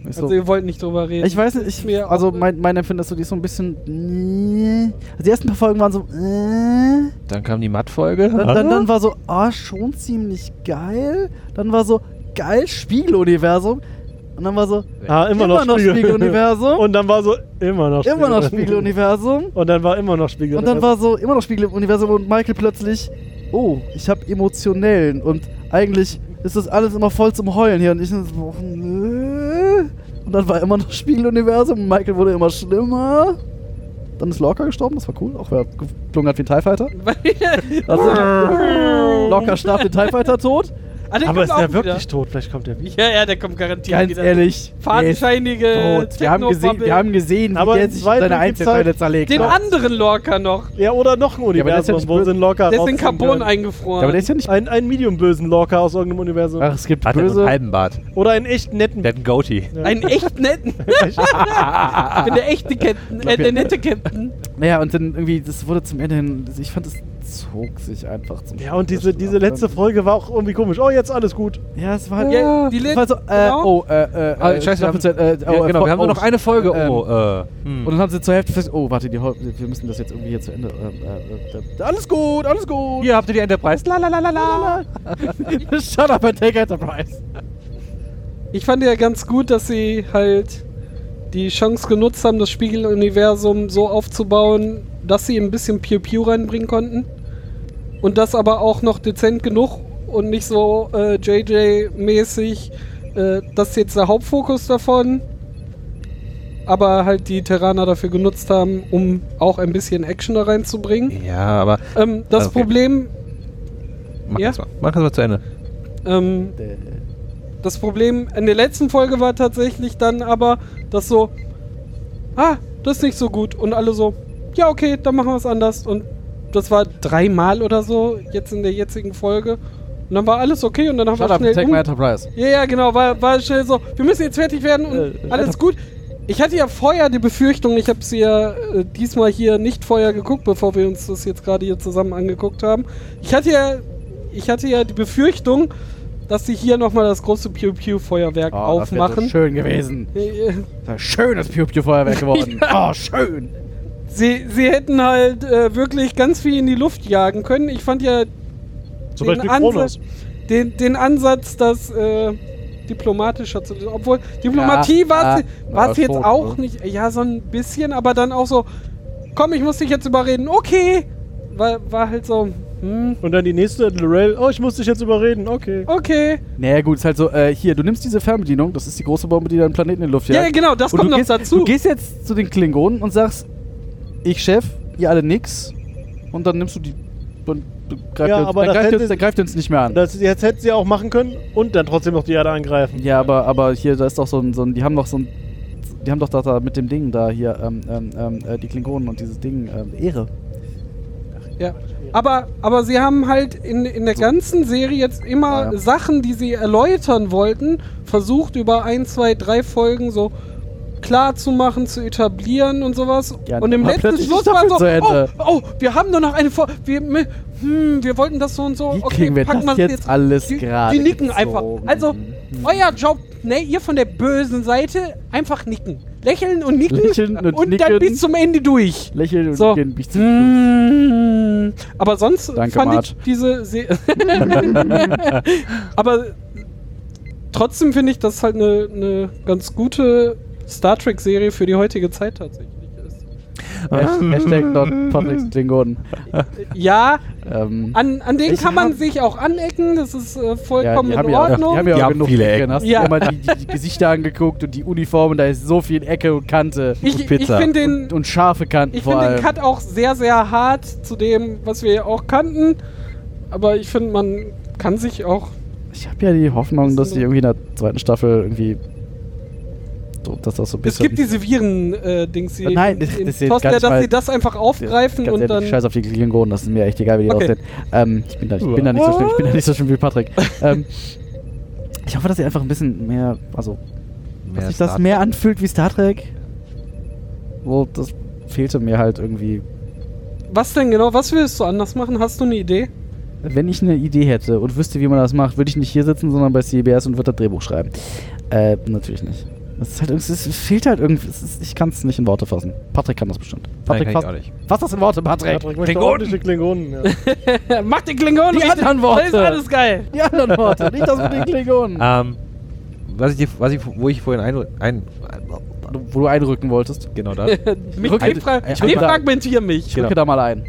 S4: ich, so,
S3: Also ihr wollt nicht drüber reden.
S4: ich weiß nicht,
S3: Ist
S4: ich,
S3: mir
S4: also
S3: auch-
S4: mein, mein Empfinden ist so, die ist so ein bisschen. Also die ersten paar Folgen waren so. Äh,
S2: Dann kam die Matt-Folge.
S4: dann, dann, dann war so, ah, schon ziemlich geil. Dann war so, geil, Spiegeluniversum. Und dann war so,
S1: Ah, immer,
S4: Immer noch
S1: Spiegel.
S4: Spiegeluniversum.
S1: Und dann war so immer noch
S4: immer noch Spiegeluniversum.
S1: Und dann war immer noch Spiegel.
S4: Und dann war so immer noch Spiegel im Universum und Michael plötzlich, oh, ich habe emotionellen und eigentlich ist das alles immer voll zum Heulen hier und ich so, oh, nö. und dann war immer noch Spiegel im Universum und Michael wurde immer schlimmer. Dann ist Lorca gestorben, das war cool, auch wer geklungen hat wie ein TIE Fighter. Also, Lorca starb den TIE Fighter tot.
S3: Ah, der
S1: aber
S3: kommt
S1: ist
S3: auch
S1: der wirklich
S3: wieder.
S1: tot? Vielleicht kommt der wieder.
S3: Ja, ja, genau. äh, der kommt garantiert
S4: Ganz
S3: wieder.
S4: ehrlich, der ist
S3: Fadenscheinige
S4: tot. Wir haben gesehen, wir haben gesehen, wie
S1: Aber
S4: der
S1: im
S4: sich
S1: Zweiten
S4: seine
S1: gibt's
S4: Einzelteile
S1: halt
S4: zerlegt
S3: Den
S4: hat.
S3: anderen Lorca noch.
S1: Ja, oder noch ein
S4: Ja, aber der ist
S1: Universum,
S4: ja nicht
S1: wo
S4: böse.
S1: sind Locker
S3: Der ist in
S1: rausziehen
S3: Carbon
S1: können.
S4: Ja,
S3: eingefroren.
S4: aber der ist ja nicht.
S1: Ein, einen medium-bösen Locker aus irgendeinem Universum.
S4: Ach, es gibt
S2: Hat er nur
S4: böse.
S2: einen halben Bart.
S1: Oder einen echt netten.
S2: Der hat einen Goatee.
S3: Einen echt netten. ich bin der echte Captain. Äh, der nette Captain.
S4: Naja, und dann irgendwie, das wurde zum Ende hin, ich fand, es zog sich einfach zum
S1: Ja, und diese, diese letzte
S4: Folge.
S1: Folge war auch irgendwie komisch. Oh, jetzt alles gut.
S4: Ja, es war halt.
S3: Ja, die
S4: die
S3: let-
S4: letzte. War so, äh,
S3: genau.
S4: Oh, äh, äh,
S2: Ah,
S4: äh,
S2: scheiße, wir haben-
S4: Staffel- äh, äh,
S2: ja,
S4: oh,
S2: genau,
S4: äh,
S2: wir haben nur
S4: oh,
S2: noch eine Folge.
S4: ähm,
S2: oh, äh. hm.
S4: Und dann haben sie zur Hälfte fest. Oh, warte, die, Hol- wir müssen das jetzt irgendwie hier zu Ende. ähm, äh, äh, äh, alles gut, alles gut.
S2: hier habt ihr die Enterprise. La, la, la, la, la.
S4: Shut up and take Enterprise.
S3: Ich fand ja ganz gut, dass sie halt die Chance genutzt haben, das Spiegeluniversum so aufzubauen, dass sie ein bisschen Pew Pew reinbringen konnten. Und das aber auch noch dezent genug und nicht so äh, JJ-mäßig. Äh, das ist jetzt der Hauptfokus davon. Aber halt die Terraner dafür genutzt haben, um auch ein bisschen Action da reinzubringen.
S2: Ja, aber
S3: Ähm, das
S2: Okay.
S3: Problem
S2: mach
S3: Ja?
S2: das mal. Mach das mal zu Ende.
S3: ähm, das Problem in der letzten Folge war tatsächlich dann aber, dass so, ah, das ist nicht so gut. Und alle so, ja, okay, dann machen wir es anders. Und das war dreimal oder so, jetzt in der jetzigen Folge. Und dann war alles okay und dann haben
S4: Shut
S3: wir
S4: up and
S3: schnell.
S4: take
S3: um-
S4: my Enterprise.
S3: ja, ja, genau, war, war schnell so, wir müssen jetzt fertig werden und
S4: Äh,
S3: alles
S4: Alter.
S3: gut. Ich hatte ja vorher die Befürchtung, ich habe es ja äh, diesmal hier nicht vorher geguckt, bevor wir uns das jetzt gerade hier zusammen angeguckt haben. Ich hatte ja, ich hatte ja die Befürchtung, dass sie hier nochmal das große Pew Pew Feuerwerk
S4: Oh, das wär
S3: aufmachen.
S4: So schön gewesen.
S3: Äh, äh,
S4: Das wär Schönes Pew Pew Feuerwerk geworden. Oh, schön.
S3: Sie, sie hätten halt äh, wirklich ganz viel in die Luft jagen können. Ich fand ja
S1: Zum
S3: den,
S1: Beispiel
S3: Ansa-
S1: Kronos.
S3: den, den Ansatz, das äh, diplomatischer zu lösen. Obwohl, Diplomatie
S4: Ja,
S3: war
S4: ja,
S3: es
S4: ja,
S3: jetzt
S4: schon,
S3: auch
S4: ne?
S3: nicht. Ja, so ein bisschen, aber dann auch so, komm, ich muss dich jetzt überreden. Okay. War, war halt so, hm,
S1: Und dann die nächste, Lorel. Oh, ich muss dich jetzt überreden. Okay.
S3: okay.
S4: Naja, gut, ist halt so, äh, hier, du nimmst diese Fernbedienung, das ist die große Bombe, die deinen Planeten in die Luft
S3: Ja,
S4: jagt.
S3: genau, das
S4: Und
S3: kommt
S4: du
S3: noch
S4: gehst,
S3: dazu.
S4: Du gehst jetzt zu den Klingonen und sagst, ich Chef, ihr alle nix. Und dann nimmst du die. Und du greift
S1: Ja,
S4: ihr uns,
S1: aber das
S4: dann greift ihr
S1: hätte-
S4: uns, dann greift ihr uns nicht mehr an.
S1: Das, jetzt hätten sie auch machen können und dann trotzdem noch die Erde angreifen.
S4: Ja, aber, aber hier, da ist doch so ein, so ein. Die haben doch so ein. Die haben doch da, da mit dem Ding da hier, ähm, ähm, ähm, äh, die Klingonen und dieses Ding, ähm, Ehre.
S3: Ja. Aber, aber sie haben halt in, in der ganzen Serie jetzt immer
S4: Ja, ja.
S3: Sachen, die sie erläutern wollten, versucht über ein, zwei, drei Folgen so klar zu machen, zu etablieren und sowas.
S4: Ja,
S3: und im
S4: aber
S3: letzten
S4: plötzlich
S3: Schluss
S4: ist
S3: war
S4: das
S3: so,
S4: zu
S3: oh,
S4: Ende.
S3: oh, wir haben nur noch eine Vor... Wir, mi- hm, wir wollten das so und so.
S4: Wie kriegen wir
S3: packen
S4: das
S3: wir's
S4: jetzt alles
S3: die,
S4: gerade
S3: Die nicken
S4: gezogen? Mhm.
S3: einfach. Also, euer Job, ne, ihr von der bösen Seite, einfach nicken. Lächeln und nicken
S4: Lächeln und
S3: dann
S4: nicken.
S3: bis zum Ende durch.
S4: Lächeln und
S3: So.
S4: gehen mich zu.
S3: Mm. Aber sonst
S4: Danke,
S3: fand
S4: Marge.
S3: ich diese. Se Aber trotzdem finde ich, dass halt eine eine ganz gute Star Trek-Serie für die heutige Zeit tatsächlich ist.
S4: Hashtag not Patrick's Klingonen.
S3: Ja,
S4: Ähm,
S3: an, an denen
S4: Ich
S3: kann man
S4: hab-
S3: sich auch anecken, das ist äh,
S4: ja,
S3: vollkommen
S4: die haben
S3: in
S4: ja, die
S3: Ordnung.
S4: haben ja
S2: Die
S4: auch
S2: haben
S4: genug
S2: viele
S4: Ecken.
S2: Ecken.
S4: Hast du
S3: Ja.
S4: dir mal die, die, die Gesichter angeguckt und die Uniformen, da ist so viel Ecke und Kante.
S3: ich ich
S2: Pizza.
S3: finde den,
S4: und, und scharfe Kanten
S3: ich
S4: vor
S3: finde den
S4: allem.
S3: Cut auch sehr, sehr hart zu dem, was wir auch kannten. Aber ich finde, man kann sich auch
S4: Ich habe ja die Hoffnung, dass die irgendwie in der zweiten Staffel irgendwie. So, dass das so ein
S3: Es
S4: bisschen.
S3: gibt diese Viren-Dings, die
S4: Nein, das-
S3: in
S4: das ist jetzt
S3: Toster,
S4: gar nicht
S3: dass
S4: mal-
S3: sie das einfach aufgreifen
S4: Ganz
S3: und
S4: ehrlich,
S3: dann.
S4: Scheiß auf die Klingonen, das ist mir echt egal, wie die
S3: Okay.
S4: aussehen. Ähm, ich bin da, ich bin da nicht so schlimm, ich bin da nicht so schlimm wie Patrick. ähm, ich hoffe, dass ihr einfach ein bisschen mehr, also, dass sich das
S2: Start-
S4: mehr anfühlt wie Star Trek. Wo das fehlte mir halt irgendwie.
S3: Was denn genau? Was willst du anders machen? Hast du eine Idee?
S4: Wenn ich eine Idee hätte und wüsste, wie man das macht, würde ich nicht hier sitzen, sondern bei CBS und würde das Drehbuch schreiben. Äh, natürlich nicht. Es ist halt, irgendwie- es fehlt halt irgendwie, es ist, ich kann es nicht in Worte fassen. Patrick kann das bestimmt. Patrick
S2: kann ich
S4: fasst-
S2: auch nicht.
S4: Fass das in Worte, Patrick.
S1: Patrick möchte ordentliche Klingonen. Ja.
S3: Mach den Klingonen!
S4: Die
S3: richtig-
S4: anderen Worte.
S3: Das ist alles geil!
S4: Die anderen Worte, nicht das mit den
S3: Ah.
S4: Klingonen.
S2: Ähm, was ich, dir- was ich, wo ich vorhin ein, ein
S4: Wo du einrücken wolltest.
S2: genau das.
S3: Mich
S4: Rück-
S3: defra-
S4: Ich rück-
S3: defragmentier mich!
S4: Ich drücke da mal ein.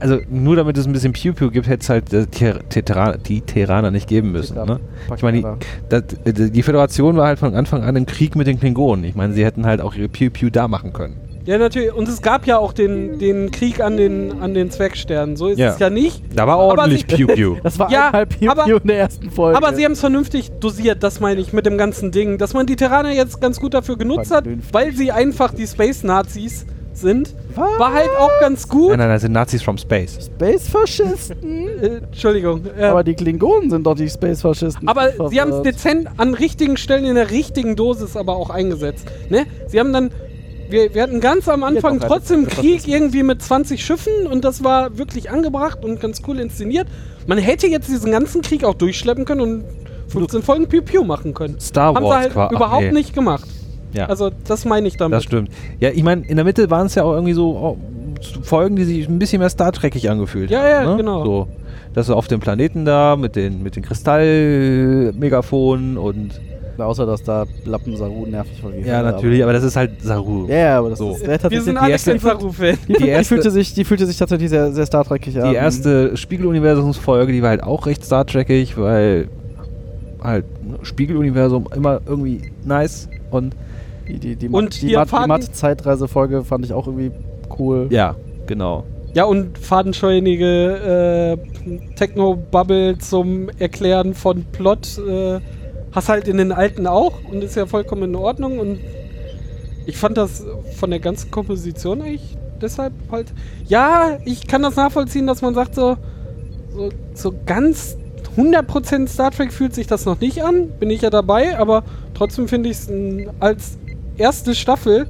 S2: Also nur damit es ein bisschen Pew Pew gibt, hätte es halt äh, Ter- Tetra- die Terraner nicht geben müssen.
S4: Tetra-
S2: Ne?
S4: Pack
S2: Ich meine,
S4: Terra.
S2: die, das, äh, die Föderation war halt von Anfang an im Krieg mit den Klingonen. Ich meine, sie hätten halt auch ihre Pew Pew da machen können.
S3: Ja, natürlich. Und es gab ja auch den, den Krieg an den, an den Zwergsternen. So ist
S2: Ja.
S3: es ja nicht.
S2: Da war
S3: Aber
S2: ordentlich
S3: sie-
S2: Pew Pew.
S4: Das war
S3: Ja,
S4: ja, halb hier
S3: aber-
S4: in der ersten Folge.
S3: Aber sie haben es vernünftig dosiert, das meine ich mit dem ganzen Ding. Dass man die Terraner jetzt ganz gut dafür genutzt hat,
S4: Vernünftig.
S3: weil sie einfach die Space-Nazis sind, war halt auch ganz gut.
S2: Nein, nein, das sind Nazis from Space.
S4: Space-Faschisten.
S3: Äh, Entschuldigung. Äh,
S4: aber die Klingonen sind doch die Space-Faschisten.
S3: Aber sie haben es
S4: jetzt.
S3: dezent an richtigen Stellen in der richtigen Dosis aber auch eingesetzt. Ne? Sie haben dann. Wir, wir hatten ganz am Anfang
S4: doch
S2: also
S4: eine-
S3: trotzdem
S4: das-
S3: Krieg irgendwie mit 20 Schiffen und das war wirklich angebracht und ganz cool inszeniert. Man hätte jetzt diesen ganzen Krieg auch durchschleppen können und 15 Folgen Piu Piu machen können.
S2: Star
S3: Haben sie
S2: Wars
S3: halt
S2: qua- ach,
S3: überhaupt
S2: nee.
S3: nicht gemacht.
S2: Ja,
S3: Also das meine ich damit.
S2: das stimmt. Ja, ich meine, in der Mitte waren es ja auch irgendwie so oh, Folgen, die sich ein bisschen mehr Star Trekig angefühlt
S3: Ja,
S2: haben.
S3: ja,
S2: ne?
S3: genau.
S2: So, dass sie auf dem Planeten da mit den, mit den Kristallmegafonen und
S4: Außer, dass da Lappen Saru nervig war.
S2: Ja, natürlich, aber das ist halt Saru.
S4: Aber, ja, ja, aber das
S2: So.
S4: ist ja,
S3: Wir
S4: tatsächlich.
S3: sind
S4: die
S3: alle
S4: erste-
S3: kein Saru-Fan.
S4: die, die,
S2: erste-
S4: fühlte sich, die fühlte sich tatsächlich sehr, sehr Star Trek-ig an.
S2: Die erste Spiegeluniversumsfolge, die war halt auch recht Star Trekig, weil halt ne, Spiegeluniversum immer irgendwie nice und
S4: Die, die, die,
S3: Und
S4: die,
S3: hier
S4: Mat- die
S3: fahren-
S4: Matt-Zeitreise-Folge fand ich auch irgendwie cool.
S2: ja, genau.
S3: Ja, und fadenscheunige äh, Techno-Bubble zum Erklären von Plot äh, hast halt in den alten auch und ist ja vollkommen in Ordnung. Und ich fand das von der ganzen Komposition eigentlich deshalb halt. Ja, ich kann das nachvollziehen, dass man sagt, so, so, so ganz 100% Star Trek fühlt sich das noch nicht an, bin ich ja dabei, aber trotzdem finde ich es als erste Staffel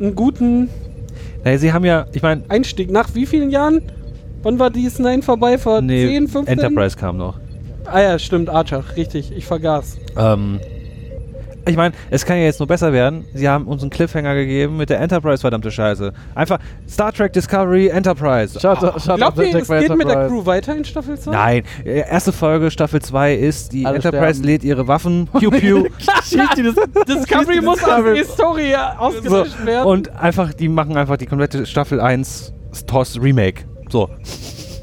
S3: einen guten
S2: Naja, sie haben ja, ich meine,
S3: Einstieg. Nach wie vielen Jahren? Wann war die Nine vorbei? Vor 10, 15?
S2: Enterprise kam noch.
S3: Ah ja, stimmt, Archer, richtig, ich vergaß.
S2: Ähm, ich meine, es kann ja jetzt nur besser werden. Sie haben uns einen Cliffhanger gegeben mit der Enterprise, verdammte Scheiße. Einfach Star Trek Discovery Enterprise.
S4: Schaut, schaut
S3: Glaubt
S4: auf
S3: ihr, es
S4: Jack
S3: geht mit der
S4: Enterprise.
S3: Crew weiter in Staffel 2?
S2: Nein, äh, erste Folge Staffel 2 ist, die
S4: Alle
S2: Enterprise
S4: sterben.
S2: lädt ihre Waffen, Pew Pew,
S4: Schießt die das-
S3: Discovery muss aus der Historie ausgelöscht werden.
S2: Und einfach, die machen einfach die komplette Staffel 1 TOS Remake. So.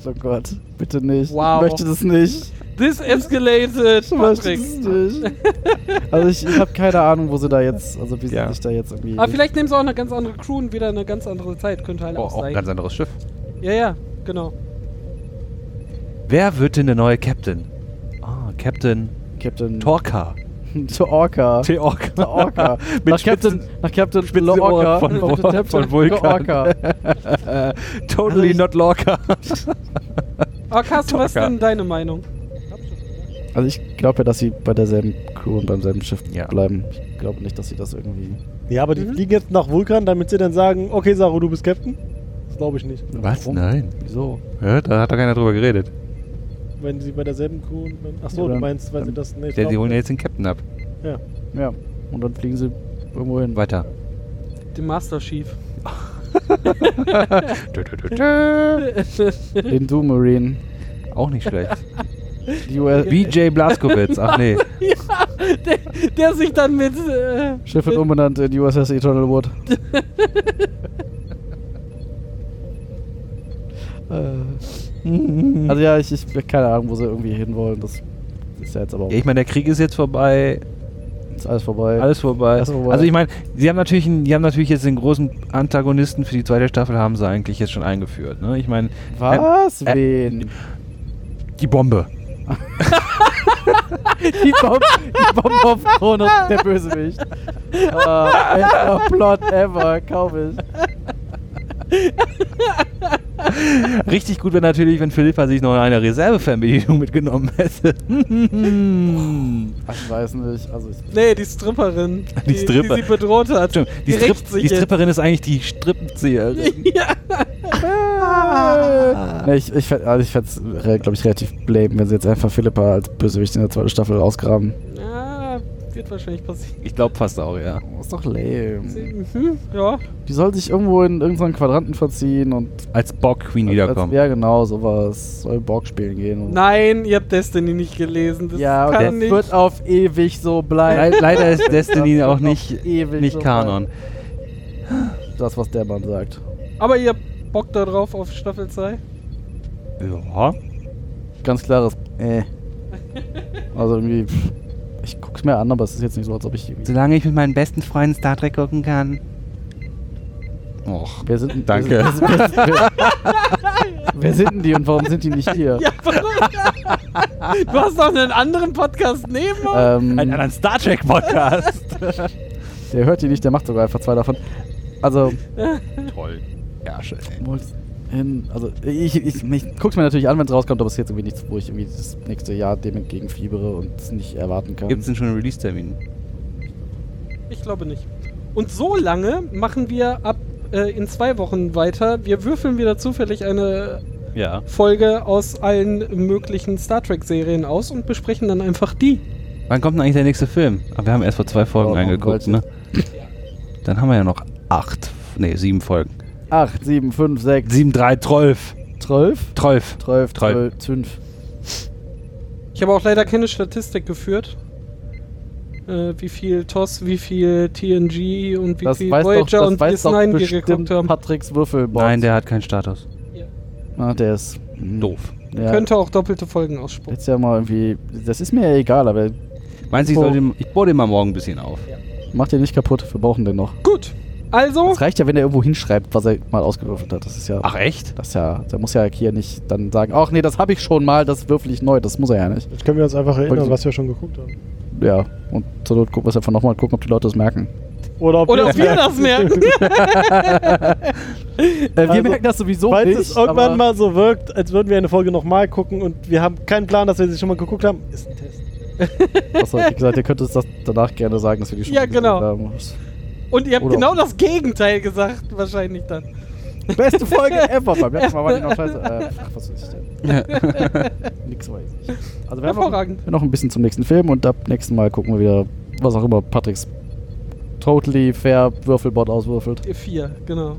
S4: Oh Gott, bitte nicht.
S3: Wow.
S4: Ich möchte das nicht.
S3: This escalated,
S4: Ich möchte
S3: Patrick.
S4: das nicht. Also ich, ich habe keine Ahnung, wo sie da jetzt, also wie sie
S2: Ja.
S4: sich da jetzt irgendwie.
S3: Aber vielleicht nehmen sie auch eine ganz andere Crew und wieder eine ganz andere Zeit, könnte halt
S2: Oh,
S3: auch
S2: auch ein
S3: sein.
S2: ganz anderes Schiff.
S3: ja, ja, genau.
S2: Wer wird denn der neue Captain? Ah, Captain
S4: Captain
S2: Torka.
S4: to Orca.
S2: Teorka.
S4: Orca.
S2: Mit
S4: nach Captain, nach Captain
S2: Spitze
S4: Orca.
S2: Ohren von
S4: Captain
S2: Vul-
S4: Captain
S2: von Vulkan.
S4: Orca.
S2: Totally
S4: Also ich-
S2: not Lorca.
S3: Aber Carsten, was ist
S2: Tucker.
S3: denn deine Meinung?
S4: Also ich glaube ja, dass sie bei derselben Crew und beim selben Schiff
S2: Ja.
S4: bleiben. Ich glaube nicht, dass sie das irgendwie.
S1: Ja, aber die
S3: Mhm.
S1: fliegen jetzt nach Vulkan, damit sie dann sagen, okay, Saru, du bist Captain? Das glaube ich nicht.
S6: Was?
S2: ne?
S4: Warum?
S6: Nein.
S4: Wieso?
S6: Ja, da hat doch keiner drüber geredet.
S1: Wenn sie bei derselben Crew... und wenn- Ach so,
S4: Ja,
S1: du
S4: dann-
S1: meinst, weil sie
S4: dann-
S1: das... Nee, ich
S6: Der, die
S1: glaub-
S6: holen ja jetzt den Captain ab.
S4: Ja. Und dann fliegen sie irgendwo hin.
S6: Weiter.
S3: Den Master Chief.
S6: Tö, tö, tö, tö.
S4: Den Doom Marine.
S6: Auch nicht schlecht.
S4: Die US
S6: BJ Blaskowitz. Ach nee.
S3: Der sich dann mit. Äh,
S4: Schiff wird umbenannt in USS Eternal Wood. äh. Also ja, ich, ich keine Ahnung, wo sie irgendwie hinwollen. Das ist ja jetzt aber auch
S2: Ja, ich meine, der Krieg ist jetzt vorbei,
S4: ist alles vorbei.
S2: alles vorbei.
S4: Alles vorbei.
S2: Also ich meine, sie haben natürlich, einen- die haben natürlich jetzt den großen Antagonisten für die zweite Staffel haben sie eigentlich jetzt schon eingeführt. Ne? Ich äh, meine,
S4: Was?
S2: Ä-
S4: Wen?
S6: Die Bombe.
S4: Die Bombe, die Bombe auf Kronos, der Bösewicht. Ah, bester Plot ever, kaum ich.
S2: richtig gut wäre natürlich, wenn Philippa sich noch eine Reservefernbedienung mitgenommen hätte.
S4: Ich weiß nicht. Also ich,
S3: nee, die Stripperin.
S2: Die Stripper.
S3: Die sie bedroht hat.
S2: Stimmt, die,
S3: rächt
S2: Strip,
S3: sich
S2: die
S3: jetzt.
S2: Stripperin ist eigentlich die Strippenzieherin.
S3: Ja.
S2: Ah.
S4: nee, ich, ich, fänd- also ich fände es, glaube ich, relativ blame, wenn sie jetzt einfach Philippa als Bösewicht in der zweiten Staffel ausgraben.
S3: ja. Wird wahrscheinlich passieren.
S2: Ich glaube fast auch, ja.
S4: Oh, ist doch lame.
S3: Mhm, ja.
S4: Die soll sich irgendwo in irgendeinen Quadranten verziehen und
S2: Als Borg Queen wiederkommen.
S4: ja genau sowas. Soll Borg spielen gehen. und-
S3: Nein, ihr habt Destiny nicht gelesen. Das
S4: ja, und
S3: kann
S4: das
S3: nicht.
S4: wird auf ewig so bleiben.
S2: Le leider ist Destiny
S4: Das wird
S2: auch
S4: auf
S2: nicht,
S4: ewig so
S2: nicht Kanon.
S4: bleiben. Das, was der Mann sagt.
S3: Aber ihr habt Bock darauf auf Staffel 2?
S2: Ja.
S4: Ganz klares äh. Also irgendwie, pff, ich guck's mir an, aber es ist jetzt nicht so, als ob ich irgendwie...
S2: Solange ich mit meinen besten Freunden Star Trek gucken kann. Och.
S4: Wer sind denn-
S6: Danke.
S4: Wer sind, wer, sind- wer, wer sind denn die und warum sind die nicht hier?
S3: Ja, warum? Du hast noch einen anderen Podcast neben uns?
S4: Ähm,
S2: Einen anderen Star Trek Podcast.
S4: der hört die nicht, der macht sogar einfach zwei davon. Also,
S6: Toll. Ja, schön.
S4: wollt's hin, also ich, ich, ich guck's mir natürlich an, wenn's rauskommt, aber es ist jetzt irgendwie nichts, wo ich irgendwie das nächste Jahr dem entgegenfiebere und es nicht erwarten kann.
S2: Gibt es denn schon einen Release-Termin?
S3: Ich glaube nicht. Und so lange machen wir ab äh, in zwei Wochen weiter. Wir würfeln wieder zufällig eine
S2: Ja.
S3: Folge aus allen möglichen Star Trek-Serien aus und besprechen dann einfach die.
S2: Wann kommt denn eigentlich der nächste Film? Aber wir haben erst vor zwei Folgen
S4: Oh,
S2: angeguckt,
S4: Gott.
S2: ne? Dann haben wir ja noch acht, nee, sieben Folgen.
S4: 8, 7, 5, 6,
S2: Sieben, drei, zwölf.
S4: 12?
S2: Zwölf.
S4: 12,
S2: Drei.
S4: 12, 5.
S3: Ich habe auch leider keine Statistik geführt. Äh, wie viel TOS, wie viel TNG und wie
S4: Das
S3: viel
S4: weiß doch,
S3: Voyager
S4: das
S3: und
S4: weiß doch
S3: DS9 wir geguckt
S4: bestimmt
S3: haben.
S4: Patricks Würfelbox.
S2: Nein, der hat keinen Status.
S4: Ah, der ist... hm,
S2: Doof.
S4: Ja.
S3: Könnte auch doppelte Folgen ausspucken.
S4: Jetzt ja mal irgendwie. Das ist mir ja egal, aber
S2: Meinst du, ich,
S4: Oh.
S2: soll den, ich bohre den mal morgen ein bisschen auf?
S4: macht den nicht kaputt. Wir brauchen den noch.
S3: Gut. Also,
S1: Oh.
S4: Es reicht ja, wenn er irgendwo hinschreibt, was er mal ausgewürfelt hat. Das ist ja.
S2: Ach, echt?
S4: Das ist ja. Da muss ja hier nicht dann sagen, ach nee, das habe ich schon mal, das würfel ich neu. Das muss er ja nicht.
S1: Jetzt können wir uns einfach erinnern,
S4: Wollte-
S1: was wir schon geguckt haben.
S4: Ja. Und zur Not gucken wir es einfach nochmal und gucken, ob die Leute das merken.
S1: Oder ob
S3: oder
S1: wir-
S3: ob wir das merken.
S4: Äh, wir
S1: Also,
S4: merken das sowieso
S1: Falls
S4: nicht.
S1: es irgendwann mal so wirkt, als würden wir eine Folge nochmal gucken und wir haben keinen Plan, dass wir sie schon mal geguckt haben, ist ein Test.
S4: Achso, wie gesagt, ihr könnt uns das danach gerne sagen, dass wir die schon
S3: Ja,
S4: gesehen
S3: genau.
S4: haben.
S3: Und ihr habt
S4: Oder-
S3: genau das Gegenteil gesagt, wahrscheinlich dann.
S4: Beste Folge ever. Beim letzten Mal war die noch scheiße. Äh, ach, was weiß ich denn? Nix weiß ich. Also wir haben noch,
S3: Hervorragend.
S4: noch ein bisschen zum nächsten Film und ab nächsten Mal gucken wir wieder, was auch immer Patricks totally fair Würfelbot auswürfelt.
S3: Vier, genau.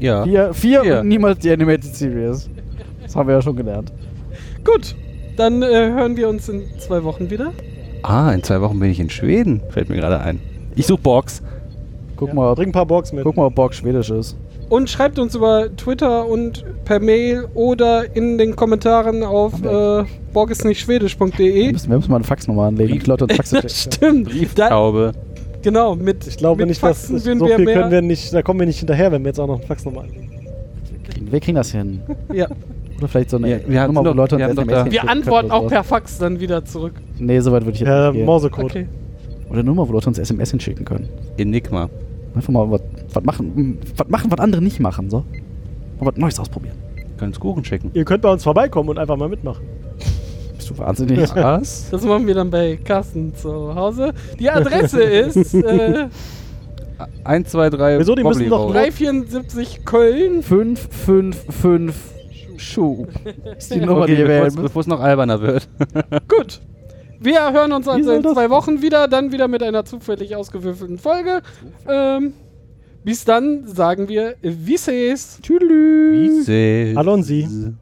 S2: Ja.
S4: Vier, vier,
S2: Vier.
S4: und niemals die Animated Series. Das haben wir ja schon gelernt.
S3: Gut, dann äh, hören wir uns in zwei Wochen wieder.
S2: Ah, in zwei Wochen bin ich in Schweden. Fällt mir gerade ein. Ich suche Borgs.
S4: Guck, mal, ob,
S1: Bring ein paar Borgs mit.
S4: guck mal, ob Borg schwedisch ist.
S3: Und schreibt uns über Twitter und per Mail oder in den Kommentaren auf äh,
S4: Wir
S3: borgisnichtschwedisch.de.
S4: müssen, wir müssen mal eine Faxnummer anlegen. Die Leute und Faxe
S3: E.
S4: schicken.
S3: Stimmt, da,
S2: Taube.
S3: genau, mit
S1: Ich glaube
S3: mit
S1: nicht, dass
S3: Faxen
S1: so viel
S3: würden wir mehr,
S1: können wir nicht, da kommen wir nicht hinterher, wenn wir jetzt auch noch einen Fax nochmal anlegen.
S4: wir kriegen das hin.
S3: Ja.
S4: Oder vielleicht so eine
S2: Ja, wir hatten
S4: Nummer, wo
S2: doch-
S4: Leute
S2: wir
S4: uns
S2: hatten doch da-
S4: SMS
S3: Wir
S4: schicken können
S3: antworten
S4: oder
S3: auch
S4: sowas.
S3: per Fax dann wieder zurück.
S4: Nee, so weit würde ich jetzt
S1: Äh,
S4: nicht gehen.
S1: Morsecode.
S3: Okay.
S4: Oder eine Nummer, wo Leute uns SMS hinschicken können.
S2: Enigma.
S4: Einfach mal was, was machen, was machen, was andere nicht machen, so. Mal was Neues ausprobieren.
S2: Können uns Kuchen schicken.
S1: Ihr könnt bei uns vorbeikommen und einfach mal mitmachen.
S4: Bist du wahnsinnig? Ah, Was?
S3: Das machen wir dann bei Carsten zu Hause. Die Adresse ist äh,
S6: 1, 2, 3,
S1: Wieso, die müssen doch
S3: 374 Köln.
S4: 555 Schuh. Ist die Nummer, die
S6: Okay,
S4: ihr wählen müsst.
S6: bevor es noch alberner wird.
S3: Gut. Wir hören uns
S1: Wie
S3: also
S1: soll
S3: in
S1: das-
S3: zwei Wochen wieder, dann wieder mit einer zufällig ausgewürfelten Folge. Ähm, bis dann sagen wir, wie seht's?
S1: Tschüss.
S6: Wie
S1: Alonsi.